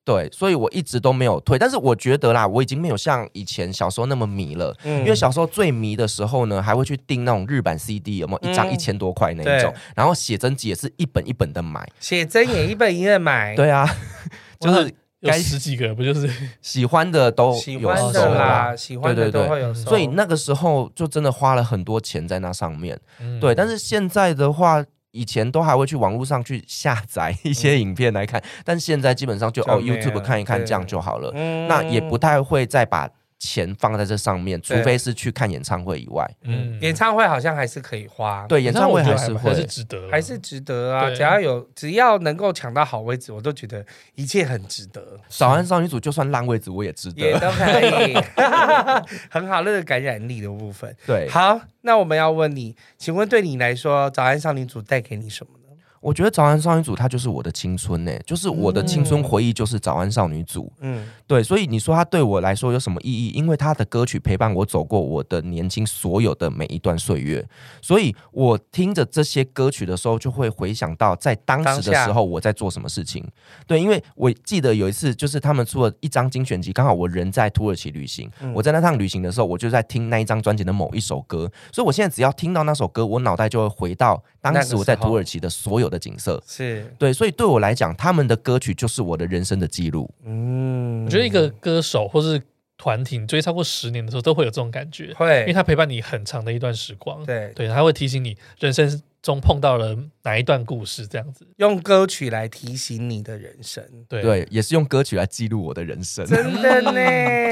[SPEAKER 4] 对，所以我一直都没有退，但是我觉得啦，我已经没有像以前小时候那么迷了。
[SPEAKER 3] 嗯
[SPEAKER 4] 因为小时候最迷的时候呢，还会去订那种日版 CD，有没有一张
[SPEAKER 3] 嗯
[SPEAKER 4] 一千多块那一
[SPEAKER 3] 对
[SPEAKER 4] 种？然后写真集也是一本一本的买。
[SPEAKER 3] 写真也一本一本买，
[SPEAKER 4] 对啊，就是
[SPEAKER 2] 有
[SPEAKER 4] 该
[SPEAKER 2] 十几个不就是
[SPEAKER 4] 喜欢的都
[SPEAKER 3] 喜
[SPEAKER 4] 有
[SPEAKER 3] 欢
[SPEAKER 4] 收
[SPEAKER 3] 的
[SPEAKER 4] 啦。
[SPEAKER 3] 啦，喜欢的
[SPEAKER 4] 对对
[SPEAKER 3] 都
[SPEAKER 4] 对
[SPEAKER 3] 会有收。
[SPEAKER 2] 嗯
[SPEAKER 4] 所以那个时候就真的花了很多钱在那上面。
[SPEAKER 2] 嗯
[SPEAKER 4] 对，但是现在的话。以前都还会去网络上去下载一些影片来看，但现在基本上就
[SPEAKER 3] 嗯就
[SPEAKER 4] 哦
[SPEAKER 3] 没有
[SPEAKER 4] YouTube 看一看
[SPEAKER 3] 对
[SPEAKER 4] 这样就好了。
[SPEAKER 3] 嗯
[SPEAKER 4] 那也不太会再把钱放在这上面，除
[SPEAKER 3] 对
[SPEAKER 4] 非是去看演唱会以外。
[SPEAKER 2] 嗯
[SPEAKER 3] 演唱会好像还是可以花，，
[SPEAKER 4] 对，演唱会
[SPEAKER 2] 啊那我觉得
[SPEAKER 4] 是
[SPEAKER 2] 还
[SPEAKER 4] 会嗯
[SPEAKER 2] 是。值得，
[SPEAKER 3] 还是值得啊。
[SPEAKER 2] 对
[SPEAKER 3] 只要有只要能够抢到好位置，我都觉得一切很值得，
[SPEAKER 4] 早安少女组就算烂位置，我也值
[SPEAKER 3] 也
[SPEAKER 4] 得。
[SPEAKER 3] 都可 以，很好，那个感染力的部分。
[SPEAKER 4] 对，
[SPEAKER 3] 好，那我们要问你，请问对你来说，早安少女组带给你什么呢？
[SPEAKER 4] 我觉得早安少女组它就是我的青春呢、就是我的青
[SPEAKER 2] 嗯
[SPEAKER 4] 春回忆，就是早安少女组。
[SPEAKER 3] 嗯，
[SPEAKER 4] 对，所以你说它对我来说有什么意义？因为它的歌曲陪伴我走过我的年轻所有的每一段岁月，所以我听着这些歌曲的时候，就会回想到在当时
[SPEAKER 3] 当
[SPEAKER 4] 的
[SPEAKER 3] 下
[SPEAKER 4] 时候我在做什么事情。对，因为我记得有一次，就是他们出了一张精选集，刚好我人在土耳其旅行，
[SPEAKER 3] 嗯
[SPEAKER 4] 我在那趟旅行的时候，我就在听那一张专辑的某一首歌，所以我现在只要听到那首歌，我脑袋就会回到当时我在
[SPEAKER 3] 那个时候
[SPEAKER 4] 土耳其的所有的景色。
[SPEAKER 3] 是，
[SPEAKER 4] 对，所以对我来讲，他们的歌曲就是我的人生的记录。
[SPEAKER 3] 嗯，
[SPEAKER 2] 我觉得一个歌手或是团体你追超过十年的时候，都会有这种感觉，因为
[SPEAKER 3] 会，
[SPEAKER 2] 他陪伴你很长的一段时光。
[SPEAKER 3] 对，
[SPEAKER 2] 对，他会提醒你人生中碰到了哪一段故事，这样子。
[SPEAKER 3] 用歌曲来提醒你的人生，
[SPEAKER 2] 对，
[SPEAKER 4] 对，也是用歌曲来记录我的人生。
[SPEAKER 3] 真的呢，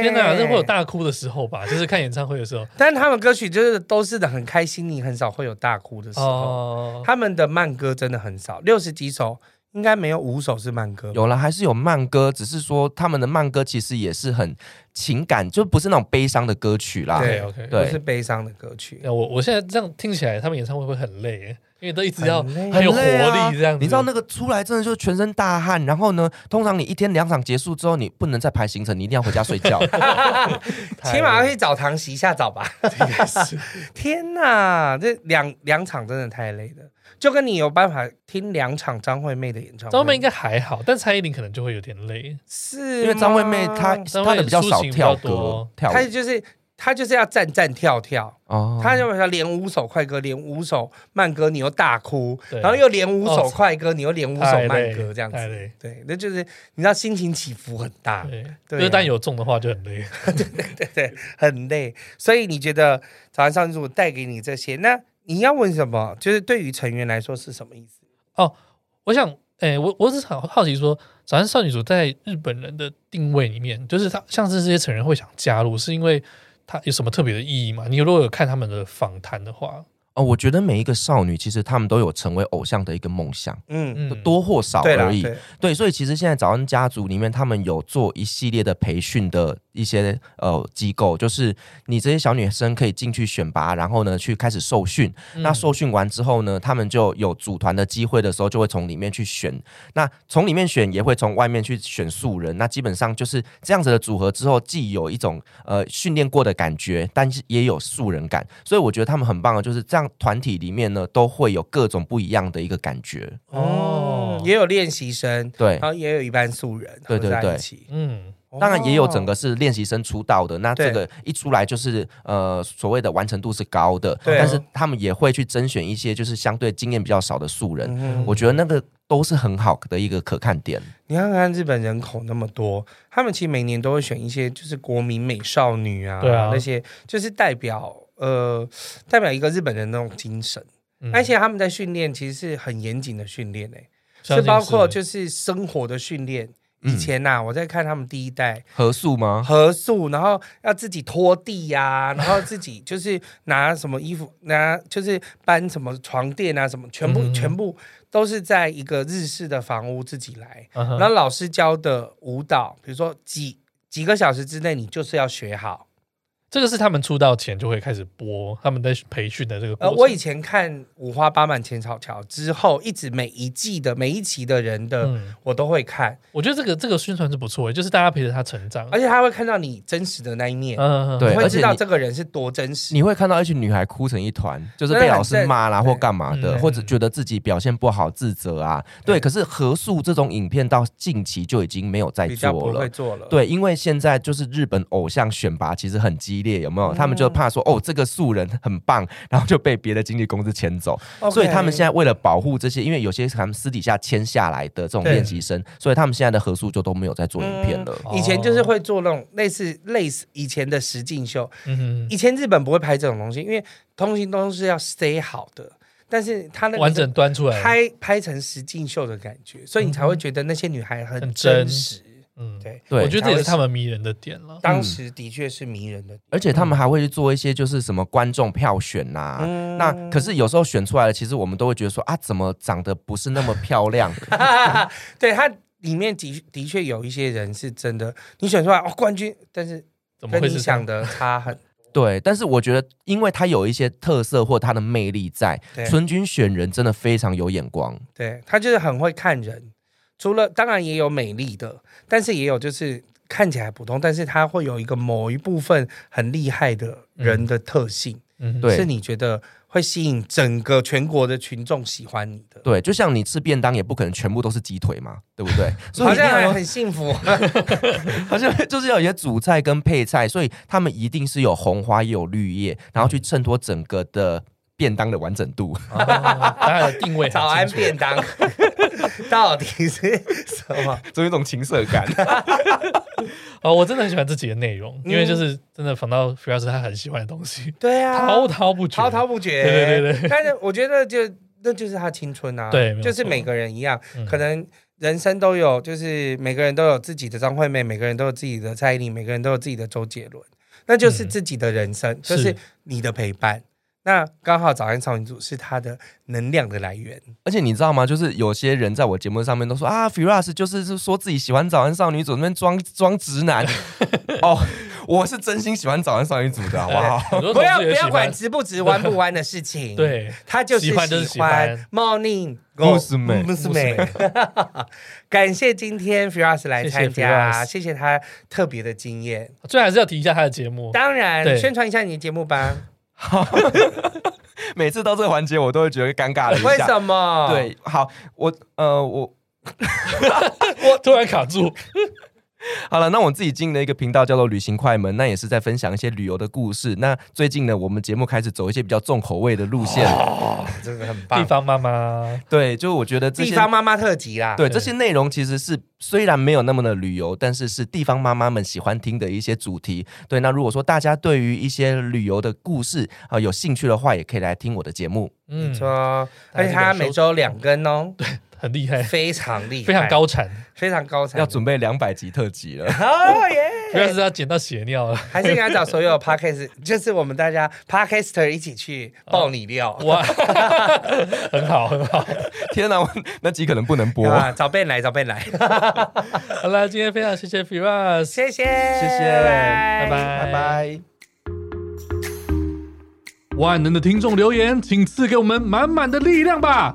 [SPEAKER 2] 天哪，这会有大哭的时候吧？就是看演唱会的时候。
[SPEAKER 3] 但他们歌曲就是都是的很开心，你很少会有大哭的时候。
[SPEAKER 2] 哦，
[SPEAKER 3] 他们的慢歌真的很少，六十几首应该没有五首是慢歌。
[SPEAKER 4] 有了，还是有慢歌，只是说他们的慢歌其实也是很情感，就不是那种悲伤的歌曲啦。
[SPEAKER 3] 对
[SPEAKER 2] OK，OK
[SPEAKER 3] 都是
[SPEAKER 4] 对，
[SPEAKER 3] 悲伤的歌曲。
[SPEAKER 2] 那我我现在这样听起来，他们演唱会会很累耶，因为都一直要
[SPEAKER 3] 很累
[SPEAKER 2] 很有 活
[SPEAKER 4] 累啊
[SPEAKER 2] 力这样子。
[SPEAKER 4] 你知道那个出来真的就是全身大汗，然后呢，通常你一天两场结束之后，你不能再排行程，你一定要回家睡 觉。
[SPEAKER 2] 太
[SPEAKER 3] 起码要去澡堂洗一下澡 吧。
[SPEAKER 2] 应该是
[SPEAKER 3] 天哪，这两两场真的太累了，就跟你有办法听两场张惠妹的演唱会，
[SPEAKER 2] 张惠妹应该还好，但蔡依林可能就会有点累。
[SPEAKER 3] 是
[SPEAKER 4] 因为张惠妹她
[SPEAKER 2] 张惠
[SPEAKER 4] 她
[SPEAKER 2] 妹
[SPEAKER 4] 的比较
[SPEAKER 2] 抒
[SPEAKER 4] 少
[SPEAKER 2] 情比
[SPEAKER 4] 跳
[SPEAKER 2] 较多
[SPEAKER 4] 歌跳
[SPEAKER 3] 她
[SPEAKER 4] 舞
[SPEAKER 3] 就是她就是要站站跳跳，
[SPEAKER 4] 哦
[SPEAKER 3] 她就要连五首快歌，连五首慢歌，你又大哭，
[SPEAKER 4] 啊
[SPEAKER 2] 对
[SPEAKER 3] 然后又连五首
[SPEAKER 2] 哦
[SPEAKER 3] 快歌，你又连五首
[SPEAKER 2] 太
[SPEAKER 3] 慢
[SPEAKER 2] 累
[SPEAKER 3] 歌，这样子
[SPEAKER 2] 太。累。
[SPEAKER 3] 对，那就是你知道心情起伏很大，
[SPEAKER 2] 对，
[SPEAKER 3] 对啊
[SPEAKER 2] 歌单有中的话就很累。
[SPEAKER 3] 对对，很累。所以你觉得早安上主带给你这些，那你要问什么？就是对于成员来说是什么意思？
[SPEAKER 2] 我想，哎、我我只是好好奇说，早安少女组在日本人的定位里面，就是他像是这些成员会想加入，是因为它有什么特别的意义吗？你如果有看他们的访谈的话，
[SPEAKER 4] 哦，我觉得每一个少女其实她们都有成为偶像的一个梦想，
[SPEAKER 3] 嗯，
[SPEAKER 2] 嗯，
[SPEAKER 4] 多或少
[SPEAKER 3] 对啦
[SPEAKER 4] 而已。
[SPEAKER 3] 对
[SPEAKER 4] 对，所以其实现在早安家族里面，他们有做一系列的培训的一些呃机构，就是你这些小女生可以进去选拔，然后呢去开始受训。
[SPEAKER 2] 嗯
[SPEAKER 4] 那受训完之后呢，他们就有组团的机会的时候，就会从里面去选。那从里面选，也会从外面去选素人。那基本上就是这样子的组合之后，既有一种呃训练过的感觉，但是也有素人感。所以我觉得他们很棒的，就是这样团体里面呢，都会有各种不一样的一个感觉。
[SPEAKER 3] 哦
[SPEAKER 2] 哦，
[SPEAKER 3] 也有练习生，
[SPEAKER 4] 对
[SPEAKER 3] 然，后也有一般素人
[SPEAKER 4] 对对
[SPEAKER 3] 合在一
[SPEAKER 4] 对
[SPEAKER 3] 起，
[SPEAKER 2] 嗯，
[SPEAKER 4] 当然也有整
[SPEAKER 3] 哦
[SPEAKER 4] 个是练习生出道的，那
[SPEAKER 3] 对
[SPEAKER 4] 这个一出来就是呃所谓的完成度是高的，
[SPEAKER 3] 对啊
[SPEAKER 4] 但是他们也会去甄选一些就是相对经验比较少的素人，
[SPEAKER 3] 嗯
[SPEAKER 4] 我觉得那个都是很好的一个可看点。
[SPEAKER 3] 你看看日本人口那么多，他们其实每年都会选一些就是国民美少女啊，
[SPEAKER 2] 对啊
[SPEAKER 3] 那些就是代表呃代表一个日本人那种精神，
[SPEAKER 2] 嗯
[SPEAKER 3] 而且他们在训练其实是很严谨的训练诶、
[SPEAKER 2] 相
[SPEAKER 3] 是
[SPEAKER 2] 信
[SPEAKER 3] 包括就是生活的训练。以前呐、
[SPEAKER 2] 嗯
[SPEAKER 3] 我在看他们第一代
[SPEAKER 4] 合宿吗？
[SPEAKER 3] 合宿，然后要自己拖地呀、 然后自己就是拿什么衣服，拿就是搬什么床垫啊，什么全部、
[SPEAKER 2] 嗯嗯嗯
[SPEAKER 3] 全部都是在一个日式的房屋自己来。
[SPEAKER 2] 嗯哼
[SPEAKER 3] 然后老师教的舞蹈，比如说几几个小时之内，你就是要学好。
[SPEAKER 2] 这个是他们出道前就会开始播，他们在培训的这个过
[SPEAKER 3] 呃，
[SPEAKER 2] 程。
[SPEAKER 3] 我以前看《五花八门千草桥》之后，一直每一季的每一期的人的，
[SPEAKER 2] 嗯，
[SPEAKER 3] 我都会看，
[SPEAKER 2] 我觉得这个这个宣传是不错的，就是大家陪着他成长。
[SPEAKER 3] 而且他会看到你真实的那一面，
[SPEAKER 2] 嗯，
[SPEAKER 4] 对
[SPEAKER 3] 你会
[SPEAKER 4] 而且
[SPEAKER 3] 知道
[SPEAKER 4] 你
[SPEAKER 3] 这个人是多真实。
[SPEAKER 4] 你会看到一群女孩哭成一团，就是
[SPEAKER 3] 真
[SPEAKER 4] 被
[SPEAKER 3] 的很
[SPEAKER 4] 老师骂啦
[SPEAKER 3] 正
[SPEAKER 4] 或干嘛的，
[SPEAKER 2] 嗯
[SPEAKER 4] 或者觉得自己表现不好自责啊。对，可是合宿这种影片到近期就已经没有在
[SPEAKER 3] 比较
[SPEAKER 4] 做
[SPEAKER 3] 不
[SPEAKER 4] 了
[SPEAKER 3] 会。做了，，
[SPEAKER 4] 对，因为现在就是日本偶像选拔其实很激烈，有没有？他
[SPEAKER 3] 嗯
[SPEAKER 4] 们就怕说哦，这个素人很棒，然后就被别的经纪公司签走。所以他们现在为了保护这些，因为有些是他们私底下签下来的这种
[SPEAKER 3] 对嗯
[SPEAKER 4] 练习生，所以他们现在的合宿就都没有在做影片了。
[SPEAKER 3] 以前就是会做那种类似类似以前的实境秀，
[SPEAKER 2] 嗯
[SPEAKER 3] 以前日本不会拍这种东西，因为通行都是要 stay 好的，但是他那
[SPEAKER 2] 哼，
[SPEAKER 3] 个
[SPEAKER 2] 完
[SPEAKER 3] 是
[SPEAKER 2] 整端出来。
[SPEAKER 3] 拍拍成实境秀的感觉，所以你才会觉得那些女孩很
[SPEAKER 2] 嗯很
[SPEAKER 3] 真
[SPEAKER 2] 真
[SPEAKER 3] 实。
[SPEAKER 2] 嗯，
[SPEAKER 3] 对，
[SPEAKER 4] 对
[SPEAKER 2] 我觉得这也是他们迷嗯人的点了。
[SPEAKER 3] 当时的确是迷人的。
[SPEAKER 4] 而且他们还会去做一些就是什么观众票选呐、
[SPEAKER 3] 嗯
[SPEAKER 4] 那可是有时候选出来了，其实我们都会觉得说啊，怎么长得不是那么漂亮？
[SPEAKER 3] 对，它里面的的确有一些人是真的，你选出来哦冠军，但是
[SPEAKER 2] 怎么
[SPEAKER 3] 跟
[SPEAKER 2] 会
[SPEAKER 3] 你
[SPEAKER 2] 是
[SPEAKER 3] 想的差很。
[SPEAKER 4] 对，但是我觉得，因为它有一些特色或它的魅力在
[SPEAKER 3] 对，
[SPEAKER 4] 纯君选人真的非常有眼光。
[SPEAKER 3] 对他就是很会看人，除了当然也有美丽的，但是也有就是看起来普通，但是他会有一个某一部分很厉害的人的特性，
[SPEAKER 2] 嗯哼，
[SPEAKER 4] 对
[SPEAKER 3] 是你觉得会吸引整个全国的群众喜欢你的。
[SPEAKER 4] 对，就像你吃便当也不可能全部都是鸡腿嘛，对不对？所以
[SPEAKER 3] 好
[SPEAKER 4] 一定要
[SPEAKER 3] 像
[SPEAKER 4] 有
[SPEAKER 3] 很幸福，
[SPEAKER 4] 好像就是要有一些主菜跟配菜，所以他们一定是有红花也有绿叶，然
[SPEAKER 3] 嗯
[SPEAKER 4] 后去衬托整个的便当的完整度。
[SPEAKER 2] 哦大家的定 位很清楚
[SPEAKER 3] 早安便当到底是什么？
[SPEAKER 4] 总有一种情色 感。
[SPEAKER 2] 哦，我真的很喜欢自己的内容，因为就是真的仿到菲尔斯他很喜欢的东西，
[SPEAKER 3] 嗯对啊，
[SPEAKER 2] 滔滔不绝，
[SPEAKER 3] 滔滔不绝。
[SPEAKER 2] 对对对
[SPEAKER 3] 但是我觉得就那就是他青春啊，
[SPEAKER 2] 对没有
[SPEAKER 3] 就是
[SPEAKER 2] 错
[SPEAKER 3] 每个人一样，
[SPEAKER 2] 嗯
[SPEAKER 3] 可能人生都有，就是每个人都有自己的张惠妹，每个人都有自己的蔡依林，每个人都有自己的周杰伦，那就是
[SPEAKER 2] 嗯
[SPEAKER 3] 自己的人生，就是是你的陪伴。那刚好早安少女组是他的能量的来源，
[SPEAKER 4] 而且你知道吗？就是有些人在我节目上面都说啊，Firas 就是是说自己喜欢早安少女组，那边装装直男。 哦，我是真心喜欢早安少女组的，好 不好？
[SPEAKER 2] 很多
[SPEAKER 3] 不
[SPEAKER 2] 同
[SPEAKER 3] 要
[SPEAKER 2] 事
[SPEAKER 3] 不
[SPEAKER 2] 也喜
[SPEAKER 3] 要
[SPEAKER 2] 欢
[SPEAKER 3] 管直不 直、弯不弯的事情。，
[SPEAKER 2] 对，
[SPEAKER 3] 他就是
[SPEAKER 2] 喜欢就是
[SPEAKER 3] 喜
[SPEAKER 2] 喜
[SPEAKER 3] 欢
[SPEAKER 2] 欢。
[SPEAKER 3] Morning，
[SPEAKER 4] 穆斯美
[SPEAKER 3] 穆斯美， 感谢今天 Firas 来
[SPEAKER 2] 谢谢
[SPEAKER 3] 参加，
[SPEAKER 2] Firas
[SPEAKER 3] 谢谢他特别的经验。
[SPEAKER 2] 最后还是要提一下他的节目，
[SPEAKER 3] 当然，
[SPEAKER 2] 对
[SPEAKER 3] 宣传一下你的节目 吧。
[SPEAKER 4] 每次到这个环节，我都会觉得尴尬了一下。
[SPEAKER 3] 为什么？，
[SPEAKER 4] 对，好，我呃，我
[SPEAKER 2] 突然卡住，
[SPEAKER 4] 好了，那我自己经营的一个频道叫做“旅行快门”，那也是在分享一些旅游的故事。那最近呢，我们节目开始走一些比较重口味的路线，
[SPEAKER 3] 哦真的很
[SPEAKER 2] 地
[SPEAKER 3] 棒。
[SPEAKER 2] 方妈妈，
[SPEAKER 4] 对，就我觉得这
[SPEAKER 3] 地
[SPEAKER 4] 些
[SPEAKER 3] 方妈妈特辑啦，
[SPEAKER 4] 对
[SPEAKER 2] 对
[SPEAKER 4] 这些内容其实是虽然没有那么的旅游，但是是地方妈妈们喜欢听的一些主题。对，那如果说大家对于一些旅游的故事啊、有兴趣的话，也可以来听我的节目。
[SPEAKER 2] 嗯
[SPEAKER 3] 说，而且他每周两更哦，
[SPEAKER 2] 很厉害，
[SPEAKER 3] 非常厉害，
[SPEAKER 2] 非常，高产，
[SPEAKER 3] 非常高产，
[SPEAKER 4] 要准备两百集特辑了。
[SPEAKER 3] 哦耶！
[SPEAKER 2] 不要是要捡到血尿了。
[SPEAKER 3] 还是应该找所有 podcast，就是 我们大家 podcaster 一起去爆你料。
[SPEAKER 2] 哇， 很好很好，
[SPEAKER 4] 天哪，我那集可能不能播。
[SPEAKER 3] 啊，找贝来，找贝 来，
[SPEAKER 2] 好啦，今天非常谢谢 Firas，
[SPEAKER 3] 谢谢，谢
[SPEAKER 4] 谢谢，
[SPEAKER 2] 拜拜
[SPEAKER 4] 拜拜。
[SPEAKER 2] 万能的听众留言，请赐给我们满满的力量吧！